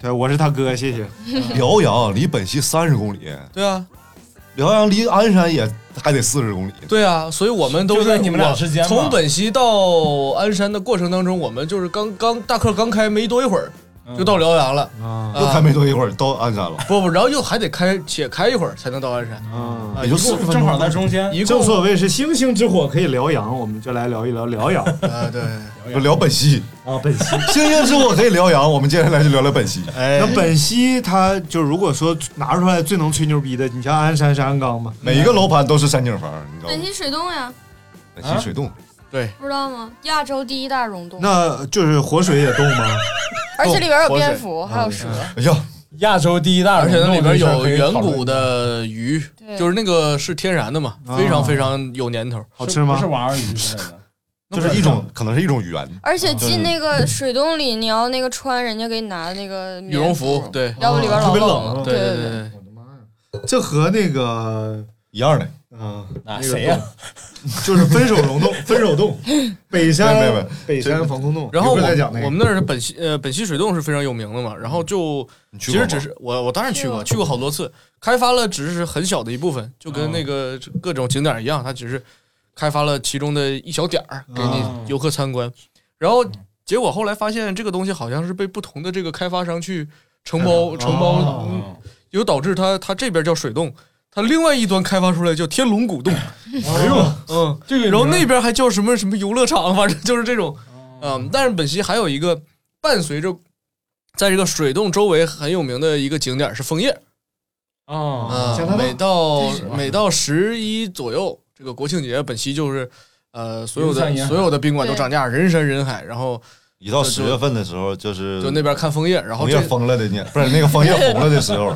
[SPEAKER 2] 对，我是他哥，谢谢。
[SPEAKER 3] 辽阳离本溪三十公里，
[SPEAKER 5] 对啊，
[SPEAKER 3] 辽阳离鞍山也还得四十公里。
[SPEAKER 5] 对啊，所以我们都
[SPEAKER 4] 就是在你们俩
[SPEAKER 5] 我
[SPEAKER 4] 之间嘛
[SPEAKER 5] 从本溪到鞍山的过程当中，我们就是刚刚大客刚开没多一会儿，
[SPEAKER 4] 嗯
[SPEAKER 5] 就到辽阳了。
[SPEAKER 2] 啊
[SPEAKER 3] 又开没多一会儿到鞍山了，
[SPEAKER 5] 不不，然后又还得开且开一会儿才能到鞍山。
[SPEAKER 2] 啊！
[SPEAKER 5] 啊
[SPEAKER 3] 也就
[SPEAKER 5] 一
[SPEAKER 3] 四
[SPEAKER 5] 共
[SPEAKER 3] 十分
[SPEAKER 4] 正
[SPEAKER 3] 钟。
[SPEAKER 4] 好在中间，
[SPEAKER 5] 一共
[SPEAKER 2] 正所谓是星星之火可以燎原，我们就来聊一聊辽 阳
[SPEAKER 5] 啊，对，
[SPEAKER 3] 不聊本溪，
[SPEAKER 2] 啊。本 溪，哎
[SPEAKER 3] 星星之火可以辽阳，我们接下来就聊聊本溪。
[SPEAKER 5] 哎
[SPEAKER 2] 那本溪它就如果说拿出来最能吹牛逼的，你像鞍山是鞍钢嘛，
[SPEAKER 3] 每一个楼盘都是山景房，你知道
[SPEAKER 6] 本
[SPEAKER 3] 吗？
[SPEAKER 6] 溪水洞呀，
[SPEAKER 3] 本溪水洞，
[SPEAKER 6] 不知道吗？亚洲第一大溶洞，
[SPEAKER 2] 啊那就是活水也动吗？
[SPEAKER 6] 而且里边有
[SPEAKER 5] 活水
[SPEAKER 6] 蝙蝠，还有蛇，
[SPEAKER 3] 哎呀，
[SPEAKER 4] 亚洲第一大，
[SPEAKER 5] 而且那里边有远古的鱼
[SPEAKER 6] 对，
[SPEAKER 5] 就是那个是天然的嘛，
[SPEAKER 2] 啊
[SPEAKER 5] 非常非常有年头。
[SPEAKER 2] 好吃吗
[SPEAKER 4] 不是娃儿鱼之 类的。
[SPEAKER 3] 就是一种，可能是一种语言。
[SPEAKER 6] 而且进那个水洞里，你要那个穿人家给你拿的那个
[SPEAKER 5] 羽绒服，对，
[SPEAKER 6] 要不里边
[SPEAKER 2] 特
[SPEAKER 6] 老
[SPEAKER 2] 别
[SPEAKER 6] 冷
[SPEAKER 2] 冷
[SPEAKER 6] 了。
[SPEAKER 5] 对
[SPEAKER 6] 对
[SPEAKER 5] 对对，
[SPEAKER 2] 这和那个
[SPEAKER 3] 一样的，
[SPEAKER 2] 啊，
[SPEAKER 4] 那
[SPEAKER 2] 那个
[SPEAKER 4] 谁呀
[SPEAKER 2] 洞？就是分手 溶洞，分手洞，北
[SPEAKER 3] 没有没
[SPEAKER 2] 山
[SPEAKER 3] 有
[SPEAKER 2] 北山防空洞。
[SPEAKER 5] 然后
[SPEAKER 2] 一
[SPEAKER 5] 我
[SPEAKER 2] 会儿再讲那
[SPEAKER 5] 们
[SPEAKER 2] 个
[SPEAKER 5] 我们那儿的本溪呃本溪水洞是非常有名的嘛，然后就
[SPEAKER 3] 你去
[SPEAKER 5] 其
[SPEAKER 3] 过
[SPEAKER 5] 实只
[SPEAKER 3] 吗
[SPEAKER 5] 是我我当然去过，
[SPEAKER 6] 去
[SPEAKER 5] 去
[SPEAKER 6] 过
[SPEAKER 5] 过好多次，开发了只是很小的一部分，就跟
[SPEAKER 2] 哦
[SPEAKER 5] 那个各种景点一样，它只是开发了其中的一小点儿给
[SPEAKER 4] 哦
[SPEAKER 5] 你游客参观，然后结果后来发现这个东西好像是被不同的这个开发商去承包承包，嗯
[SPEAKER 4] 哦
[SPEAKER 5] 有导致它它这边叫水洞。它另外一端开发出来叫天龙古洞，
[SPEAKER 2] 哎呦，
[SPEAKER 5] 嗯，
[SPEAKER 4] 这个
[SPEAKER 5] 然后那边还叫什么什么游乐场，反正就是这种，嗯，但是本溪还有一个伴随着
[SPEAKER 2] 在这个水洞周围很有名的一个景点是枫叶，
[SPEAKER 9] 啊
[SPEAKER 2] 啊，每到每到十一左右，这个国庆节，本溪就是呃所有
[SPEAKER 9] 人
[SPEAKER 2] 的
[SPEAKER 9] 山人海
[SPEAKER 2] 所有的宾馆都涨价，人山人海。然后
[SPEAKER 10] 一到
[SPEAKER 2] 就
[SPEAKER 10] 十月份的时候，就是
[SPEAKER 2] 就那边看枫叶，然后
[SPEAKER 10] 枫叶
[SPEAKER 2] 这
[SPEAKER 10] 疯了的呢，不是那个 枫叶红了的时候，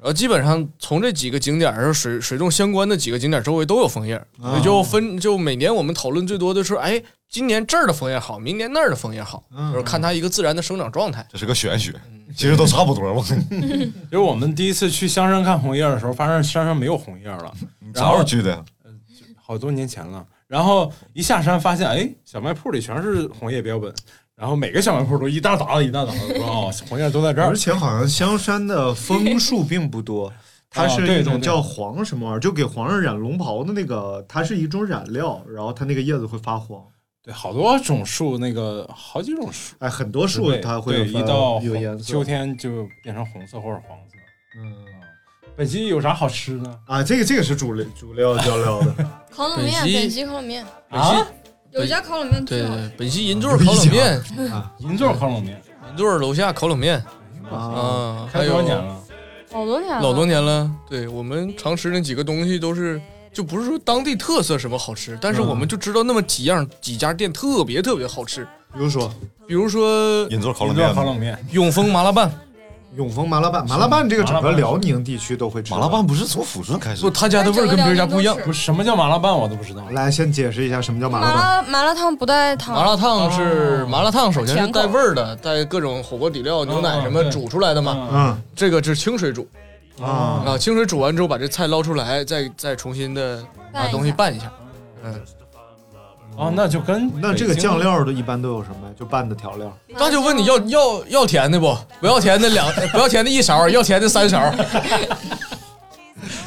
[SPEAKER 2] 然后基本上从这几个景点儿、水水洞相关的几个景点儿周围都有枫叶，所以
[SPEAKER 9] 啊
[SPEAKER 2] 就分就每年我们讨论最多的是，哎，今年这儿的枫叶好，明年那儿的枫叶好，
[SPEAKER 9] 嗯
[SPEAKER 2] 就是看它一个自然的生长状态。
[SPEAKER 10] 这是个玄学，其实都差不多。我跟你
[SPEAKER 9] 就是我们第一次去香山看红叶的时候，发现山上没有红叶了。
[SPEAKER 3] 嗯
[SPEAKER 10] 啥
[SPEAKER 9] 然
[SPEAKER 10] 时
[SPEAKER 9] 后
[SPEAKER 10] 候去的？
[SPEAKER 9] 好多年前了。然后一下山发现，哎，小卖铺里全是红叶标本，然后每个小卖铺都一大沓子一大沓子，我说哦， 红叶都在这儿。
[SPEAKER 3] 而且好像香山的枫树并 不多，
[SPEAKER 2] 哦
[SPEAKER 3] 它
[SPEAKER 9] 啊
[SPEAKER 3] 是
[SPEAKER 9] 对
[SPEAKER 3] 一
[SPEAKER 9] 对
[SPEAKER 3] 种
[SPEAKER 9] 对
[SPEAKER 3] 叫黄什么玩意儿，就给皇上染龙袍的那个，它是一种染料，然后它那个叶子会发黄。
[SPEAKER 9] 对，好多种树，那个好几种树，
[SPEAKER 3] 哎，很多树
[SPEAKER 9] 对
[SPEAKER 3] 它会
[SPEAKER 9] 对
[SPEAKER 3] 发
[SPEAKER 9] 一到
[SPEAKER 3] 有
[SPEAKER 9] 红
[SPEAKER 3] 颜色
[SPEAKER 9] 秋天就变成红色或者黄色。啊
[SPEAKER 3] 嗯，
[SPEAKER 9] 本溪有啥好吃呢？
[SPEAKER 3] 啊，这个这个是主料主料调料的
[SPEAKER 6] 烤冷面，
[SPEAKER 2] 本溪
[SPEAKER 6] 本溪烤冷面
[SPEAKER 2] 啊，
[SPEAKER 6] 有一家烤冷面
[SPEAKER 2] 对
[SPEAKER 6] 最好吃，，
[SPEAKER 2] 本溪银座烤冷面，
[SPEAKER 9] 银座 烤冷面，
[SPEAKER 2] 银座楼下烤冷面，啊，还
[SPEAKER 9] 开多少
[SPEAKER 2] 有
[SPEAKER 9] 年了？
[SPEAKER 6] 好多年了，
[SPEAKER 2] 老多年了。对我们常吃那几个东西都是，就不是说当地特色什么好吃，但是我们
[SPEAKER 9] 嗯
[SPEAKER 2] 就知道那么几样几家店特别特别好吃，
[SPEAKER 3] 比如说
[SPEAKER 2] 比如说
[SPEAKER 10] 银座烤
[SPEAKER 9] 银
[SPEAKER 10] 冷
[SPEAKER 9] 座
[SPEAKER 10] 面
[SPEAKER 9] 烤
[SPEAKER 10] 吗，
[SPEAKER 9] 冷面，
[SPEAKER 2] 永丰麻辣拌，
[SPEAKER 3] 永丰麻辣拌，麻辣拌这个整
[SPEAKER 9] 麻
[SPEAKER 3] 个
[SPEAKER 9] 辣拌
[SPEAKER 3] 辽宁地区都会吃。
[SPEAKER 10] 麻辣拌不是从抚顺开始
[SPEAKER 2] 不，，他家的味儿跟别人家不一样。
[SPEAKER 9] 不是什么叫麻辣拌，我都不知道。
[SPEAKER 3] 来先解释一下什么叫麻
[SPEAKER 6] 麻
[SPEAKER 3] 辣拌。
[SPEAKER 6] 辣麻辣烫不带糖，
[SPEAKER 2] 麻辣烫是
[SPEAKER 9] 哦
[SPEAKER 2] 麻辣烫，首先是带味儿的，带各种火锅底料、牛奶什么
[SPEAKER 9] 哦对
[SPEAKER 2] 煮出来的嘛。
[SPEAKER 9] 嗯
[SPEAKER 3] 嗯
[SPEAKER 2] 这个是清水煮
[SPEAKER 3] 啊，
[SPEAKER 2] 啊，清水煮完之后把这菜捞出来，再再重新的把
[SPEAKER 6] 拌一
[SPEAKER 2] 东西
[SPEAKER 6] 下
[SPEAKER 2] 拌一下。嗯，
[SPEAKER 9] 哦，那就跟
[SPEAKER 3] 那这个
[SPEAKER 9] 北京
[SPEAKER 3] 酱料都一般都有什么呀？就拌的调料。
[SPEAKER 2] 那就问你要要要甜的不？不要甜的两，不要甜的一勺，要甜的三勺。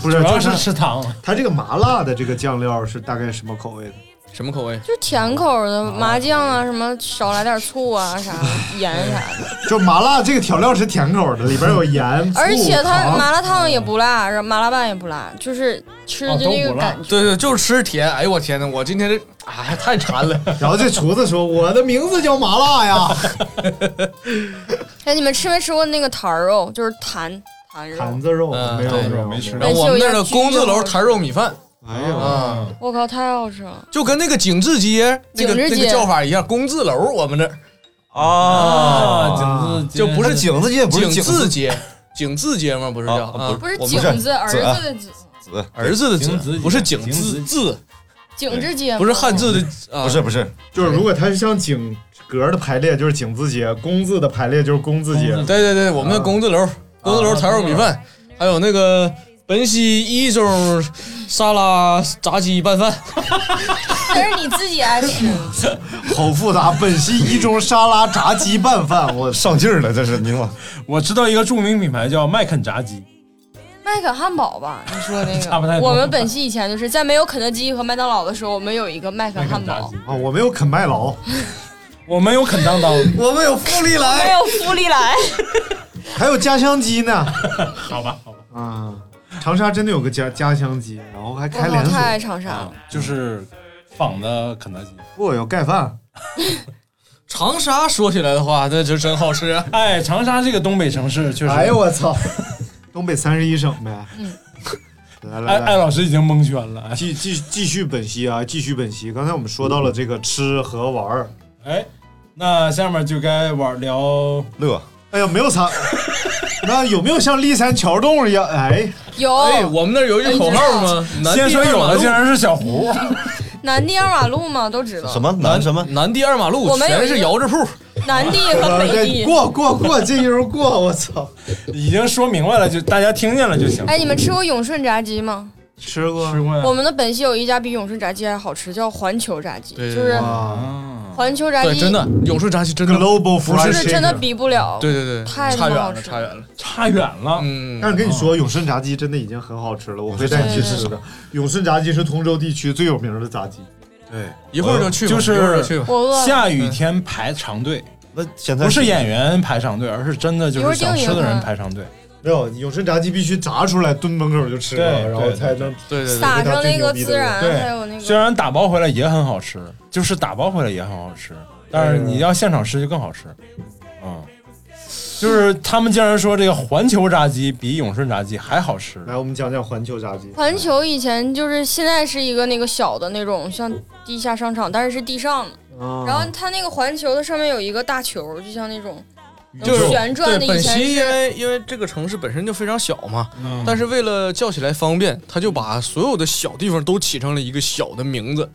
[SPEAKER 3] 不是，
[SPEAKER 9] 主要
[SPEAKER 3] 就是是
[SPEAKER 9] 吃糖，
[SPEAKER 3] 它这个麻辣的这个酱料是大概什么口味的？
[SPEAKER 2] 什么口味？
[SPEAKER 6] 就甜口的麻酱啊，什么少来点醋啊，啥盐啥的。
[SPEAKER 3] 就麻辣这个调料是甜口的，里边有盐、
[SPEAKER 6] 而且
[SPEAKER 3] 醋
[SPEAKER 6] 它
[SPEAKER 3] 糖
[SPEAKER 6] 麻辣烫也不辣，然后麻辣拌也不辣，就是吃
[SPEAKER 9] 哦
[SPEAKER 6] 的
[SPEAKER 9] 都
[SPEAKER 6] 那
[SPEAKER 9] 不
[SPEAKER 6] 个
[SPEAKER 9] 辣
[SPEAKER 6] 感觉。
[SPEAKER 2] 对对，就是吃甜。哎呦我天呐，我今天这哎太馋了。
[SPEAKER 3] 然后这厨子说：“我的名字叫麻辣呀。
[SPEAKER 6] 哎，你们吃没吃过那个坛儿肉？就是坛坛”肉
[SPEAKER 3] 坛。子肉
[SPEAKER 2] 嗯
[SPEAKER 3] 没有
[SPEAKER 2] 对
[SPEAKER 3] 没有
[SPEAKER 9] 没吃
[SPEAKER 2] 然后我们那儿的公字楼坛肉米饭
[SPEAKER 3] 哎呦，
[SPEAKER 2] 啊，
[SPEAKER 6] 我靠，太好吃了！
[SPEAKER 2] 就跟那个景字街那个
[SPEAKER 6] 景字
[SPEAKER 2] 那
[SPEAKER 6] 街
[SPEAKER 2] 个叫法一样，公字楼我们这儿
[SPEAKER 10] 啊
[SPEAKER 9] 啊，
[SPEAKER 2] 就不是
[SPEAKER 10] 井字街不是
[SPEAKER 2] 景字
[SPEAKER 10] 字
[SPEAKER 2] 街，景字街吗？不是叫
[SPEAKER 10] 啊
[SPEAKER 2] 啊？
[SPEAKER 6] 不是
[SPEAKER 2] 我们
[SPEAKER 6] 景
[SPEAKER 10] 是
[SPEAKER 6] 字，儿
[SPEAKER 10] 子啊
[SPEAKER 6] 子的子，
[SPEAKER 10] 子，
[SPEAKER 2] 儿子的
[SPEAKER 9] 景子
[SPEAKER 2] 子，
[SPEAKER 9] 姐
[SPEAKER 2] 不是景
[SPEAKER 9] 景
[SPEAKER 2] 字
[SPEAKER 9] 子
[SPEAKER 2] 字，
[SPEAKER 6] 景之街
[SPEAKER 2] 不是汉 字的啊，
[SPEAKER 10] 不是不是，
[SPEAKER 3] 就是如果它是像井格的排列，就是井字街；工字的排列就是工字街
[SPEAKER 9] 工。字
[SPEAKER 2] 对对对，我们的工字楼，
[SPEAKER 10] 啊
[SPEAKER 2] 工字楼坛肉米饭，还有那个本溪一中沙拉炸鸡拌饭，
[SPEAKER 6] 但是你自己爱吃。
[SPEAKER 3] 好复杂， 本溪一中沙拉炸鸡拌饭，我
[SPEAKER 10] 上劲儿了，这是你妈
[SPEAKER 9] 我知道一个著名品牌叫麦肯炸鸡，
[SPEAKER 6] 麦肯汉堡吧，你说那
[SPEAKER 9] 差不太
[SPEAKER 6] 个，
[SPEAKER 9] 多
[SPEAKER 6] 啊我们本溪以前就是在没有肯德基和麦当劳的时候，我们有一个麦肯
[SPEAKER 9] 麦
[SPEAKER 6] 汉
[SPEAKER 9] 肯炸
[SPEAKER 6] 堡
[SPEAKER 9] 鸡，
[SPEAKER 3] 啊，我没有啃麦劳，
[SPEAKER 9] 我们有肯当当，
[SPEAKER 3] 我们有富力
[SPEAKER 2] 哎
[SPEAKER 6] 没
[SPEAKER 3] 来，
[SPEAKER 6] 有福利来。
[SPEAKER 3] 还有家乡鸡呢。
[SPEAKER 9] 好吧好吧，
[SPEAKER 3] 啊，长沙真的有个家家乡鸡，然后还
[SPEAKER 6] 我
[SPEAKER 3] 开
[SPEAKER 6] 靠，
[SPEAKER 3] 连锁。
[SPEAKER 6] 太爱长沙了。
[SPEAKER 9] 就是仿的肯德基。
[SPEAKER 3] 不，有盖饭。
[SPEAKER 2] 长沙说起来的话，那就真好吃啊。
[SPEAKER 9] 哎，长沙这个东北城市确实，
[SPEAKER 3] 哎呦我操！东北三十一省呗。
[SPEAKER 6] 嗯。
[SPEAKER 3] 来
[SPEAKER 9] 艾
[SPEAKER 3] 来
[SPEAKER 9] 哎艾
[SPEAKER 3] 来，
[SPEAKER 9] 老师已经蒙圈了。
[SPEAKER 3] 继继继续本溪啊，继续本溪。刚才我们说到了这个吃和玩儿。
[SPEAKER 9] 哎，那下面就该玩聊
[SPEAKER 10] 乐，
[SPEAKER 3] 哎呀，没有啥。那有没有像立山桥洞一样？哎，
[SPEAKER 2] 哎，
[SPEAKER 6] 有
[SPEAKER 2] 我们那儿有一句口号吗？南
[SPEAKER 9] 先
[SPEAKER 2] 第
[SPEAKER 9] 说
[SPEAKER 2] 二
[SPEAKER 9] 有
[SPEAKER 2] 马
[SPEAKER 9] 的
[SPEAKER 2] 路
[SPEAKER 9] 竟，然是小胡，
[SPEAKER 6] 南地二马路嘛，都知道。
[SPEAKER 10] 什么南什么
[SPEAKER 2] 南第二马路
[SPEAKER 6] 我们有
[SPEAKER 2] 全是
[SPEAKER 6] 一个
[SPEAKER 2] 摇着铺，
[SPEAKER 6] 南地和北
[SPEAKER 3] 哎
[SPEAKER 6] 地。
[SPEAKER 3] 过过过，这一轮过，我操！
[SPEAKER 9] 已经说明白了，就大家听见了就行。
[SPEAKER 6] 哎，你们吃过永顺炸鸡吗？
[SPEAKER 3] 吃过
[SPEAKER 9] 吃过
[SPEAKER 2] 嗯
[SPEAKER 9] 呀
[SPEAKER 6] 我？们的本溪有一家比永顺炸鸡还好吃，叫环球炸鸡，
[SPEAKER 2] 对
[SPEAKER 6] 就是
[SPEAKER 3] 啊
[SPEAKER 9] 啊，
[SPEAKER 6] 环球炸
[SPEAKER 2] 对，
[SPEAKER 6] 鸡，
[SPEAKER 2] 真的永顺炸鸡真的，
[SPEAKER 3] ，Global
[SPEAKER 6] 不
[SPEAKER 3] Fried
[SPEAKER 6] 是
[SPEAKER 3] Chicken
[SPEAKER 6] 真的。比不了。
[SPEAKER 2] 对对对，
[SPEAKER 6] 太他
[SPEAKER 2] 差
[SPEAKER 6] 妈
[SPEAKER 2] 远
[SPEAKER 6] 好
[SPEAKER 2] 了，
[SPEAKER 6] 吃
[SPEAKER 2] 差远了。
[SPEAKER 9] 差远了。
[SPEAKER 2] 嗯
[SPEAKER 3] 但，是跟你说，永顺炸鸡真的已经很好吃了，我会带你去吃的。永顺炸鸡是通州地区最有名的炸鸡。
[SPEAKER 9] 对，
[SPEAKER 2] 一会儿就去吧，
[SPEAKER 9] 就是
[SPEAKER 2] 一会儿就去吧。
[SPEAKER 6] 我饿了。
[SPEAKER 9] 下雨天排长队，
[SPEAKER 3] 嗯
[SPEAKER 10] 那现在
[SPEAKER 9] 不是演员排长队，而是真的就是想吃的人排长队。
[SPEAKER 3] 没有，永顺炸鸡必须炸出来，蹲门口就吃了，
[SPEAKER 9] 对
[SPEAKER 3] 然后
[SPEAKER 9] 对
[SPEAKER 3] 才能
[SPEAKER 2] 对对对，
[SPEAKER 6] 撒上那个孜然，
[SPEAKER 9] 对
[SPEAKER 6] 还有那
[SPEAKER 9] 虽
[SPEAKER 6] 个，
[SPEAKER 9] 然打包回来也很好吃，就是打包回来也很好吃，但是你要现场吃就更好吃。嗯，
[SPEAKER 11] 就是他们竟然说这个环球炸鸡比永顺炸鸡还好吃。
[SPEAKER 12] 来，我们讲讲环球炸鸡。
[SPEAKER 6] 环球以前就是现在是一个那个小的那种像地下商场，但是是地上的。
[SPEAKER 12] 啊
[SPEAKER 6] 然后它那个环球的上面有一个大球，就像那种能
[SPEAKER 2] 就是
[SPEAKER 6] 旋转的。
[SPEAKER 2] 对，
[SPEAKER 6] 以
[SPEAKER 2] 本
[SPEAKER 6] 前
[SPEAKER 2] 溪因
[SPEAKER 6] 是
[SPEAKER 2] 为因为这个城市本身就非常小嘛，
[SPEAKER 11] 嗯
[SPEAKER 2] 但是为了叫起来方便，他就把所有的小地方都起成了一个小的名字。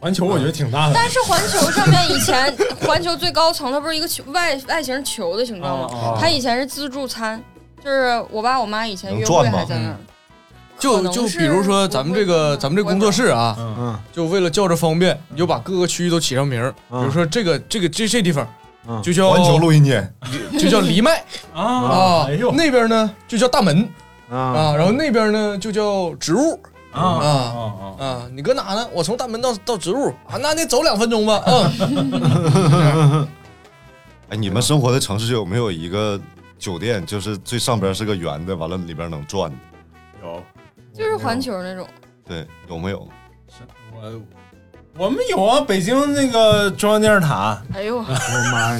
[SPEAKER 11] 环球我觉得挺大的
[SPEAKER 6] 但是环球上面以前环球最高层它不是一个球外外形球的形状吗？
[SPEAKER 2] 哦哦
[SPEAKER 6] 它以前是自助餐，就是我爸我妈以前约会
[SPEAKER 2] 转
[SPEAKER 6] 还在那儿。可
[SPEAKER 2] 就
[SPEAKER 6] 能
[SPEAKER 2] 就是比如说咱们这个咱们这个工作室啊，
[SPEAKER 12] 嗯，
[SPEAKER 2] 就为了叫着方便，你就把各个区域都起上名儿，
[SPEAKER 3] 嗯
[SPEAKER 2] 比如说这个这个这这地方，就
[SPEAKER 9] 哦
[SPEAKER 2] 叫
[SPEAKER 3] 环球录音间，
[SPEAKER 2] 就叫黎麦
[SPEAKER 11] 啊
[SPEAKER 2] 啊，那边呢就叫大门啊，然后那边呢就叫植物
[SPEAKER 11] 啊
[SPEAKER 2] 啊啊，你搁哪呢？我从大门到到植物啊，那得走两分钟吧，嗯，
[SPEAKER 3] 哎，你们生活的城市有没有一个酒店，就是最上边是个圆的，完了里边能转的？
[SPEAKER 11] 有。
[SPEAKER 6] 就是环球那种，
[SPEAKER 3] 对，有没有？
[SPEAKER 11] 我 我们有啊，北京那个中央电视塔。
[SPEAKER 6] 哎呦，
[SPEAKER 11] 妈呀！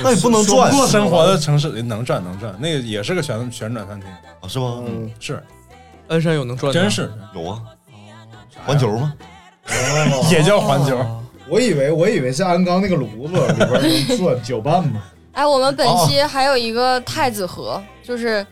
[SPEAKER 3] 那也不能转
[SPEAKER 11] 过生活的城市里能转能转，那个也是个旋旋转餐厅
[SPEAKER 3] 啊？是吗？
[SPEAKER 11] 嗯，是。
[SPEAKER 2] 鞍山有能转的
[SPEAKER 11] 真是
[SPEAKER 3] 有啊。环球吗？
[SPEAKER 11] 也叫环球。
[SPEAKER 12] 我以为我以为是鞍钢那个炉子里边能做搅拌 嘛。
[SPEAKER 6] 哎，我们本期还有一个太子河，就是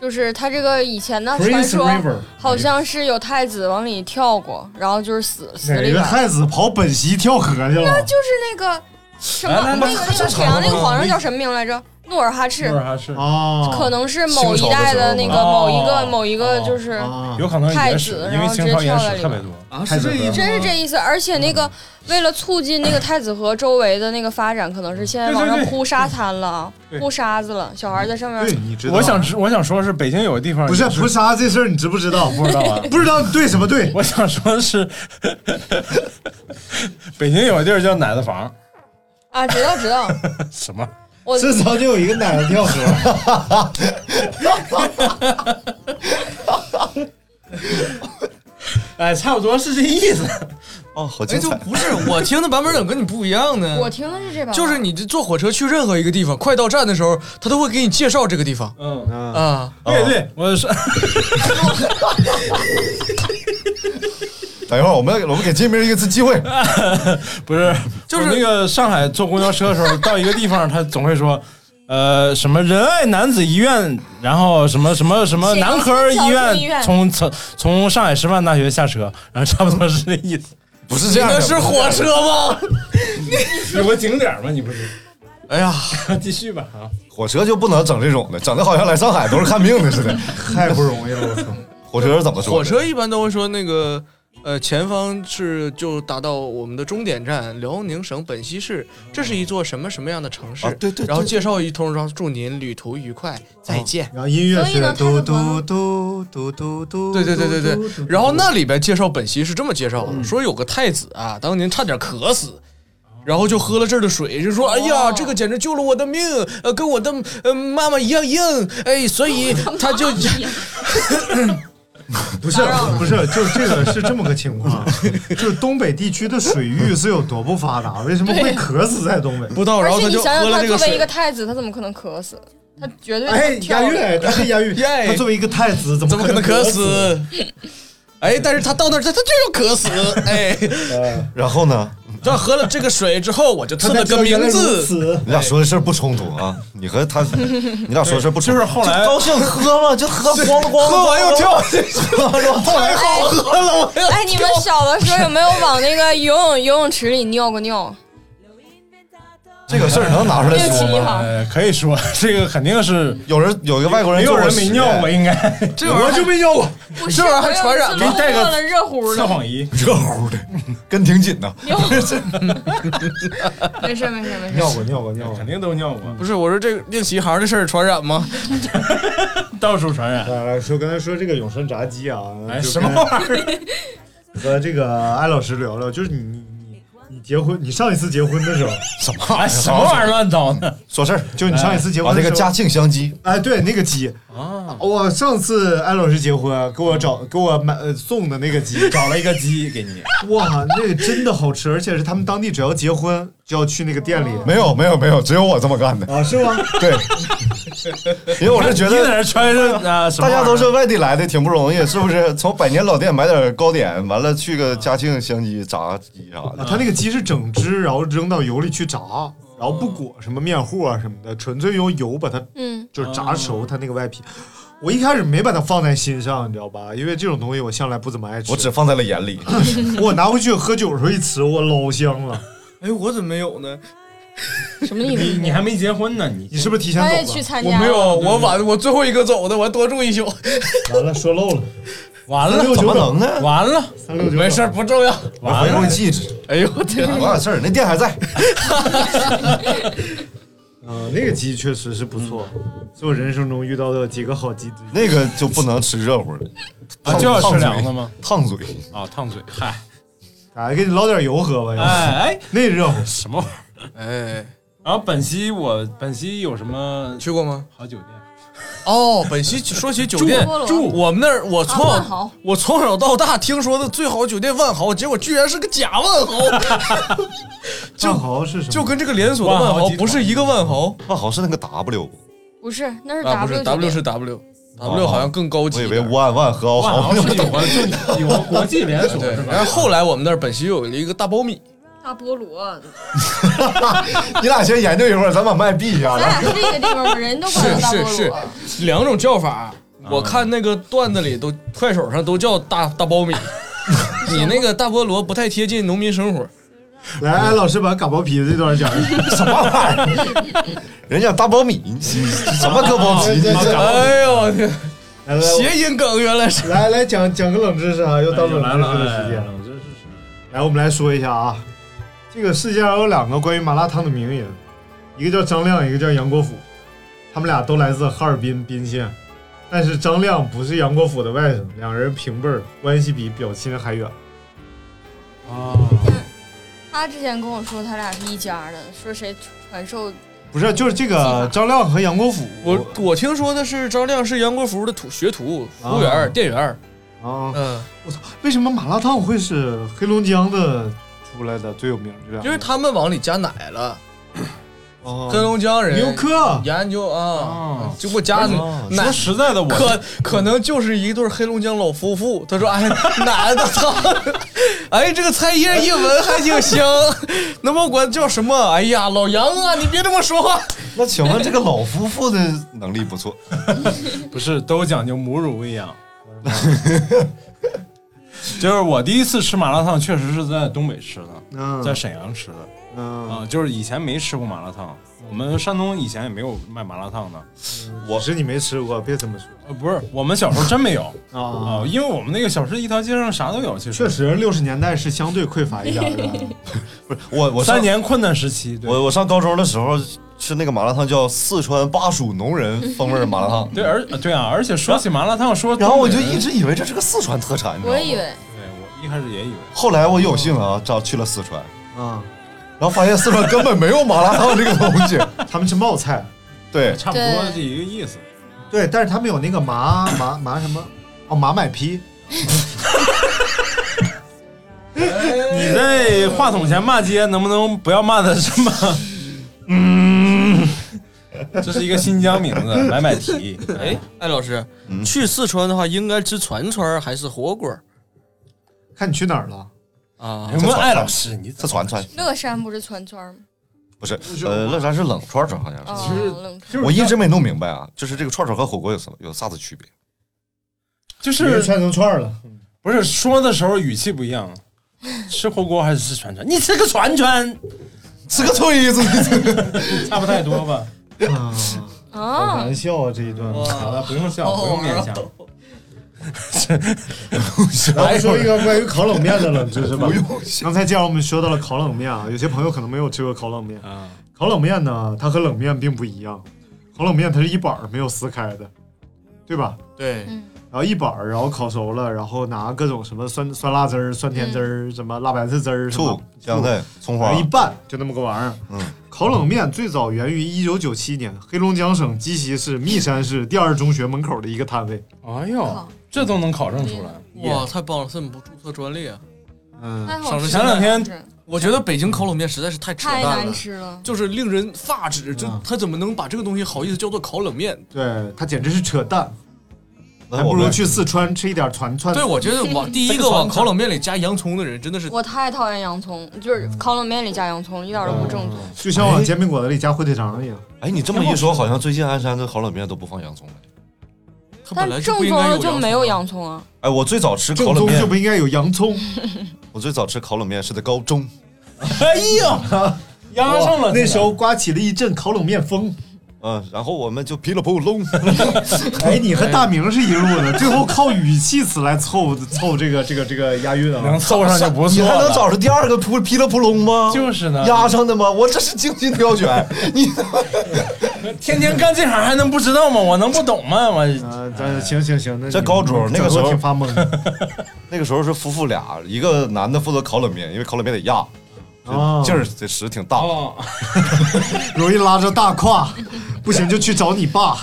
[SPEAKER 6] 就是它这个以前的
[SPEAKER 12] Prince
[SPEAKER 6] 传说
[SPEAKER 12] River，
[SPEAKER 6] 好像是有太子往里跳过，然后就是死死里
[SPEAKER 12] 哪个
[SPEAKER 6] 边。
[SPEAKER 12] 太子跑本溪跳河去
[SPEAKER 6] 那
[SPEAKER 12] 了？
[SPEAKER 6] 就是那个什么
[SPEAKER 12] 哎那
[SPEAKER 6] 那个
[SPEAKER 12] 那
[SPEAKER 6] 那个沈阳那个皇上叫什么名来着？努尔哈赤。
[SPEAKER 11] 赤
[SPEAKER 12] 啊
[SPEAKER 2] 哦
[SPEAKER 6] 可能是某一代的那个某一个某一个就是
[SPEAKER 12] 啊
[SPEAKER 2] 哦
[SPEAKER 11] 有可能
[SPEAKER 6] 太
[SPEAKER 11] 野史
[SPEAKER 6] 子，，
[SPEAKER 11] 因
[SPEAKER 6] 然
[SPEAKER 11] 为
[SPEAKER 6] 后直
[SPEAKER 11] 清
[SPEAKER 6] 接
[SPEAKER 11] 朝野
[SPEAKER 6] 跳在
[SPEAKER 11] 史
[SPEAKER 6] 里
[SPEAKER 11] 特
[SPEAKER 6] 面。
[SPEAKER 11] 别多
[SPEAKER 2] 啊
[SPEAKER 11] 太子河
[SPEAKER 6] 真是这意思，而且那个为了促进那个太子河周围的那个发展，可能是现在往上铺沙滩了，啊
[SPEAKER 11] 对
[SPEAKER 6] 铺沙子了，小孩在上面。
[SPEAKER 12] 道
[SPEAKER 11] 我想知，我想说是北京有个地方
[SPEAKER 12] 不是
[SPEAKER 11] 也
[SPEAKER 12] 菩萨这事儿你知不知道？
[SPEAKER 11] 不知道啊
[SPEAKER 12] 不知道对什么对？
[SPEAKER 11] 我想说是 北京有个地儿叫奶子房，
[SPEAKER 6] 啊，知道 知道，
[SPEAKER 11] 什么？
[SPEAKER 6] 我
[SPEAKER 12] 至少就有一个奶子跳河。
[SPEAKER 11] 哎，差不多是这意思。
[SPEAKER 3] 哦，好
[SPEAKER 2] 哎，就不是我听的版本怎么跟你不一样呢？
[SPEAKER 6] 我听的是这 版，
[SPEAKER 2] 就是你这坐火车去任何一个地方，快到站的时候，他都会给你介绍这个地方。
[SPEAKER 11] 嗯
[SPEAKER 2] 啊，
[SPEAKER 11] 对对，我是
[SPEAKER 3] 等一会儿，我们我们给金明一次机会。
[SPEAKER 11] 不 是，就是那个上海坐公交车的时候，到一个地方，他总会 说。呃，什么仁爱男子医院，然后什么什么什么
[SPEAKER 13] 沈阳
[SPEAKER 11] 南河
[SPEAKER 13] 三
[SPEAKER 11] 医
[SPEAKER 13] 桥中医
[SPEAKER 11] 院，
[SPEAKER 13] 院
[SPEAKER 11] 从从从上海师范大学下车，然后差不多是 这意思。
[SPEAKER 3] 不
[SPEAKER 2] 是这样的你那是火车吗？
[SPEAKER 11] 有个景点吗？你不是？
[SPEAKER 2] 哎呀，
[SPEAKER 11] 继续吧啊！
[SPEAKER 3] 火车就不能整这种的，整的好像来上海都是看病的似的，太不容易了。我操！火车是怎么说的？
[SPEAKER 2] 火车一般都会说那个，呃，前方是就达到我们的终点站辽宁省本溪市，这是一座什么什么样的城市？
[SPEAKER 12] 哦
[SPEAKER 2] 对对。然后介绍一通，然后祝您旅途愉快，再见。
[SPEAKER 12] 哦然后音乐是嘟嘟
[SPEAKER 6] 哦
[SPEAKER 12] 嘟嘟嘟嘟。
[SPEAKER 2] 对对对对对，然后那里边介绍本溪是这么介绍的，说有个太子啊，当年差点渴死，然后就喝了这儿的水，就说哎呀，这个简直救了我的命，呃，跟我的呃妈妈一样硬，哎，所以他就
[SPEAKER 6] 啊
[SPEAKER 12] 不是不是，就是这个是这么个情 况，就是东北地区的水域是有多不发达，为什么会渴死在东北？
[SPEAKER 2] 不到
[SPEAKER 6] 而且你想想，他作为一个太子，他怎么可能渴死？他绝对
[SPEAKER 12] 哎，
[SPEAKER 6] 跳
[SPEAKER 12] 押
[SPEAKER 6] 了
[SPEAKER 12] 韵，他是押 韵。他作为一个太子，怎么
[SPEAKER 2] 怎么可能渴
[SPEAKER 12] 渴
[SPEAKER 2] 死？哎，但是他到那儿，他他就要渴死，哎，
[SPEAKER 3] 然后呢？
[SPEAKER 2] 这喝了这个水之后，我就赐了个名字，
[SPEAKER 3] 你俩说的事儿不冲突啊？你和他，你俩说的事儿不冲突。
[SPEAKER 11] 就是后来
[SPEAKER 3] 高兴喝嘛，就喝咣咣，
[SPEAKER 2] 喝完又跳下
[SPEAKER 3] 去了，
[SPEAKER 2] 太好喝了，我要
[SPEAKER 6] 哎，你们小的时候有没有往那个游泳游泳池里尿过 尿？
[SPEAKER 3] 这个事儿能拿出来
[SPEAKER 6] 六
[SPEAKER 3] 说
[SPEAKER 6] 七
[SPEAKER 3] 吗？
[SPEAKER 6] 行
[SPEAKER 2] 哎
[SPEAKER 11] 呃，可以 说这个肯定是
[SPEAKER 3] 有人有一个外国人
[SPEAKER 11] 没有
[SPEAKER 3] 做过
[SPEAKER 11] 人没
[SPEAKER 3] 实验
[SPEAKER 11] 尿过，应该
[SPEAKER 2] 这玩意儿就
[SPEAKER 11] 没尿过，
[SPEAKER 6] 不
[SPEAKER 2] 这玩意儿还传染
[SPEAKER 6] 给
[SPEAKER 2] 了
[SPEAKER 6] 你带个了热乎
[SPEAKER 11] 测
[SPEAKER 6] 的，
[SPEAKER 11] 谎仪，
[SPEAKER 3] 热乎的，跟挺紧的。
[SPEAKER 6] 没事没事没事。
[SPEAKER 12] 尿过尿过尿过，
[SPEAKER 11] 肯定都尿过，
[SPEAKER 2] 不是，我说这个令旗行的事儿传 染吗？啊
[SPEAKER 11] 到处传染。
[SPEAKER 12] 来来说，刚才说这个永顺炸鸡啊，
[SPEAKER 11] 哎，
[SPEAKER 12] 就
[SPEAKER 11] 什
[SPEAKER 12] 跟
[SPEAKER 11] 么玩意儿？
[SPEAKER 12] 和这个艾老师聊聊，就是你你你
[SPEAKER 2] 你结婚，你上一次结婚的时候
[SPEAKER 3] 什么
[SPEAKER 4] 玩意儿哎什么玩意儿乱哎糟
[SPEAKER 2] 的？说事儿，就你上一次结婚
[SPEAKER 3] 把
[SPEAKER 2] 的
[SPEAKER 3] 那
[SPEAKER 2] 时候
[SPEAKER 3] 个嘉庆相机，
[SPEAKER 2] 哎，对，那个鸡啊，我上次安老师结婚，给我找给我买呃送的那个鸡，
[SPEAKER 4] 找了一个鸡给你。
[SPEAKER 2] 哇，那个真的好吃，而且是他们当地只要结婚就要去那个店里。
[SPEAKER 3] 没有没有没有，只有我这 么干的
[SPEAKER 2] 啊，哦是 吗？
[SPEAKER 3] 对，因为我是觉得
[SPEAKER 4] 你在那穿 着啊，什么玩意
[SPEAKER 3] 大
[SPEAKER 4] 儿
[SPEAKER 3] 家都是外地来的，挺不容易，是不是？从百年老店买点糕点，完了去个嘉庆香鸡炸鸡啥的。
[SPEAKER 2] 啊，他那个鸡是整只，然后扔到油里去炸，然后不裹什么面糊啊什么的，纯粹用油把它
[SPEAKER 6] 嗯，
[SPEAKER 2] 就是炸熟它那个外皮。我一开始没把它放在心上，你知道吧？因为这种东西我向来不怎么爱吃。
[SPEAKER 3] 我只放在了眼里。
[SPEAKER 2] 我拿回去喝酒的时候一吃，我老香了。
[SPEAKER 5] 哎，我怎么没有呢？
[SPEAKER 6] 什么
[SPEAKER 4] 意思你你还没结婚呢，你
[SPEAKER 2] 你是不是提前
[SPEAKER 6] 他
[SPEAKER 2] 走
[SPEAKER 6] 也
[SPEAKER 2] 了？
[SPEAKER 6] 去参
[SPEAKER 5] 我
[SPEAKER 6] 加，
[SPEAKER 5] 没有，我晚，我最后一个走的，我还多住一宿。
[SPEAKER 2] 完了，说漏了。
[SPEAKER 4] 完
[SPEAKER 2] 三
[SPEAKER 4] 了
[SPEAKER 2] 六
[SPEAKER 3] 怎
[SPEAKER 2] 九
[SPEAKER 3] 么
[SPEAKER 2] 等，
[SPEAKER 3] 能呢？
[SPEAKER 4] 啊完了，
[SPEAKER 2] 六九
[SPEAKER 5] 没事儿，不重要。
[SPEAKER 3] 我回头会记着，
[SPEAKER 5] 哎 呦我天，
[SPEAKER 3] 多点事儿，那店还在。
[SPEAKER 2] 啊，那个鸡确实是不错，是我人生中遇到的几个好鸡之一。
[SPEAKER 3] 那个就不能吃热乎的，
[SPEAKER 4] 啊就要吃凉的吗？
[SPEAKER 3] 烫嘴。
[SPEAKER 4] 啊，烫嘴，嗨，
[SPEAKER 2] 啊，给你捞点油喝吧，要不
[SPEAKER 4] 哎哎，
[SPEAKER 2] 那热乎。
[SPEAKER 4] 什么玩意儿？
[SPEAKER 5] 哎，
[SPEAKER 4] 然后本期我本期有什么
[SPEAKER 5] 去过吗？
[SPEAKER 4] 好酒店？
[SPEAKER 5] 哦，本期说起酒店
[SPEAKER 6] 住，
[SPEAKER 5] 住我们那儿，我从
[SPEAKER 6] 啊万豪
[SPEAKER 5] 小我从小到大听说的最好酒店万豪，结果居然是个假万豪，就
[SPEAKER 2] 万豪是什么？
[SPEAKER 5] 就跟这个连锁的万
[SPEAKER 4] 万豪
[SPEAKER 5] 豪
[SPEAKER 4] 集团
[SPEAKER 5] 不是一个万豪
[SPEAKER 3] 万豪是那个 W，啊
[SPEAKER 6] 不是，那是
[SPEAKER 5] 啊，不是
[SPEAKER 6] W 酒
[SPEAKER 5] W
[SPEAKER 6] 店
[SPEAKER 5] 是 W，W 好像更高
[SPEAKER 3] 我
[SPEAKER 5] 级
[SPEAKER 3] 以
[SPEAKER 5] 一
[SPEAKER 3] 为
[SPEAKER 5] 点。
[SPEAKER 3] 万万和敖
[SPEAKER 4] 万
[SPEAKER 3] 豪
[SPEAKER 4] 豪是 有个就有个国际连锁
[SPEAKER 5] 对
[SPEAKER 4] 是，吧？
[SPEAKER 5] 然后后来我们那儿本溪有了一个大苞米，
[SPEAKER 6] 大菠萝，
[SPEAKER 3] 你俩先研究一会儿，咱把麦闭一下
[SPEAKER 6] 咱俩
[SPEAKER 3] 来。
[SPEAKER 6] 是这个地方吗？人都管 叫大菠萝，
[SPEAKER 5] 是是两种叫
[SPEAKER 3] 啊
[SPEAKER 5] 法。我看那个段子里都快手上都叫大大苞 米，你那个大菠萝不太贴近农民生活。
[SPEAKER 2] 来，安老师把嘎包皮这段讲一下。
[SPEAKER 3] 什么玩意儿？人家大苞米，你什么割包 皮？
[SPEAKER 5] 哎呦我天，
[SPEAKER 2] 哎来来
[SPEAKER 5] 谐音梗原来是。
[SPEAKER 2] 来来讲讲个冷知识啊，又到冷
[SPEAKER 4] 来
[SPEAKER 2] 知
[SPEAKER 4] 了
[SPEAKER 2] 识的时间
[SPEAKER 4] 哎
[SPEAKER 2] 了。
[SPEAKER 4] 冷知识是
[SPEAKER 2] 来，我们来说一下啊，这个世界上有两个关于麻辣烫的名人，一个叫张亮，一个叫杨国福，他们俩都来自哈尔滨宾县，但是张亮不是杨国福的外甥，两人平辈儿，关系比表亲还远。
[SPEAKER 4] 啊，
[SPEAKER 6] 他之前跟我说他俩是一家的，说谁传授
[SPEAKER 2] 不是，就是这个张亮和杨国福，
[SPEAKER 5] 我我听说的是张亮是杨国福的徒学徒、服务员、
[SPEAKER 2] 啊
[SPEAKER 5] 店员。
[SPEAKER 2] 啊，
[SPEAKER 5] 嗯，
[SPEAKER 2] 为什么麻辣烫会是黑龙江的出来的最有名？这两个
[SPEAKER 5] 因为他们往里加奶了，
[SPEAKER 2] 哦
[SPEAKER 5] 黑龙江人
[SPEAKER 2] 牛克
[SPEAKER 5] 研究啊
[SPEAKER 4] 哦，
[SPEAKER 5] 就给我加奶
[SPEAKER 4] 说。实在的，我
[SPEAKER 5] 可可能就是一对黑龙江老夫妇。他说：“哎， 男的操， 哎，这个菜叶一闻还挺香，那么管叫什么？哎呀，老杨啊，你别这么说话。
[SPEAKER 3] 那请问这个老夫妇的能力不错，
[SPEAKER 4] 不是都讲究母乳喂养。 就是我第一次吃麻辣烫，确实是在东北吃的，
[SPEAKER 2] 嗯
[SPEAKER 4] 在沈阳吃的
[SPEAKER 2] 嗯，
[SPEAKER 4] 啊，就是以前没吃过麻辣烫，我们山东以前也没有卖麻辣烫的，
[SPEAKER 2] 我是你没吃过，别这么说
[SPEAKER 4] 呃，不是，我们小时候真没有
[SPEAKER 2] 啊
[SPEAKER 4] 啊，因为我们那个小吃一条街上啥都有，其实
[SPEAKER 2] 确实，六十年代是相对匮乏一点的。
[SPEAKER 3] 不是我我上
[SPEAKER 4] 三年 困难时期，对
[SPEAKER 3] 我我上高中的时候吃那个麻辣烫叫四川巴蜀农人风味麻辣烫，
[SPEAKER 4] 对，而对啊，而且说起麻辣烫，说
[SPEAKER 3] 然后我就
[SPEAKER 4] 东北人
[SPEAKER 3] 一直以为这是个四川特产，你知道
[SPEAKER 6] 我
[SPEAKER 3] 吗？
[SPEAKER 6] 以为
[SPEAKER 4] 对我一开始也以为
[SPEAKER 3] 后来我有幸啊，找去了四川，
[SPEAKER 2] 啊，
[SPEAKER 3] 然后发现四川根本没有麻辣烫这个东西。
[SPEAKER 2] 他们是冒菜，
[SPEAKER 3] 对，
[SPEAKER 4] 差不多
[SPEAKER 6] 对
[SPEAKER 4] 是一个意思。
[SPEAKER 2] 对，但是他们有那个麻麻麻什么？哦，麻麦批，
[SPEAKER 4] 你在话筒前骂街，能不能不要骂的这么？嗯，这是一个新疆名字，买买提。哎，
[SPEAKER 5] 艾老师，去四川的话，应该吃串串还是火锅
[SPEAKER 2] 看你去哪儿了。
[SPEAKER 3] 嗯
[SPEAKER 5] 啊？
[SPEAKER 4] 我们艾老师，你
[SPEAKER 3] 四川川
[SPEAKER 6] 乐山不是串串吗？
[SPEAKER 3] 不是，呃，乐山是冷串串，好像是。
[SPEAKER 6] 啊，冷
[SPEAKER 3] 我一直没弄明白啊，就是这个串串和火锅有什么有啥子区 别？
[SPEAKER 4] 就
[SPEAKER 2] 你
[SPEAKER 4] 是
[SPEAKER 2] 串成 串儿了，
[SPEAKER 4] 不是说的时候语气不一样？吃火锅还是吃串串？你吃个串串，
[SPEAKER 3] 吃个锤子！
[SPEAKER 4] 差不太多吧？
[SPEAKER 2] 啊，好
[SPEAKER 6] 啊，
[SPEAKER 2] 难笑啊这一段。
[SPEAKER 4] 好了，不用笑，不用勉强。
[SPEAKER 2] 来说一个关于烤冷面的冷知识吧。
[SPEAKER 3] 不用想，
[SPEAKER 2] 刚才既然我们说到了烤冷面啊，有些朋友可能没有吃过烤冷面。
[SPEAKER 4] 啊，
[SPEAKER 2] 烤冷面呢，它和冷面并不一样，烤冷面它是一板儿没有撕开的，对吧？
[SPEAKER 5] 对，
[SPEAKER 6] 嗯，
[SPEAKER 2] 然后一板儿，然后烤熟了，然后拿各种什么酸酸辣汁儿、酸甜汁儿、什么辣白菜汁儿、什么
[SPEAKER 3] 醋香菜葱花
[SPEAKER 4] 哎
[SPEAKER 2] 然后一拌，就那么个玩意儿。
[SPEAKER 3] 嗯，
[SPEAKER 2] 烤冷面最早源于一九九七年黑龙江省鸡西市密山市第二中学门口的一个摊位。
[SPEAKER 4] 哎呦，这都能考证出来，
[SPEAKER 5] 哇，太棒了！这么不注册专利啊？
[SPEAKER 2] 嗯
[SPEAKER 6] 哦太好吃了
[SPEAKER 5] 前两
[SPEAKER 6] 是
[SPEAKER 5] 天我觉得北京烤冷面实在是太扯淡了，
[SPEAKER 6] 太难吃了
[SPEAKER 5] 就是令人发指。就他怎么能把这个东西好意思叫做烤冷面？
[SPEAKER 2] 嗯对，它简直是扯淡，还
[SPEAKER 5] 我
[SPEAKER 2] 不如
[SPEAKER 5] 们
[SPEAKER 2] 去四川吃一点串串。
[SPEAKER 5] 对，我觉得往第一个往烤冷面里加洋葱的人真的是
[SPEAKER 6] 我太讨厌洋葱，就是烤冷面里加洋葱，一点都不正
[SPEAKER 5] 哦
[SPEAKER 6] 宗。
[SPEAKER 2] 就像往煎饼果子里加火腿肠一样。
[SPEAKER 3] 哎，你这么一说，好像最近鞍山的烤冷面都不放洋葱了。
[SPEAKER 6] 但正宗的就没有洋葱啊。
[SPEAKER 3] 哎，我最早吃烤冷
[SPEAKER 2] 正宗
[SPEAKER 3] 面
[SPEAKER 2] 就不应该有洋葱。
[SPEAKER 3] 我最早吃烤冷面是在高中，
[SPEAKER 2] 哎呀，
[SPEAKER 3] 压上了
[SPEAKER 2] 哇那时候刮起了一阵烤冷面风。
[SPEAKER 3] 嗯，然后我们就噼里啪隆。
[SPEAKER 2] 哎，你和大明是一路的，最后靠语气词来凑凑这个这个这个押韵啊，
[SPEAKER 4] 能凑上就不错
[SPEAKER 3] 你
[SPEAKER 4] 了
[SPEAKER 3] 还能找着第二个扑噼里扑隆吗？
[SPEAKER 4] 就是呢
[SPEAKER 3] 压上的吗？我这是精心挑选， 你
[SPEAKER 4] 天天干这行还能不知道吗？我能不懂吗？我
[SPEAKER 2] 呃咱行行行，那
[SPEAKER 3] 这高中那个时候
[SPEAKER 2] 挺发懵的。
[SPEAKER 3] 那个时候是夫妇俩，一个男的负责烤冷面，因为烤冷面得压，
[SPEAKER 2] 哦
[SPEAKER 3] 这劲儿得使挺大。
[SPEAKER 4] 哦
[SPEAKER 2] 容易拉着大 胯，不行就去找你爸。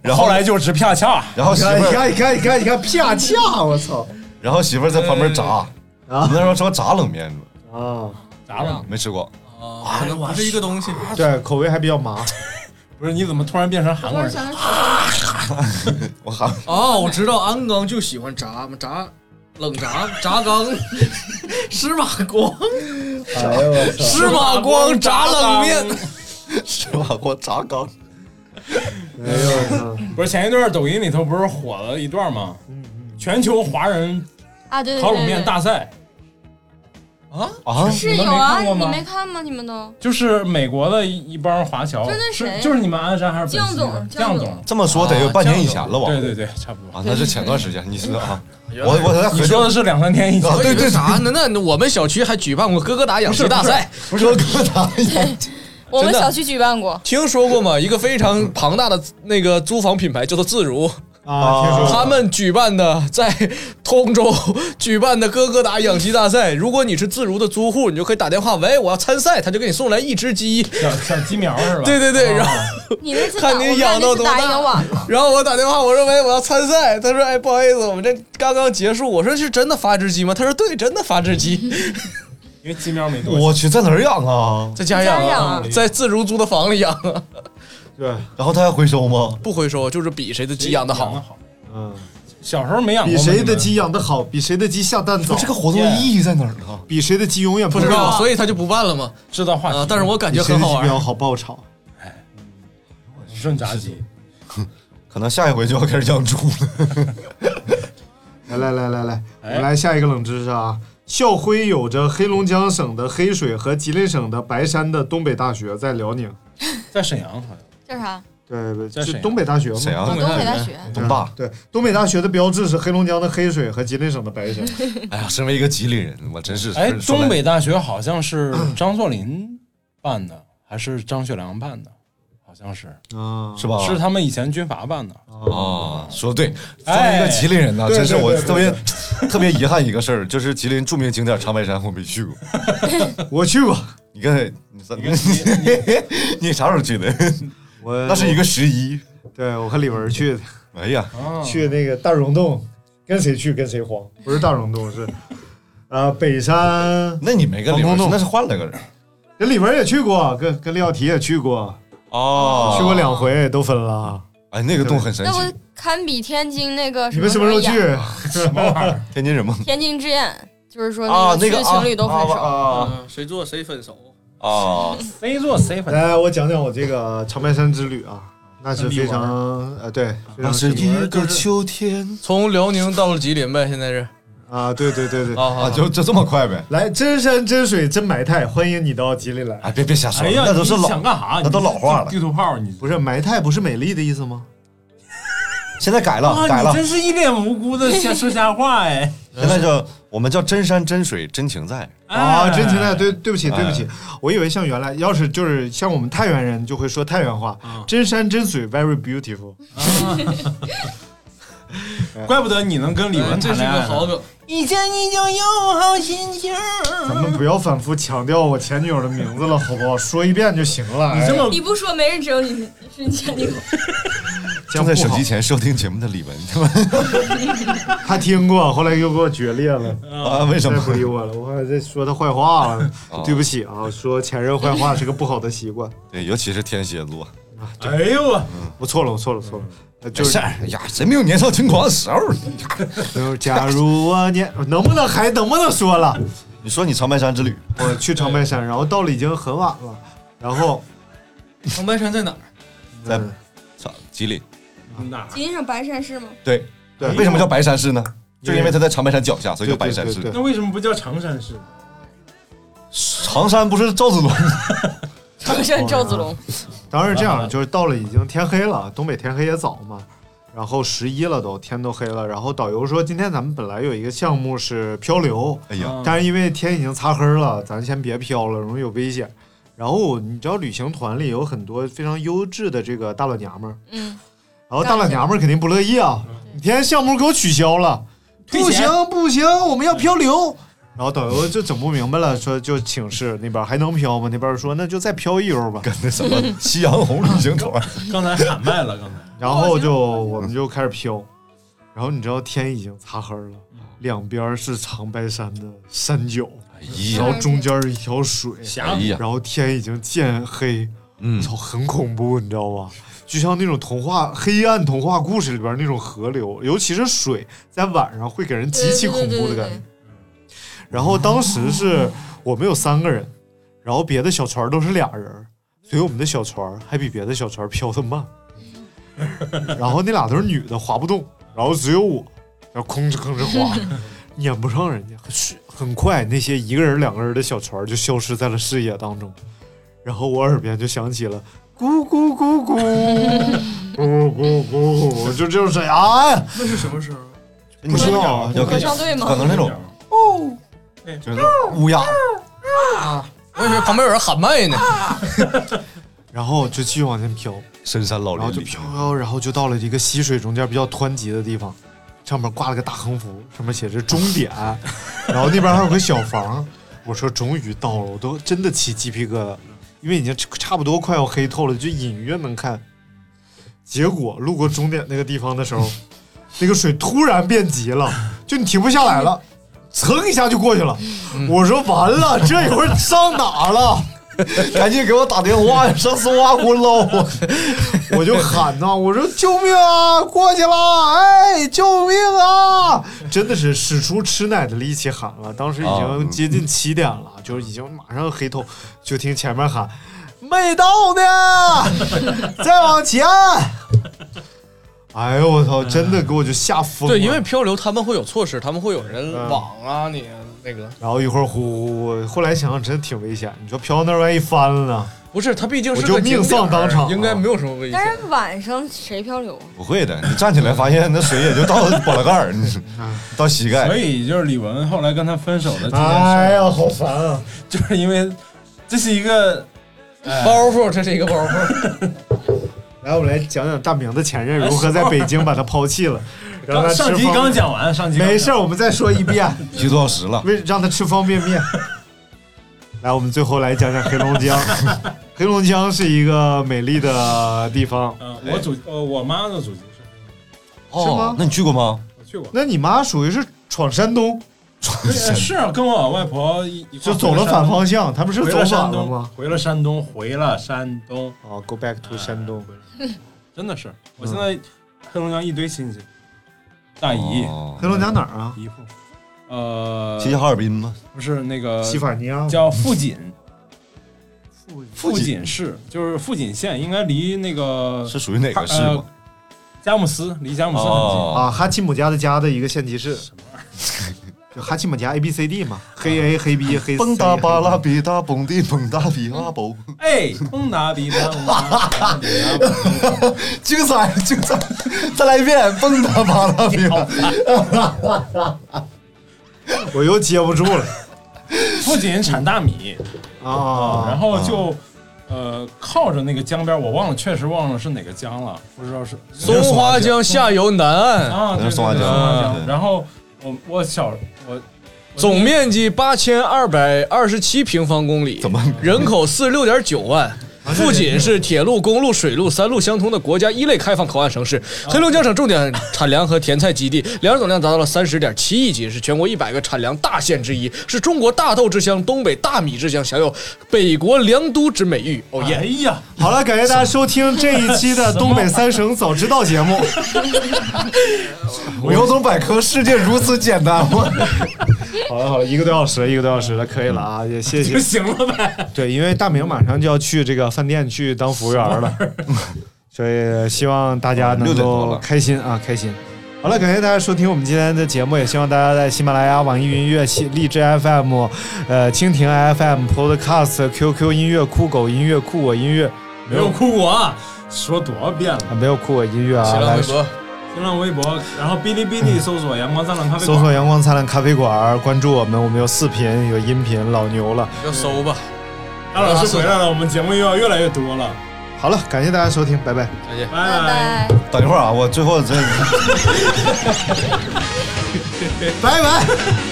[SPEAKER 3] 然后
[SPEAKER 4] 后来就直啪恰，
[SPEAKER 3] 然后媳妇儿
[SPEAKER 2] 你看
[SPEAKER 6] 哎
[SPEAKER 2] 你看你看你看啪恰，我操！
[SPEAKER 3] 然后媳妇儿在旁边炸，
[SPEAKER 2] 哎
[SPEAKER 3] 我们那时候说炸冷面
[SPEAKER 2] 啊，
[SPEAKER 4] 炸冷
[SPEAKER 3] 没吃过。
[SPEAKER 5] 可能不是一个东西。
[SPEAKER 2] 对，口味还比较麻。
[SPEAKER 4] 不是，你怎么突然变成韩国人？
[SPEAKER 3] 我喊
[SPEAKER 5] 哦，我知道安钢就喜欢炸炸冷炸 炸钢，司马光
[SPEAKER 2] 哎呦我操
[SPEAKER 5] 司马光炸冷面，
[SPEAKER 3] 司马光炸钢。
[SPEAKER 2] 哎呦，
[SPEAKER 4] 不是前一段抖音里头不是火了一段吗？
[SPEAKER 6] 嗯
[SPEAKER 4] 全球华人
[SPEAKER 6] 啊，对对对对，
[SPEAKER 4] 烤冷面大赛
[SPEAKER 5] 啊
[SPEAKER 3] 啊
[SPEAKER 6] 是
[SPEAKER 4] 你们
[SPEAKER 6] 有
[SPEAKER 4] 没
[SPEAKER 6] 啊，
[SPEAKER 4] 看过
[SPEAKER 6] 你
[SPEAKER 4] 吗？
[SPEAKER 6] 没看吗？你们都
[SPEAKER 4] 就是美国的一帮华侨，
[SPEAKER 6] 就那
[SPEAKER 4] 是
[SPEAKER 6] 谁
[SPEAKER 4] 就是你们鞍山还是本溪的
[SPEAKER 6] 酱总
[SPEAKER 4] 酱
[SPEAKER 6] 酱
[SPEAKER 4] 总
[SPEAKER 6] 总，
[SPEAKER 3] 这么说得有半年以前了
[SPEAKER 4] 啊酱
[SPEAKER 3] 吧
[SPEAKER 4] 总对对对，差不多
[SPEAKER 3] 啊，那是前段时间，你是啊？
[SPEAKER 5] 原来
[SPEAKER 3] 我我在
[SPEAKER 4] 你说的是两三天以前
[SPEAKER 3] 啊 对对
[SPEAKER 5] 啥呢？那我们小区还举办过哥哥打养鸡大赛，
[SPEAKER 3] 不是哥哥打养，
[SPEAKER 6] 我们小区举办过，
[SPEAKER 5] 听说过吗？一个非常庞大的那个租房品牌叫做自如
[SPEAKER 2] 啊听说过
[SPEAKER 5] 他们举办的在通州举办的哥哥打养鸡大赛，如果你是自如的租户，你就可以打电话，喂，我要参赛，他就给你送来一只鸡，
[SPEAKER 4] 小小鸡苗是吧？ 啊
[SPEAKER 5] 对对对，
[SPEAKER 3] 啊
[SPEAKER 5] 然后。
[SPEAKER 6] 你那次打
[SPEAKER 5] 看
[SPEAKER 6] 我
[SPEAKER 5] 你
[SPEAKER 6] 看
[SPEAKER 5] 养
[SPEAKER 6] 那
[SPEAKER 5] 到
[SPEAKER 6] 次
[SPEAKER 5] 多
[SPEAKER 6] 打赢
[SPEAKER 5] 大
[SPEAKER 6] 了。。
[SPEAKER 5] 然后我打电话，我说喂，我要参赛。他说哎，不好意思，我们这刚刚结束。我说是真的发只鸡吗？他说对，真的发只鸡，
[SPEAKER 4] 因为鸡苗没多。
[SPEAKER 3] 我去，在哪儿养啊？
[SPEAKER 5] 在家养 啊，在自如租的房里养啊，
[SPEAKER 2] 对，
[SPEAKER 3] 然后他还回收吗？
[SPEAKER 5] 不回收，就是比谁的鸡养的好。
[SPEAKER 2] 嗯，
[SPEAKER 4] 小时候没养
[SPEAKER 2] 比
[SPEAKER 4] 过吗
[SPEAKER 2] 谁的鸡养的好，比谁的鸡下蛋早。
[SPEAKER 3] 这个活动意义在哪儿呢？
[SPEAKER 2] 比谁的鸡永远
[SPEAKER 5] 不知道，所以他就不办了嘛。
[SPEAKER 4] 知道话题
[SPEAKER 5] 啊，但是我感觉
[SPEAKER 2] 比谁
[SPEAKER 5] 很
[SPEAKER 2] 的
[SPEAKER 5] 好
[SPEAKER 2] 鸡苗
[SPEAKER 5] 玩。
[SPEAKER 2] 好爆炒。
[SPEAKER 4] 顺炸鸡，
[SPEAKER 3] 可能下一回就要开始养猪 了。
[SPEAKER 2] 来来来来来，
[SPEAKER 4] 哎
[SPEAKER 2] 我们来下一个冷知识啊。校徽有着黑龙江省的黑水和吉林省的白山的东北大学在辽宁，
[SPEAKER 4] 在沈阳好像。
[SPEAKER 6] 叫啥？啊
[SPEAKER 2] 对，
[SPEAKER 4] 在
[SPEAKER 2] 是
[SPEAKER 4] 沈阳
[SPEAKER 2] 东北大学吗？
[SPEAKER 3] 沈阳
[SPEAKER 6] 东
[SPEAKER 2] 啊
[SPEAKER 6] 北大学。
[SPEAKER 3] 啊东大。
[SPEAKER 2] 对，东北大学的标志是黑龙江的黑水和吉林省的白山。
[SPEAKER 3] 哎呀，身为一个吉林人，我真是
[SPEAKER 4] 哎，
[SPEAKER 3] 说来
[SPEAKER 4] 东北大学好像是张作霖办的，还是张学良办的？好像是，
[SPEAKER 2] 啊，
[SPEAKER 3] 是吧？
[SPEAKER 4] 是他们以前军阀办的。
[SPEAKER 2] 哦
[SPEAKER 3] 啊，说对，作为一个吉林人呢，
[SPEAKER 4] 哎
[SPEAKER 3] 真是我
[SPEAKER 4] 对对
[SPEAKER 3] 特
[SPEAKER 4] 对
[SPEAKER 3] 别 特别遗憾一个事儿，就是吉林著名景点长白山我没去过。
[SPEAKER 2] 我去过，
[SPEAKER 3] 你看，你咋 你啥时候 去的？
[SPEAKER 2] 我
[SPEAKER 3] 那是一个十一。
[SPEAKER 2] 对我和李文去的，
[SPEAKER 3] 哎呀，
[SPEAKER 2] 去那个大溶洞，跟谁去跟谁慌，不是大溶洞 是，呃，北山
[SPEAKER 3] 那你没跟李
[SPEAKER 2] 王东
[SPEAKER 3] 文去，
[SPEAKER 2] 洞
[SPEAKER 3] 那是换了个人。
[SPEAKER 2] 跟李文也去过，跟跟廖提也去过，
[SPEAKER 3] 哦
[SPEAKER 2] 去过两回都分了。
[SPEAKER 3] 哎，那个洞很神
[SPEAKER 6] 那
[SPEAKER 3] 奇。
[SPEAKER 6] 不堪比天津那个
[SPEAKER 2] 你们什么时候去？
[SPEAKER 6] 演
[SPEAKER 2] 什么玩意儿？
[SPEAKER 3] 天津什么？
[SPEAKER 6] 啊天津之宴，就是说
[SPEAKER 3] 啊，
[SPEAKER 6] 去
[SPEAKER 3] 那
[SPEAKER 6] 的
[SPEAKER 3] 个
[SPEAKER 6] 情侣都分嗯手。
[SPEAKER 3] 啊
[SPEAKER 5] 谁做谁分手。
[SPEAKER 3] 啊啊！
[SPEAKER 4] 谁做谁分
[SPEAKER 2] 来，我讲讲我这个长白山之旅啊，那是非常
[SPEAKER 4] 李
[SPEAKER 2] 呃对，
[SPEAKER 4] 啊
[SPEAKER 2] 非
[SPEAKER 3] 那
[SPEAKER 2] 常
[SPEAKER 3] 啊是
[SPEAKER 2] 神奇
[SPEAKER 3] 一个秋天
[SPEAKER 5] 从辽宁到了吉林呗，现在是
[SPEAKER 2] 啊，对对对对。
[SPEAKER 4] 哦
[SPEAKER 5] 啊
[SPEAKER 3] 啊，就就这么快呗？
[SPEAKER 2] 来，真山真水真埋汰，欢迎你到吉林来。
[SPEAKER 3] 哎，别别瞎说，
[SPEAKER 4] 哎呀，
[SPEAKER 3] 那都是
[SPEAKER 4] 你想
[SPEAKER 3] 老，
[SPEAKER 4] 干啥？
[SPEAKER 3] 那都
[SPEAKER 4] 你
[SPEAKER 3] 老话了
[SPEAKER 4] 地图炮，你
[SPEAKER 2] 不是埋汰，不是美丽的意思吗？
[SPEAKER 3] 现在改了，
[SPEAKER 4] 啊，
[SPEAKER 3] 改
[SPEAKER 4] 你
[SPEAKER 3] 了。
[SPEAKER 4] 真是一脸无辜的瞎说瞎话哎！
[SPEAKER 3] 现在叫我们叫真山真水真情在
[SPEAKER 2] 啊，
[SPEAKER 4] 哎
[SPEAKER 2] 真情在，对，对不
[SPEAKER 5] 哎
[SPEAKER 2] 起，对不起，我以为像原来，要是就是像我们太原人就会说太原话，真山真水，very beautiful。
[SPEAKER 4] 啊怪不得你能跟李玟
[SPEAKER 5] 哎这
[SPEAKER 4] 谈
[SPEAKER 5] 是
[SPEAKER 4] 恋爱
[SPEAKER 5] 个
[SPEAKER 4] 呢。
[SPEAKER 5] 好梗。
[SPEAKER 7] 一见你就有好心情。
[SPEAKER 2] 咱们不要反复强调我前女友的名字了，好不好？说一遍就行了。
[SPEAKER 6] 你
[SPEAKER 2] 哎
[SPEAKER 6] 不说，没人知道你是你是你前女友。
[SPEAKER 3] 正在手机前收听节目的李文，他们
[SPEAKER 2] 他听过，后来又给我决裂了
[SPEAKER 5] 嗯
[SPEAKER 4] 嗯
[SPEAKER 3] 啊为什么
[SPEAKER 2] 再不理我了？我还在说他坏话 了
[SPEAKER 5] 哦
[SPEAKER 3] 啊，
[SPEAKER 2] 对不起啊，说前任坏话是个不好的习惯。
[SPEAKER 3] 对，尤其是天蝎座，
[SPEAKER 2] 哎呦我，我错了，我错了，错了。
[SPEAKER 5] 嗯
[SPEAKER 2] 呃就
[SPEAKER 3] 没事儿哎呀，谁没有年少轻狂的时候？
[SPEAKER 2] 就是哎假如我年，能不能还能不能说 了？
[SPEAKER 3] 你说你长白山之旅，
[SPEAKER 2] 我去长白山，然后到了已经很晚了，然后嗯
[SPEAKER 5] 长白山在哪儿？
[SPEAKER 3] 在操吉林，
[SPEAKER 4] 哪？
[SPEAKER 6] 锦省白山市吗？
[SPEAKER 3] 对
[SPEAKER 2] 对
[SPEAKER 3] 为什么叫白山市呢？就
[SPEAKER 4] 对
[SPEAKER 3] 因为它在长白山脚下，所以叫白山市。
[SPEAKER 4] 那为什么不叫常山市？
[SPEAKER 3] 长山不是赵子龙？
[SPEAKER 6] 常山赵子龙。
[SPEAKER 2] 当时这
[SPEAKER 7] 啊
[SPEAKER 2] 样，就是到了已经天黑了，东北天黑也早嘛，然后十一了都，天都黑了。然后导游说，今天咱们本来有一个项目是漂流，
[SPEAKER 3] 哎
[SPEAKER 7] 嗯
[SPEAKER 3] 呀
[SPEAKER 2] 但是因为天已经擦黑了，咱先别漂了，容易有危险。然后你知道旅行团里有很多非常优质的这个大老娘们儿，
[SPEAKER 6] 嗯，
[SPEAKER 2] 然后大老娘们儿肯定不乐意啊，你今天项目给我取消了，
[SPEAKER 7] 退
[SPEAKER 2] 不
[SPEAKER 7] 钱嗯
[SPEAKER 2] 行不行，我们要漂流。然后导游就整不明白了，说就请示那边还能漂吗？那边说那就再漂一悠吧，跟
[SPEAKER 3] 那什么 夕阳红旅行团，
[SPEAKER 4] 刚才喊麦了，刚才。
[SPEAKER 2] 然后就我们就开始飘，然后你知道天已经擦黑了，两边是长白山的山脚，
[SPEAKER 3] 哎呀
[SPEAKER 2] 然后中间是一条水，
[SPEAKER 3] 哎呀
[SPEAKER 2] 然后天已经渐黑，
[SPEAKER 3] 嗯
[SPEAKER 2] 操，很恐怖，你知道吗？就像那种童话、黑暗童话故事里边那种河流，尤其是水，在晚上会给人极其恐怖的感觉。然后当时是我们有三个人，然后别的小船都是俩人，所以我们的小船还比别的小船飘得慢。然后那俩都是女的，划不动，然后只有我，然后吭哧吭哧划，撵不上人家。很很快，那些一个人、两个人的小船就消失在了视野当中。然后我耳边就响起了咕咕咕咕咕咕咕，就这种声音啊！
[SPEAKER 5] 那是什么时候？
[SPEAKER 2] 不知道啊，
[SPEAKER 5] 要跟合唱队吗
[SPEAKER 3] 可能那种
[SPEAKER 5] 哦，
[SPEAKER 3] 就是乌鸦。
[SPEAKER 5] 啊！我以为旁边有人喊麦呢。
[SPEAKER 2] 然后就继续往前飘，
[SPEAKER 3] 深山老林
[SPEAKER 2] 然后就飘飘，然后就到了一个溪水中间比较湍急的地方，上面挂了个大横幅，上面写着终点，然后那边还有个小房。我说终于到了，我都真的起鸡皮疙瘩了，因为已经差不多快要黑透了，就隐约能看。结果路过终点那个地方的时候，那个水突然变急了，就你停不下来了，噌一下就过去了。我说完了， 这一会儿上哪了？ 赶紧给我打电话，上松花湖捞我！ 我就喊呐，我说救命啊，过去了，哎，救命啊！真的是使出吃奶的力气喊了，当时已经接近七点了，就是已经马上黑透，就听前面喊没到呢，再往前。哎呦我操，真的给我就吓疯了。
[SPEAKER 5] 对，因为漂流他们会有措施，他们会有人网啊，你那个
[SPEAKER 2] 然后一会儿呼呼呼，后来想想真挺危险。你说飘到那儿万一翻了呢？
[SPEAKER 5] 不是，他毕竟是
[SPEAKER 2] 我就
[SPEAKER 5] 个景
[SPEAKER 2] 命丧
[SPEAKER 5] 点儿
[SPEAKER 2] 当场啊
[SPEAKER 5] 应该没有什么危险。
[SPEAKER 6] 但是晚上谁漂流啊？
[SPEAKER 3] 不会的，你站起来发现那水也就到脖子盖儿，你
[SPEAKER 2] 啊
[SPEAKER 3] 到膝盖。
[SPEAKER 4] 所以就是李玟后来跟他分手的这件事，
[SPEAKER 2] 哎呀，好烦啊！
[SPEAKER 4] 就是因为这是一个、哎
[SPEAKER 5] 包袱，这是一个包袱。
[SPEAKER 2] 来，我们来讲讲大明的前任如何在北京把他抛弃了，
[SPEAKER 5] 哎
[SPEAKER 2] 让他吃
[SPEAKER 4] 上集
[SPEAKER 2] 方便
[SPEAKER 4] 刚讲完上集刚
[SPEAKER 2] 没
[SPEAKER 4] 讲
[SPEAKER 2] 事儿，我们再说一 遍，
[SPEAKER 3] 一个多小时了，
[SPEAKER 2] 为让他吃方便面。来，我们最后来讲讲黑 龙江。黑龙江是一个美丽的地方，
[SPEAKER 4] 呃我祖呃我妈的祖籍是
[SPEAKER 2] 是吗？
[SPEAKER 3] 哎哦那你去过吗？
[SPEAKER 4] 我去过，
[SPEAKER 2] 那你妈属于是闯山东，
[SPEAKER 4] 对是啊跟我外婆一一块
[SPEAKER 2] 就走了
[SPEAKER 4] 回山东
[SPEAKER 2] 反方向他们是
[SPEAKER 4] 回
[SPEAKER 2] 走
[SPEAKER 4] 山
[SPEAKER 2] 反
[SPEAKER 4] 东
[SPEAKER 2] 了吗
[SPEAKER 4] 回了山东，回了山东。
[SPEAKER 2] 哦，Go back to 山东，
[SPEAKER 4] 哦真的
[SPEAKER 3] 嗯
[SPEAKER 4] 是，我现在黑龙江一堆亲戚，大姨，
[SPEAKER 2] 黑龙江哪儿啊？
[SPEAKER 4] 姨父，呃，
[SPEAKER 3] 哦齐齐哈尔滨吗？
[SPEAKER 4] 不是那个
[SPEAKER 3] 西
[SPEAKER 2] 法尼亚
[SPEAKER 4] 叫富锦，富
[SPEAKER 3] 富锦
[SPEAKER 4] 锦市就是富锦县，应该离那个
[SPEAKER 3] 是属于哪个市
[SPEAKER 4] 呃
[SPEAKER 3] 吗哦
[SPEAKER 4] 佳木斯，离佳木斯很近。
[SPEAKER 2] 啊，哈奇姆家的家的一个县级市。 就哈奇姆家 A B C D 嘛，
[SPEAKER 4] 啊
[SPEAKER 2] 黑 A 黑 B 黑 C。
[SPEAKER 3] 蹦哒巴拉比哒蹦地蹦哒比阿宝，
[SPEAKER 4] 哎，蹦达比达，
[SPEAKER 3] 精彩精彩！再来一遍，蹦哒巴拉比
[SPEAKER 2] 哒。 我又接不住了。
[SPEAKER 4] 富锦产大米
[SPEAKER 2] 啊
[SPEAKER 4] 然后就。呃，靠着那个江边，我忘了，确实忘了是哪个江了，不知道是
[SPEAKER 5] 松花江下游南岸
[SPEAKER 4] 啊，对对对松
[SPEAKER 5] 松花
[SPEAKER 4] 花
[SPEAKER 5] 江
[SPEAKER 4] 江。
[SPEAKER 5] 对
[SPEAKER 4] 然后我我小我
[SPEAKER 5] 总面积八千二百二十七平方公里，怎么啊人口四十六点九万？不仅是铁路、公路、水路三路相通的国家一类开放口岸城市，
[SPEAKER 4] 啊
[SPEAKER 5] 黑龙江省重点产粮和甜菜基地，粮食总量达到了三十点七亿斤，是全国一百个产粮大县之一，是中国大豆之乡、东北大米之乡，享有“北国粮都”之美誉。哦耶！
[SPEAKER 2] 哎呀，好了，感谢大家收听这一期 的《东北三省早知道》节目。 我有种百科，世界如此简单 吗？ 好了好了，一个多小时，一个多小时了，可以了啊，也谢谢。
[SPEAKER 4] 就行了
[SPEAKER 2] 呗。对，因为大明马上就要去这个饭店去当服务员 了，所以希望大家能够开心啊，开心。好了，感谢大家收听我们今天的节目，也希望大家在喜马拉雅、网易云音乐、喜荔枝 FM、呃蜻蜓 FM、Podcast、QQ 音乐、酷狗音乐、酷我音乐，
[SPEAKER 4] 没有哭过啊，说多少遍了？
[SPEAKER 2] 啊没有酷我音乐啊，来
[SPEAKER 4] 新浪微博，然后哔哩哔哩搜索“阳光灿烂咖啡
[SPEAKER 2] 搜
[SPEAKER 4] 馆”，
[SPEAKER 2] 索“阳光灿烂咖啡馆”，关注我们，我们有视频，有音频，老牛了。
[SPEAKER 5] 要搜吧。
[SPEAKER 4] 大老师回来了，我们节目又要越来越多了。
[SPEAKER 2] 好了，感谢大家收听，拜拜。
[SPEAKER 5] 再见，
[SPEAKER 4] 拜拜。
[SPEAKER 3] 等一会儿啊，我最后这。
[SPEAKER 2] 拜拜。